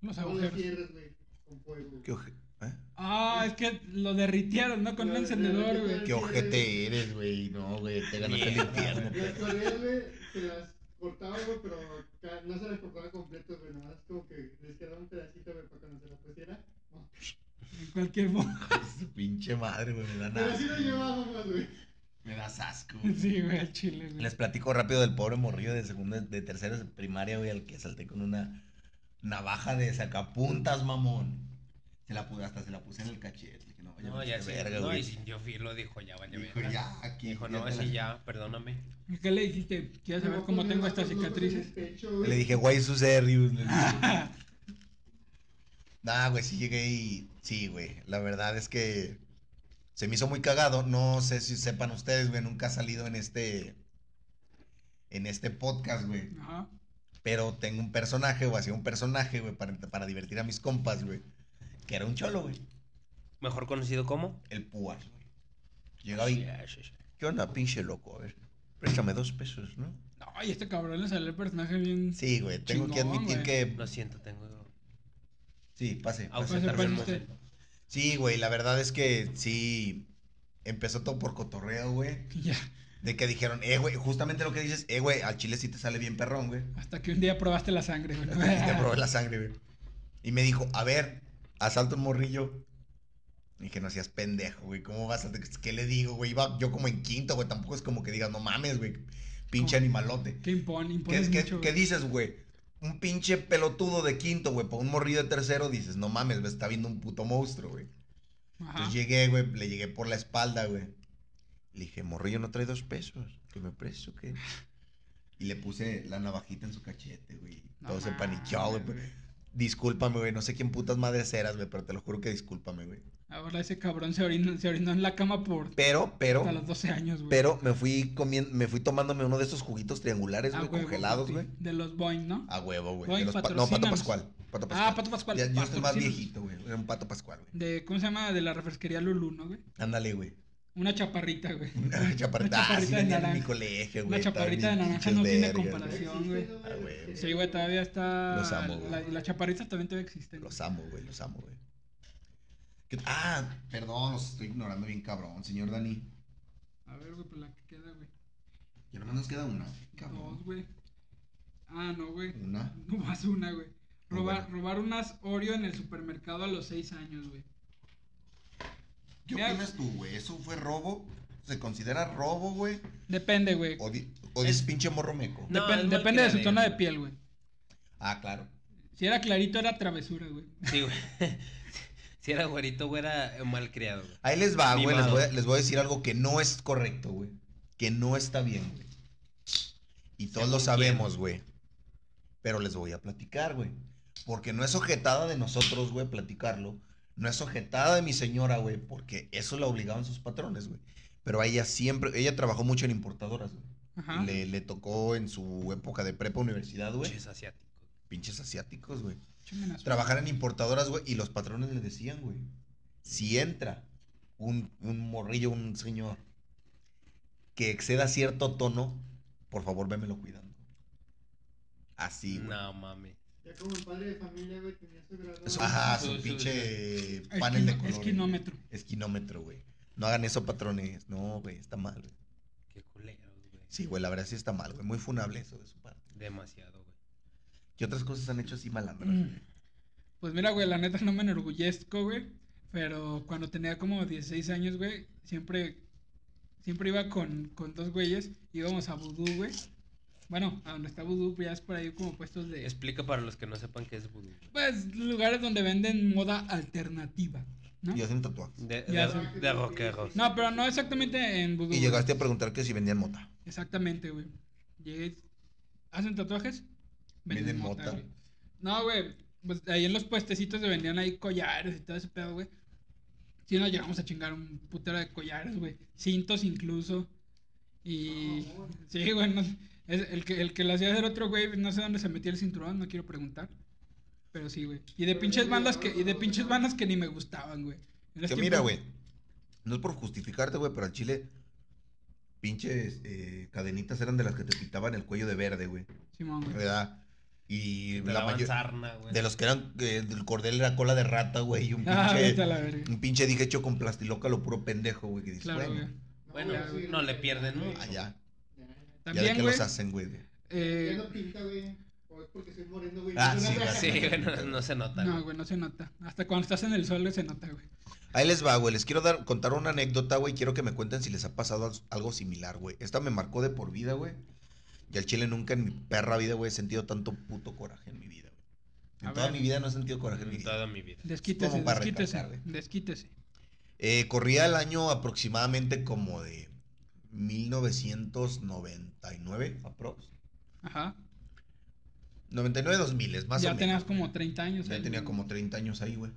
[SPEAKER 3] Los
[SPEAKER 4] todos los
[SPEAKER 3] agujeros.
[SPEAKER 4] cierres, güey. Con fuego. güey.
[SPEAKER 1] qué, oje- ¿eh?
[SPEAKER 3] Ah, es que lo derritieron, ¿no? Con un
[SPEAKER 4] Lo
[SPEAKER 3] encendedor,
[SPEAKER 4] derritieron.
[SPEAKER 3] güey.
[SPEAKER 1] Qué ojete eres, güey. No, güey. Te ganaste el
[SPEAKER 2] Mierda,
[SPEAKER 1] infierno.
[SPEAKER 4] Las colores, güey, se las cortaba, güey, pero ca- no se las cortaba completo, güey. Nomás como que les quedaba un pedacito, güey, para cuando se la pusiera.
[SPEAKER 3] En cualquier modo.
[SPEAKER 1] Su pinche madre, güey. Me da
[SPEAKER 4] Pero
[SPEAKER 1] nada.
[SPEAKER 4] así lo llevábamos, güey.
[SPEAKER 5] Me das asco.
[SPEAKER 3] (laughs) (laughs) Sí, güey, al chile, güey.
[SPEAKER 1] Les platico rápido del pobre morrillo de segundo, de tercero de primaria, güey, al que salté con una navaja de sacapuntas, mamón. Se la puse, hasta se la puse en el cachete. Dije, no, ya
[SPEAKER 2] No, ya sí.
[SPEAKER 1] pues verga,
[SPEAKER 2] No,
[SPEAKER 1] güey.
[SPEAKER 2] y sintió filo, dijo, ya vale,
[SPEAKER 5] Dijo,
[SPEAKER 2] verga.
[SPEAKER 5] ya, aquí.
[SPEAKER 2] Dijo,
[SPEAKER 5] ya
[SPEAKER 2] no,
[SPEAKER 5] te la-
[SPEAKER 2] sí, ya, perdóname.
[SPEAKER 3] ¿Y ¿Qué le dijiste? ¿Quieres saber cómo
[SPEAKER 4] pues,
[SPEAKER 3] tengo estas cicatrices?
[SPEAKER 1] Le dije, guay, sus serios. le dije. Nah, güey, sí llegué y. Sí, güey. La verdad es que se me hizo muy cagado. No sé si sepan ustedes, güey. Nunca ha salido en este. En este podcast, güey.
[SPEAKER 3] (laughs) Ajá.
[SPEAKER 1] Pero tengo un personaje, o hacía un personaje, güey, para, para divertir a mis compas, güey. Que era un cholo, güey.
[SPEAKER 2] Mejor conocido como.
[SPEAKER 1] El púas, güey. Llegaba y.
[SPEAKER 2] Ya, sí, sí.
[SPEAKER 1] ¿Qué onda, pinche loco? A ver. Préstame dos pesos, ¿no?
[SPEAKER 3] Ay, este cabrón le salió el personaje bien.
[SPEAKER 1] Sí, güey. Tengo que
[SPEAKER 3] Chingón,
[SPEAKER 1] admitir
[SPEAKER 3] güey.
[SPEAKER 1] que.
[SPEAKER 2] Lo siento, tengo.
[SPEAKER 1] Sí, pase.
[SPEAKER 2] Ah,
[SPEAKER 1] pase.
[SPEAKER 3] Pase,
[SPEAKER 2] también
[SPEAKER 3] pase
[SPEAKER 2] me-
[SPEAKER 3] usted.
[SPEAKER 1] Sí, güey, la verdad es que sí. Empezó todo por cotorreo, güey.
[SPEAKER 3] (laughs) Ya.
[SPEAKER 1] De que dijeron, eh, güey, justamente lo que dices, eh, güey, al chile sí te sale bien perrón, güey.
[SPEAKER 3] Hasta que un día probaste la sangre,
[SPEAKER 1] (laughs)
[SPEAKER 3] güey.
[SPEAKER 1] Y te probé la sangre, güey. Y me dijo, a ver, asalto un morrillo. Y dije, no seas pendejo, güey, ¿cómo vas a.? ¿Qué le digo, güey? Iba yo como en quinto, güey, tampoco es como que digas, no mames, güey, pinche
[SPEAKER 3] ¿Cómo?
[SPEAKER 1] animalote.
[SPEAKER 3] Que impone, impone
[SPEAKER 1] ¿Qué, qué-
[SPEAKER 3] mucho.
[SPEAKER 1] qué
[SPEAKER 3] güey.
[SPEAKER 1] dices, güey? Un pinche pelotudo de quinto, güey, por un morrillo de tercero, dices, Pues no mames, güey, está viendo un puto monstruo, güey.
[SPEAKER 3] Ajá.
[SPEAKER 1] Entonces llegué, güey, le llegué por la espalda, güey. Le dije, morrillo, no trae dos pesos. Que me preso, que. Y le puse la navajita en su cachete, güey.
[SPEAKER 3] No
[SPEAKER 1] Todo se
[SPEAKER 3] mames,
[SPEAKER 1] paniqueó, güey. Discúlpame, güey. No sé quién putas madres eras, güey, pero te lo juro que discúlpame, güey.
[SPEAKER 3] Ahora ese cabrón se orinó, se orinó en la cama por
[SPEAKER 1] Pero, pero,
[SPEAKER 3] hasta los 12 años, güey.
[SPEAKER 1] pero me fui comiendo, me fui tomándome uno de esos juguitos triangulares,
[SPEAKER 3] Ah,
[SPEAKER 1] güey,
[SPEAKER 3] huevo,
[SPEAKER 1] congelados,
[SPEAKER 3] sí,
[SPEAKER 1] güey. Ah.
[SPEAKER 3] De los Boeing, ¿no?
[SPEAKER 1] A huevo, güey.
[SPEAKER 3] Boing,
[SPEAKER 1] de los pa- No, Pato
[SPEAKER 3] patrocínanos.
[SPEAKER 1] Pascual. Pato Pascual.
[SPEAKER 3] Ah, Pato Pascual.
[SPEAKER 1] Ya- yo estoy más
[SPEAKER 3] patrocínanos.
[SPEAKER 1] viejito, güey. Era un Pato Pascual, güey.
[SPEAKER 3] De, ¿Cómo se llama? De la refresquería Lulú, ¿no, güey?
[SPEAKER 1] Ándale, güey. (laughs)
[SPEAKER 3] Una chaparrita, güey.
[SPEAKER 1] Una chaparrita, ah, sí
[SPEAKER 3] chaparrita de
[SPEAKER 1] venían en mi
[SPEAKER 3] naranja.
[SPEAKER 1] colegio, güey.
[SPEAKER 3] Una chaparrita de
[SPEAKER 1] estaban bien
[SPEAKER 3] naranja
[SPEAKER 1] pinches
[SPEAKER 3] no tiene
[SPEAKER 1] vergas, güey.
[SPEAKER 3] comparación,
[SPEAKER 4] Sí,
[SPEAKER 3] güey.
[SPEAKER 4] no,
[SPEAKER 1] Ah, güey.
[SPEAKER 3] Sí, güey, todavía está.
[SPEAKER 1] Los amo, güey.
[SPEAKER 3] La, la chaparrita también todavía existe.
[SPEAKER 1] Los amo, güey, los amo, güey. ¿Qué-
[SPEAKER 5] Ah, perdón, los estoy ignorando bien cabrón, señor Dani.
[SPEAKER 3] A ver, güey, pues la que queda, güey.
[SPEAKER 5] Y nomás nos queda una,
[SPEAKER 3] Dos,
[SPEAKER 5] cabrón.
[SPEAKER 3] güey. Ah, no, güey.
[SPEAKER 5] Una.
[SPEAKER 3] No más una, güey.
[SPEAKER 1] Muy
[SPEAKER 3] Robar, robar unas Oreo en el supermercado a los 6 años, güey.
[SPEAKER 5] ¿Qué
[SPEAKER 3] Ya.
[SPEAKER 5] opinas tú, güey? ¿Eso fue robo? ¿Se considera robo, güey?
[SPEAKER 3] Depende, güey.
[SPEAKER 5] ¿O, di- o dices pinche morro meco?
[SPEAKER 2] No,
[SPEAKER 3] Depen-
[SPEAKER 2] es mal
[SPEAKER 3] depende de su
[SPEAKER 2] creado.
[SPEAKER 3] tono de piel, güey.
[SPEAKER 5] Ah, claro.
[SPEAKER 3] Si era clarito, era travesura, güey.
[SPEAKER 2] Sí, güey. (laughs) Si era güerito, güey, era eh, malcriado, güey.
[SPEAKER 1] Ahí les va, güey. Les
[SPEAKER 2] Mimado.
[SPEAKER 1] voy, a, les voy a decir algo que no es correcto, güey. Que no está bien, güey. Y todos lo
[SPEAKER 2] Según
[SPEAKER 1] sabemos, güey. Pero les voy a platicar, güey. Porque no es ojetada de nosotros, güey, platicarlo. No es ojetada de mi señora, güey. Porque eso la obligaban sus patrones, güey. Pero a ella siempre, ella trabajó mucho en importadoras, güey.
[SPEAKER 3] Ajá.
[SPEAKER 1] Le, le tocó en su época de prepa universidad, güey.
[SPEAKER 2] Pinches asiáticos.
[SPEAKER 1] Pinches asiáticos, güey.
[SPEAKER 3] Chúmen a su-
[SPEAKER 1] Trabajar en importadoras, güey, y los patrones le decían, güey, si entra un, un morrillo, un señor que exceda cierto tono, por favor, vémelo cuidando. Así, güey.
[SPEAKER 2] No mames.
[SPEAKER 4] Ya como el padre de familia, güey, tenía su grado.
[SPEAKER 1] Eso- Ajá,
[SPEAKER 2] Su-
[SPEAKER 1] su
[SPEAKER 2] su-
[SPEAKER 1] pinche
[SPEAKER 3] Esquino-
[SPEAKER 1] panel de colores.
[SPEAKER 3] esquinómetro.
[SPEAKER 1] güey. Esquinómetro, güey. No hagan eso, patrones. No, güey, está mal, güey.
[SPEAKER 2] Qué culeros, güey.
[SPEAKER 1] Sí, güey, la verdad sí está mal, güey. Muy funable eso de su parte.
[SPEAKER 2] Demasiado, güey.
[SPEAKER 1] ¿Qué otras cosas han hecho así malandras?
[SPEAKER 3] Mm. Pues mira, güey, la neta no me enorgullezco, güey. Pero cuando tenía como 16 años, güey, siempre, siempre iba con, con dos güeyes. Íbamos a Vudú, güey. Bueno, a donde está Vudú, pues ya es por ahí como puestos de...
[SPEAKER 2] Explica para los que no sepan qué es vudú. güey.
[SPEAKER 3] Pues lugares donde venden moda alternativa, ¿no?
[SPEAKER 1] Y hacen tatuajes.
[SPEAKER 2] De,
[SPEAKER 3] Ya
[SPEAKER 2] de,
[SPEAKER 3] sé.
[SPEAKER 2] de rockeros.
[SPEAKER 3] No, pero no exactamente en Vudú.
[SPEAKER 1] Y
[SPEAKER 3] güey.
[SPEAKER 1] llegaste a preguntar que si vendían mota.
[SPEAKER 3] Exactamente, güey. Llegué. ¿Hacen tatuajes?
[SPEAKER 1] Venden mota.
[SPEAKER 3] güey. No, güey. Pues ahí en los puestecitos se vendían ahí collares y todo ese pedo, güey. Sí, nos llegamos a chingar un putero de collares, güey. Cintos incluso. Y.
[SPEAKER 4] Ah, bueno.
[SPEAKER 3] Sí, güey. nos- es- el, que, el que lo hacía era otro güey. No sé dónde se metía el cinturón, no quiero preguntar. Pero sí, güey. Y de
[SPEAKER 4] Pero
[SPEAKER 3] pinches
[SPEAKER 4] no
[SPEAKER 3] bandas que,
[SPEAKER 4] llegaron
[SPEAKER 3] y de
[SPEAKER 4] los
[SPEAKER 3] pinches
[SPEAKER 4] demás.
[SPEAKER 3] bandas que ni me gustaban, güey. En los
[SPEAKER 1] Que mira,
[SPEAKER 3] tiempos-
[SPEAKER 1] güey. No es por justificarte, güey, pero al chile. Pinches eh, cadenitas eran de las que te pintaban el cuello de verde, güey.
[SPEAKER 3] Simón, güey.
[SPEAKER 1] ¿Verdad? Y
[SPEAKER 2] Te
[SPEAKER 1] la
[SPEAKER 2] daban
[SPEAKER 1] mayo-
[SPEAKER 2] sarna, güey.
[SPEAKER 1] De los que eran. eh, el cordel era cola de rata, güey. Y
[SPEAKER 3] (laughs) (laughs)
[SPEAKER 1] un
[SPEAKER 3] Ah, vete a
[SPEAKER 1] pinche.
[SPEAKER 3] la verga.
[SPEAKER 1] un pinche dije hecho con plastiloca, lo puro pendejo, güey. Que dices,
[SPEAKER 3] Claro,
[SPEAKER 1] bueno. ah,
[SPEAKER 3] güey.
[SPEAKER 2] Bueno,
[SPEAKER 4] ya, güey.
[SPEAKER 2] no le pierden mucho.
[SPEAKER 1] Allá.
[SPEAKER 4] Ya,
[SPEAKER 1] Ya
[SPEAKER 4] ya.
[SPEAKER 1] de
[SPEAKER 3] También,
[SPEAKER 1] que
[SPEAKER 3] güey.
[SPEAKER 1] los hacen, güey. de-
[SPEAKER 3] eh,
[SPEAKER 4] Ya no pinta, güey. O es porque soy moreno, güey.
[SPEAKER 1] Ah,
[SPEAKER 4] No,
[SPEAKER 1] sí,
[SPEAKER 4] no,
[SPEAKER 1] güey,
[SPEAKER 2] Sí, güey, no, no se nota.
[SPEAKER 3] No,
[SPEAKER 2] güey.
[SPEAKER 3] güey, no se nota. Hasta cuando estás en el sol güey, se nota, güey.
[SPEAKER 1] Ahí les va, güey. Les quiero dar, contar una anécdota, güey. Quiero que me cuenten si les ha pasado al- algo similar, güey. Esta me marcó de por vida, güey. Y al chile nunca en mi perra vida, güey, he sentido tanto puto coraje en mi vida, güey. En
[SPEAKER 3] A
[SPEAKER 1] toda
[SPEAKER 3] ver.
[SPEAKER 1] mi vida no he sentido coraje en mi
[SPEAKER 2] En
[SPEAKER 1] vida.
[SPEAKER 2] toda mi vida.
[SPEAKER 3] Desquítese,
[SPEAKER 1] Como para
[SPEAKER 3] desquítese,
[SPEAKER 1] recalcar, güey.
[SPEAKER 3] desquítese.
[SPEAKER 1] Eh, corría el año aproximadamente como de 1999, aprox.
[SPEAKER 3] Ajá.
[SPEAKER 1] 99-2000, es más
[SPEAKER 3] ya
[SPEAKER 1] o
[SPEAKER 3] tenías
[SPEAKER 1] menos.
[SPEAKER 3] como 30 años.
[SPEAKER 1] Ya
[SPEAKER 3] ahí,
[SPEAKER 1] tenía
[SPEAKER 3] güey.
[SPEAKER 1] como 30 años ahí, güey.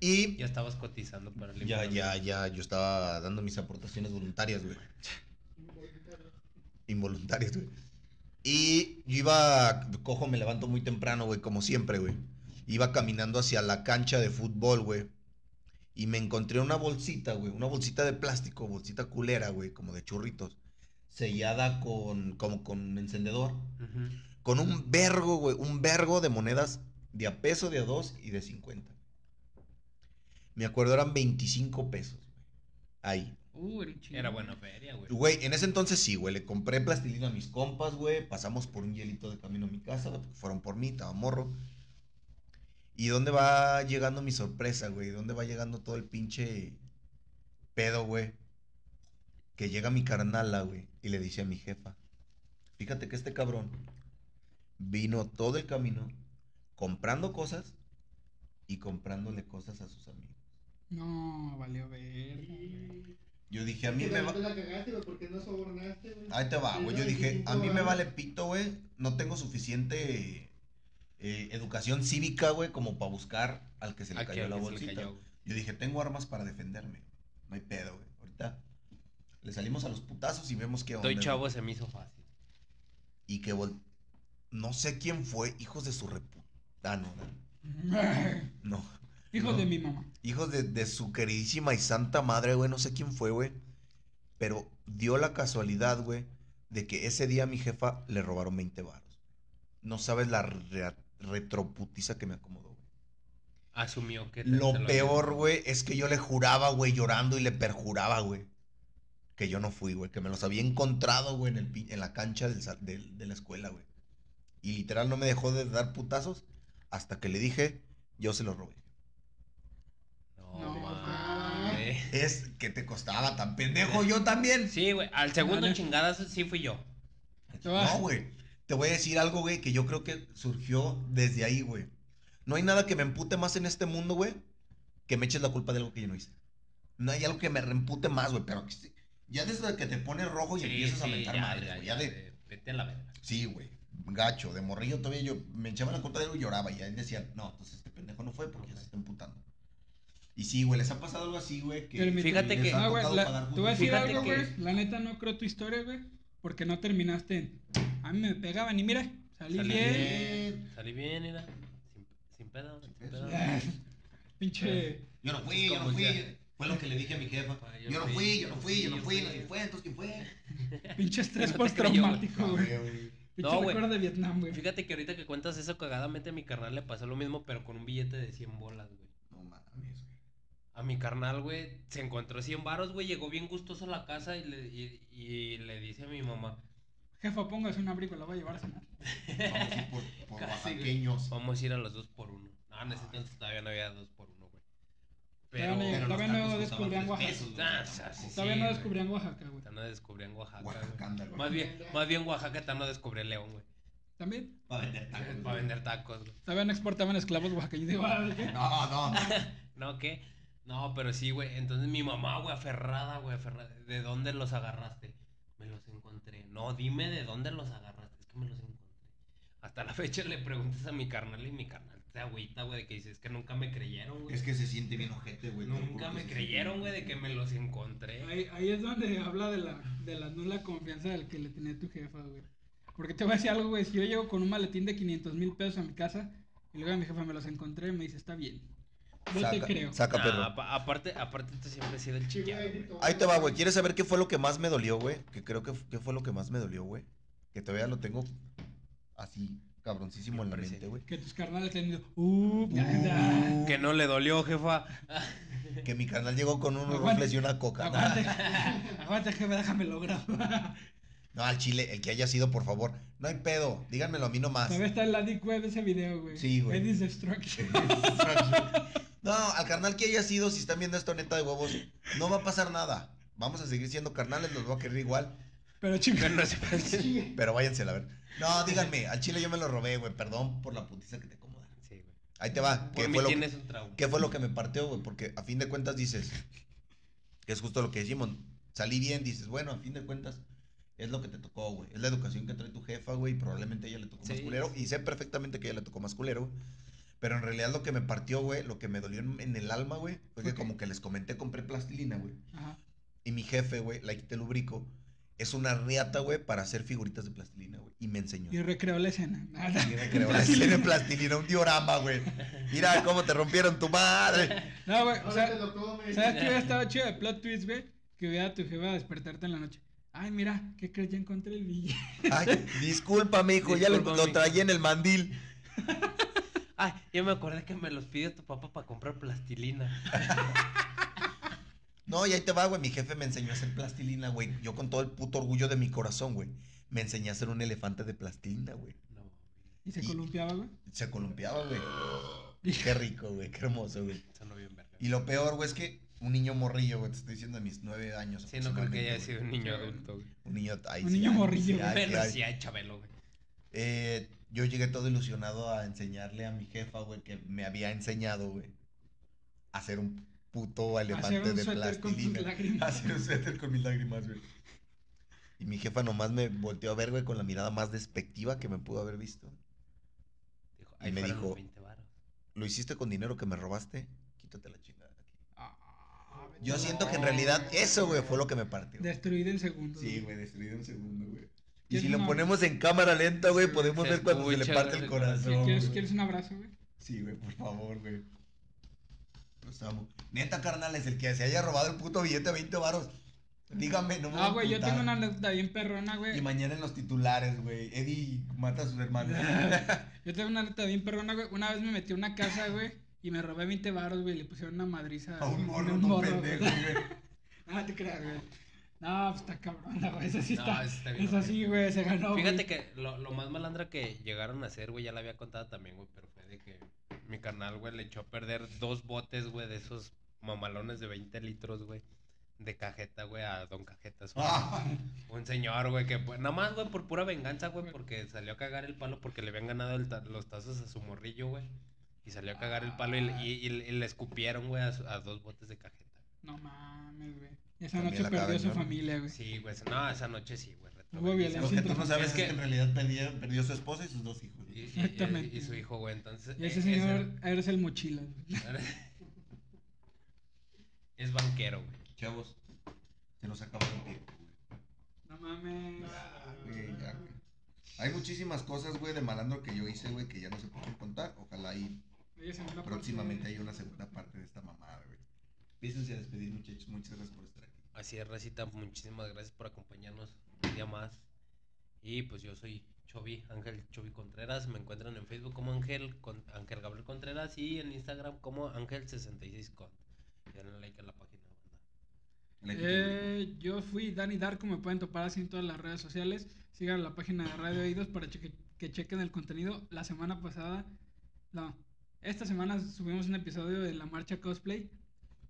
[SPEAKER 1] Y
[SPEAKER 2] Ya estabas cotizando para el
[SPEAKER 1] ya,
[SPEAKER 2] informe.
[SPEAKER 1] ya, ya, yo estaba dando mis aportaciones voluntarias, güey. involuntarias, güey. Y yo iba, cojo, me levanto muy temprano, güey, como siempre, güey. Iba caminando hacia la cancha de fútbol, güey. Y me encontré una bolsita, güey, una bolsita de plástico, bolsita culera, güey, como de churritos. Sellada con, como con encendedor.
[SPEAKER 2] Ujú.
[SPEAKER 1] Con un vergo, güey, un vergo de monedas de a peso, de a dos y de 50. Me acuerdo eran 25 pesos, güey. Ahí.
[SPEAKER 3] Uh, era un chingo.
[SPEAKER 2] Era buena feria, güey.
[SPEAKER 1] Güey, en ese entonces sí, güey. Le compré plastilina a mis compas, güey. Pasamos por un hielito de camino a mi casa, güey, porque fueron por mí, estaba morro. ¿Y dónde va llegando mi sorpresa, güey? ¿Dónde va llegando todo el pinche pedo, güey? Que llega mi carnala, güey, y le dice a mi jefa: Fíjate que este cabrón vino todo el camino comprando cosas y comprándole cosas a sus amigos.
[SPEAKER 3] No, valió ver.
[SPEAKER 1] Yo dije, a mí me va...
[SPEAKER 4] Te la cagaste, güey, porque no sobornaste, güey.
[SPEAKER 1] Ahí te va, güey. Yo dije, a mí me vale pito, güey. No tengo suficiente eh, educación cívica, güey, como para buscar al que se le
[SPEAKER 2] Ah, que
[SPEAKER 1] cayó la
[SPEAKER 2] alguien se le
[SPEAKER 1] bolsita.
[SPEAKER 2] cayó, güey.
[SPEAKER 1] Yo dije, tengo armas para defenderme. No hay pedo, güey. Ahorita le salimos a los putazos y vemos qué onda.
[SPEAKER 2] Estoy
[SPEAKER 1] güey.
[SPEAKER 2] chavo, se me hizo fácil.
[SPEAKER 1] Y que vol... No sé quién fue, hijos de su repu... Ah, no, no. no.
[SPEAKER 3] Hijo
[SPEAKER 1] No.
[SPEAKER 3] de mi mamá.
[SPEAKER 1] Hijos de, de su queridísima y santa madre, güey. No sé quién fue, güey. Pero dio la casualidad, güey, de que ese día a mi jefa le robaron 20 varos. No sabes la re- retroputiza que me acomodó, güey.
[SPEAKER 2] Asumió que. te- se
[SPEAKER 1] Lo
[SPEAKER 2] había-
[SPEAKER 1] peor, güey, es que yo le juraba, güey, llorando y le perjuraba, güey. Que yo no fui, güey. Que me los había encontrado, güey, en, el pin- en la cancha del sa- del- de la escuela, güey. Y literal no me dejó de dar putazos hasta que le dije, yo se los robé.
[SPEAKER 2] No,
[SPEAKER 3] No,
[SPEAKER 2] mames.
[SPEAKER 1] Es que te costaba tan pendejo yo también.
[SPEAKER 2] Sí, güey. Al segundo
[SPEAKER 3] Vale.
[SPEAKER 2] chingadas sí fui yo.
[SPEAKER 1] No, güey. Te voy a decir algo, güey, que yo creo que surgió desde ahí, güey. No hay nada que me empute más en este mundo, güey, que me eches la culpa de algo que yo no hice. No hay algo que me reempute más, güey, pero que sí- ya desde que te pones rojo y
[SPEAKER 2] Sí,
[SPEAKER 1] empiezas a
[SPEAKER 2] sí,
[SPEAKER 1] mentar
[SPEAKER 2] ya,
[SPEAKER 1] madre,
[SPEAKER 2] ya,
[SPEAKER 1] güey.
[SPEAKER 2] ya,
[SPEAKER 1] ya de-
[SPEAKER 2] de- Vete a la verga.
[SPEAKER 1] Sí, güey. Gacho, de morrillo todavía yo me echaba la culpa de algo y lloraba. Y él decía, no, entonces este pendejo no fue porque ya se está emputando. Y sí, güey, les ha pasado algo así, güey, que...
[SPEAKER 3] Permíteme.
[SPEAKER 2] Fíjate
[SPEAKER 1] les
[SPEAKER 2] que-
[SPEAKER 1] ha
[SPEAKER 3] No, güey,
[SPEAKER 1] tocado
[SPEAKER 3] la-
[SPEAKER 1] pagar
[SPEAKER 3] te voy a decir
[SPEAKER 2] Fíjate
[SPEAKER 3] algo,
[SPEAKER 2] que-
[SPEAKER 3] güey. La neta no creo tu historia, güey. Porque no terminaste en. A mí me pegaban y mira, salí,
[SPEAKER 2] Salí
[SPEAKER 3] bien.
[SPEAKER 2] bien.
[SPEAKER 1] Eh,
[SPEAKER 2] Salí bien, mira. Sin, sin pedo, sin pedo.
[SPEAKER 3] (laughs) Pinche.
[SPEAKER 1] Yo no fui, yo no
[SPEAKER 2] Como
[SPEAKER 1] fui.
[SPEAKER 2] ya.
[SPEAKER 1] Fue lo que le dije a mi jefa.
[SPEAKER 2] Ah,
[SPEAKER 1] Yo no fui, yo no fui, yo no fui. ¿Quién fue? Entonces, ¿quién fue?
[SPEAKER 3] Pinche estrés
[SPEAKER 2] (laughs) No te
[SPEAKER 3] postraumático, güey. Pinche
[SPEAKER 2] No, güey.
[SPEAKER 3] recuerdo de Vietnam, güey.
[SPEAKER 2] Fíjate que ahorita que cuentas eso cagadamente a mi carnal le pasó lo mismo, pero con un billete de 100 bolas, güey.
[SPEAKER 1] No mames, güey.
[SPEAKER 2] A mi carnal, güey, se encontró 100 varos, güey, llegó bien gustoso a la casa y le, y, y le dice a mi mamá,
[SPEAKER 3] Jefa, póngase un abrigo, la voy a llevar a cenar.
[SPEAKER 5] Vamos a ir por, por
[SPEAKER 2] Casi, güey.
[SPEAKER 5] oaxaqueños.
[SPEAKER 2] vamos a ir a los dos por uno. Ah, en ese entonces todavía no había dos por uno, güey. Pero...
[SPEAKER 3] Todavía
[SPEAKER 5] Pero los
[SPEAKER 3] Todavía no
[SPEAKER 5] tacos costaban
[SPEAKER 3] descubrían
[SPEAKER 5] tres
[SPEAKER 3] Oaxaca.
[SPEAKER 5] pesos, güey.
[SPEAKER 2] Ah, o sea, sí, sí.
[SPEAKER 3] Todavía no
[SPEAKER 2] güey.
[SPEAKER 3] descubrían Oaxaca, güey.
[SPEAKER 2] Tan no descubrían Oaxaca, güey.
[SPEAKER 5] Oaxacanda, güey.
[SPEAKER 2] Más bien, más bien Oaxaca tan no descubrió León, güey.
[SPEAKER 3] También.
[SPEAKER 5] Para vender
[SPEAKER 2] (laughs)
[SPEAKER 5] tacos. güey.
[SPEAKER 2] Para vender tacos, güey.
[SPEAKER 3] Todavía no exportaban esclavos oaxaqueños ah, de Oaxaca.
[SPEAKER 5] No, no, no.
[SPEAKER 2] No, ¿qué? No, pero sí, güey. Entonces mi mamá, güey, aferrada, güey, aferrada. ¿De dónde los agarraste? Me los encontré. No, dime de dónde los agarraste. Es que me los encontré. Hasta la fecha le preguntas a mi carnal y mi carnal te agüita, güey, de que dices que nunca me creyeron, güey.
[SPEAKER 5] Es que se siente bien ojete, güey. te lo juro
[SPEAKER 2] nunca
[SPEAKER 5] que
[SPEAKER 2] me
[SPEAKER 5] se
[SPEAKER 2] creyeron,
[SPEAKER 5] siente
[SPEAKER 2] güey,
[SPEAKER 5] bien
[SPEAKER 2] de que
[SPEAKER 5] ojete.
[SPEAKER 2] me los encontré.
[SPEAKER 3] Ahí, ahí es donde habla de la, de la nula confianza del que le tenía tu jefa, güey. Porque te voy a decir algo, güey. Si yo llego con un maletín de 500 mil pesos a mi casa y luego mi jefa me los encontré y me dice, está bien. Yo te creo.
[SPEAKER 1] saca
[SPEAKER 2] Nah,
[SPEAKER 1] Ah, perro.
[SPEAKER 2] apa- aparte, aparte tú siempre has sido el chillado, güey.
[SPEAKER 1] Ahí te va, güey. ¿Quieres saber qué fue lo que más me dolió, güey? Que creo que, f- qué fue lo que más me dolió, güey. Que todavía lo tengo así, cabroncísimo en la
[SPEAKER 2] Presente.
[SPEAKER 1] mente, güey.
[SPEAKER 3] Que tus carnales te han dicho, uh, ya, ya".
[SPEAKER 1] Uh,
[SPEAKER 2] Que no le dolió, jefa.
[SPEAKER 1] que mi canal llegó con unos
[SPEAKER 3] Aguante.
[SPEAKER 1] rufles y una coca.
[SPEAKER 3] Aguante, (laughs) aguante, jefe, déjame lograr.
[SPEAKER 1] (laughs) No, al chile, el que haya sido, por favor. No hay pedo, díganmelo a mí nomás.
[SPEAKER 3] Todavía está en la Dick Web ese video, güey.
[SPEAKER 1] Sí, güey.
[SPEAKER 3] It is destruction.
[SPEAKER 1] (laughs) No, al carnal que haya sido, si están viendo esto neta de huevos, no va a pasar nada. Vamos a seguir siendo carnales, los voy a querer igual,
[SPEAKER 3] Pero chingón.
[SPEAKER 2] Pero no se parece. Sí,
[SPEAKER 1] pero váyanse a ver. No, díganme, al chile yo me lo robé, güey, perdón por la putiza que te acomoda.
[SPEAKER 2] güey.
[SPEAKER 1] Ahí te va, ¿qué
[SPEAKER 2] Por mí
[SPEAKER 1] fue, lo,
[SPEAKER 2] tienes un trauma.
[SPEAKER 1] qué fue lo que me partió, güey? Porque a fin de cuentas dices, que es justo lo que decimos, salí bien, dices, bueno, a fin de cuentas es lo que te tocó, güey. Es la educación que trae tu jefa, güey, y probablemente a ella le tocó más
[SPEAKER 2] Sí,
[SPEAKER 1] culero,
[SPEAKER 2] sí.
[SPEAKER 1] y sé perfectamente que a ella le tocó más culero, güey. Pero en realidad lo que me partió, güey, lo que me dolió en, en el alma, güey, fue que
[SPEAKER 3] Ok.
[SPEAKER 1] como que les comenté, compré plastilina, güey.
[SPEAKER 3] Ajá.
[SPEAKER 1] Y mi jefe, güey, la te lubrico, es una riata, güey, para hacer figuritas de plastilina, güey. Y me enseñó.
[SPEAKER 3] Y recreó la escena. Nada.
[SPEAKER 1] Y recreó la escena de (laughs) plastilina, un diorama, güey. Mira cómo te rompieron tu madre.
[SPEAKER 3] (laughs) No, güey. O
[SPEAKER 4] Ahora
[SPEAKER 3] sea,
[SPEAKER 4] te lo comes.
[SPEAKER 3] ¿Sabes qué hubiera estado chido de plot twist, güey? Que hubiera tu jefa despertarte en la noche. Ay, mira, ¿qué crees? Ya encontré el billete.
[SPEAKER 1] (laughs) Ay, discúlpame, hijo, ya lo,
[SPEAKER 2] Discúlpame,
[SPEAKER 1] lo
[SPEAKER 2] hijo.
[SPEAKER 1] traía en el mandil.
[SPEAKER 2] Ay, yo me acordé que me los pidió tu papá para comprar plastilina.
[SPEAKER 1] No, y ahí te va, güey. Mi jefe me enseñó a hacer plastilina, güey. Yo con todo el puto orgullo de mi corazón, güey. Me enseñé a hacer un elefante de plastilina, güey.
[SPEAKER 2] No.
[SPEAKER 3] Y se
[SPEAKER 1] Y-
[SPEAKER 3] columpiaba, güey.
[SPEAKER 1] Se columpiaba, güey. Qué rico, güey. Qué hermoso, güey.
[SPEAKER 2] Sonó bien verga.
[SPEAKER 1] Y lo peor, güey, es que un niño morrillo, güey, te estoy diciendo de mis nueve años.
[SPEAKER 2] Sí, no creo que haya
[SPEAKER 1] aproximadamente,
[SPEAKER 2] sido un niño adulto, güey.
[SPEAKER 1] güey. Un niño, ahí
[SPEAKER 3] Un
[SPEAKER 1] sí
[SPEAKER 3] niño
[SPEAKER 1] hay,
[SPEAKER 3] morrillo,
[SPEAKER 1] sí hay,
[SPEAKER 2] Pero
[SPEAKER 1] sí
[SPEAKER 2] sí
[SPEAKER 1] hay.
[SPEAKER 2] hay Chabelo, güey.
[SPEAKER 1] Eh, yo llegué todo ilusionado a enseñarle a mi jefa, güey, que me había enseñado, güey, a hacer un
[SPEAKER 6] puto
[SPEAKER 3] Hacer
[SPEAKER 6] elefante
[SPEAKER 3] un
[SPEAKER 6] de
[SPEAKER 3] suéter con sus
[SPEAKER 6] plastilina.
[SPEAKER 1] (laughs)
[SPEAKER 3] lágrimas.
[SPEAKER 1] Hacer un suéter con mis lágrimas, güey.
[SPEAKER 6] Y mi jefa nomás me volteó a ver, güey, con la mirada más despectiva que me pudo haber visto.
[SPEAKER 2] Dijo,
[SPEAKER 6] Y
[SPEAKER 2] ahí
[SPEAKER 6] me
[SPEAKER 2] fueron
[SPEAKER 6] dijo-
[SPEAKER 2] los 20 varos.
[SPEAKER 6] ¿Lo hiciste con dinero que me robaste? Quítate la chingada. de aquí.
[SPEAKER 3] Ah,
[SPEAKER 6] Yo
[SPEAKER 3] no.
[SPEAKER 6] siento que en realidad eso, güey, fue lo que me partió.
[SPEAKER 3] Destruido en segundos.
[SPEAKER 1] Sí, güey, destruido un segundo, güey.
[SPEAKER 6] Y si
[SPEAKER 3] ¿Quieres
[SPEAKER 6] lo
[SPEAKER 3] una-
[SPEAKER 6] ponemos en cámara lenta, güey, podemos
[SPEAKER 2] Se
[SPEAKER 6] ver cuando se le
[SPEAKER 2] escucha,
[SPEAKER 6] parte
[SPEAKER 2] güey,
[SPEAKER 6] el
[SPEAKER 2] el
[SPEAKER 6] corazón.
[SPEAKER 2] corazón.
[SPEAKER 3] ¿Quieres,
[SPEAKER 6] güey.
[SPEAKER 3] quieres un abrazo, güey?
[SPEAKER 1] Sí, güey, por favor, güey.
[SPEAKER 6] Los amo. Neta, carnales, el que se haya robado el puto billete de 20 varos. Díganme, no me voy
[SPEAKER 3] Ah,
[SPEAKER 6] a
[SPEAKER 3] güey, yo
[SPEAKER 6] emputar.
[SPEAKER 3] tengo una anécdota bien perrona, güey.
[SPEAKER 1] Y mañana en los titulares, güey. Eddie mata a sus hermanos.
[SPEAKER 3] Yo tengo una anécdota bien perrona, güey. Una vez me metí a una casa, güey, y me robé 20 baros, güey, y le pusieron una madriza.
[SPEAKER 1] a un morro,
[SPEAKER 3] un
[SPEAKER 1] un
[SPEAKER 3] morro,
[SPEAKER 1] pendejo,
[SPEAKER 3] güey. (laughs)
[SPEAKER 1] güey.
[SPEAKER 3] Ah, te creas, güey. No, pues está cabrona, güey. Esa sí
[SPEAKER 2] No,
[SPEAKER 3] está.
[SPEAKER 2] esa está bien
[SPEAKER 3] esa sí, güey, se ganó.
[SPEAKER 2] Fíjate
[SPEAKER 3] Oh, güey.
[SPEAKER 2] que lo, lo más malandra que llegaron a hacer, güey, ya la había contado también, güey, pero fue de que mi canal, güey, le echó a perder dos botes, güey, de esos mamalones de 20 litros, güey, de cajeta, güey, a Don Cajetas. güey.
[SPEAKER 1] Ah,
[SPEAKER 2] Un señor, güey, que pues, nada más, güey, por pura venganza, güey, porque salió a cagar el palo porque le habían ganado el ta- los tazos a su morrillo, güey. Y salió a cagar el palo y, le- y- y le- y le escupieron, güey, a, su- a dos botes de cajeta.
[SPEAKER 3] No mames, güey. Esa
[SPEAKER 6] También
[SPEAKER 3] noche
[SPEAKER 6] la
[SPEAKER 3] perdió
[SPEAKER 6] caben,
[SPEAKER 3] su
[SPEAKER 6] ¿no?
[SPEAKER 3] familia, güey.
[SPEAKER 2] Sí, güey, no, esa noche sí, güey. retro
[SPEAKER 3] Hubo
[SPEAKER 2] verguísima.
[SPEAKER 1] lo que tú no sabes
[SPEAKER 2] Es
[SPEAKER 1] es
[SPEAKER 2] que-
[SPEAKER 1] que en realidad perdió, perdió su esposa y sus dos hijos.
[SPEAKER 2] Y,
[SPEAKER 1] güey.
[SPEAKER 2] y- y-
[SPEAKER 3] Exactamente.
[SPEAKER 2] y su hijo, güey, entonces...
[SPEAKER 3] Y ese
[SPEAKER 2] eh,
[SPEAKER 3] señor eres el mochila, güey.
[SPEAKER 2] (laughs) Es banquero, güey.
[SPEAKER 1] Chavos, se nos acabó el tiempo, güey.
[SPEAKER 3] No mames.
[SPEAKER 1] Ah, Güey, ya, güey. Hay muchísimas cosas, güey, de malandro que yo hice, güey, que ya no se pueden contar. Ojalá y
[SPEAKER 3] Oye, segunda parte.
[SPEAKER 1] próximamente haya una segunda parte de esta mamada, güey. Empiecense a despedir, muchachos. Muchas gracias por estar aquí.
[SPEAKER 2] Así es, Racita, muchísimas gracias por acompañarnos un día más. Y pues yo soy Chovi, Ángel Chovi Contreras. Me encuentran en Facebook como Ángel, Con- Ángel Gabriel Contreras y en Instagram como Ángel66Cont. Denle like a la página, banda.
[SPEAKER 1] La
[SPEAKER 3] Eh, yo fui Dani Darko, me pueden topar así en todas las redes sociales. Sigan la página de Radio Oídos para cheque- que chequen el contenido. La semana pasada, no, esta semana subimos un episodio de la marcha cosplay.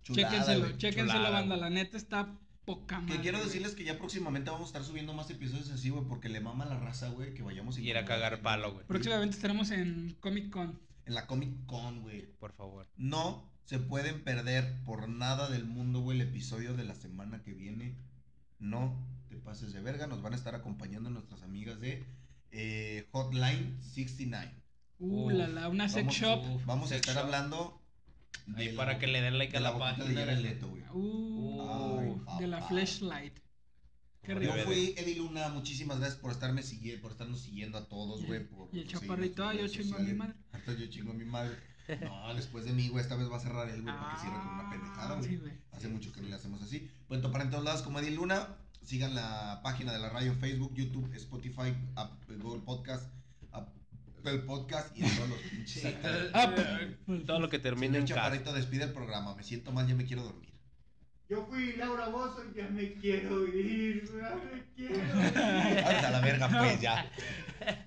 [SPEAKER 1] Chulada,
[SPEAKER 3] chéquenselo,
[SPEAKER 1] güey.
[SPEAKER 3] chéquenselo,
[SPEAKER 2] chulada,
[SPEAKER 3] banda.
[SPEAKER 2] güey.
[SPEAKER 3] La neta está poca madre.
[SPEAKER 1] Que quiero
[SPEAKER 3] güey.
[SPEAKER 1] decirles que ya próximamente vamos a estar subiendo más episodios así, güey, porque le mama a la raza, güey, que vayamos
[SPEAKER 2] Y ir a cagar palo, güey.
[SPEAKER 3] Próximamente estaremos en Comic Con.
[SPEAKER 1] En la Comic Con, güey.
[SPEAKER 2] Por favor.
[SPEAKER 1] No se pueden perder por nada del mundo, güey, el episodio de la semana que viene. No te pases de verga. Nos van a estar acompañando nuestras amigas de eh, Hotline 69.
[SPEAKER 3] Uh,
[SPEAKER 2] Uf,
[SPEAKER 3] la la, una sex
[SPEAKER 1] vamos-
[SPEAKER 3] shop.
[SPEAKER 2] Uf,
[SPEAKER 1] Vamos a
[SPEAKER 2] sex
[SPEAKER 1] estar
[SPEAKER 2] shop.
[SPEAKER 1] hablando.
[SPEAKER 2] Ahí
[SPEAKER 1] de
[SPEAKER 2] para
[SPEAKER 1] la-
[SPEAKER 2] que le den like
[SPEAKER 1] de
[SPEAKER 2] a
[SPEAKER 1] la
[SPEAKER 2] la,
[SPEAKER 1] boquita de
[SPEAKER 2] página.
[SPEAKER 1] Jared Leto, güey.
[SPEAKER 3] Uh,
[SPEAKER 1] Ay,
[SPEAKER 3] de la
[SPEAKER 1] papá.
[SPEAKER 3] flashlight. Qué
[SPEAKER 1] Yo
[SPEAKER 3] rico.
[SPEAKER 2] Rivera. (laughs)
[SPEAKER 1] fui Eddie Luna, muchísimas gracias por estarme siguiendo, por estarnos siguiendo a todos, güey. por-
[SPEAKER 3] Y el
[SPEAKER 1] por
[SPEAKER 3] chaparrito,
[SPEAKER 1] seguirnos en
[SPEAKER 3] ah, yo
[SPEAKER 1] redes
[SPEAKER 3] chingo a mi
[SPEAKER 1] sociales.
[SPEAKER 3] madre.
[SPEAKER 1] Hasta yo chingo a mi madre. No, después de mí, güey, esta vez va a cerrar él, güey, para que cierre con una pendejada,
[SPEAKER 3] Ah,
[SPEAKER 1] güey.
[SPEAKER 3] sí, güey.
[SPEAKER 1] Hace mucho que no le hacemos así. Pueden topar en todos lados como Eddie Luna. Sigan la página de la radio en Facebook, YouTube, Spotify, Apple, Google Podcast, Apple Podcast y en todos los pinches.
[SPEAKER 2] Sí,
[SPEAKER 1] Señor
[SPEAKER 3] Ah,
[SPEAKER 2] pues, Todo lo que termine en casa.
[SPEAKER 1] Chaparrito despide el programa. Me siento mal, ya me quiero dormir.
[SPEAKER 4] Yo fui Laura Bozo y ya
[SPEAKER 3] (laughs)
[SPEAKER 4] me quiero ir, ya me quiero ir.
[SPEAKER 1] Vamos a la verga, pues, ya.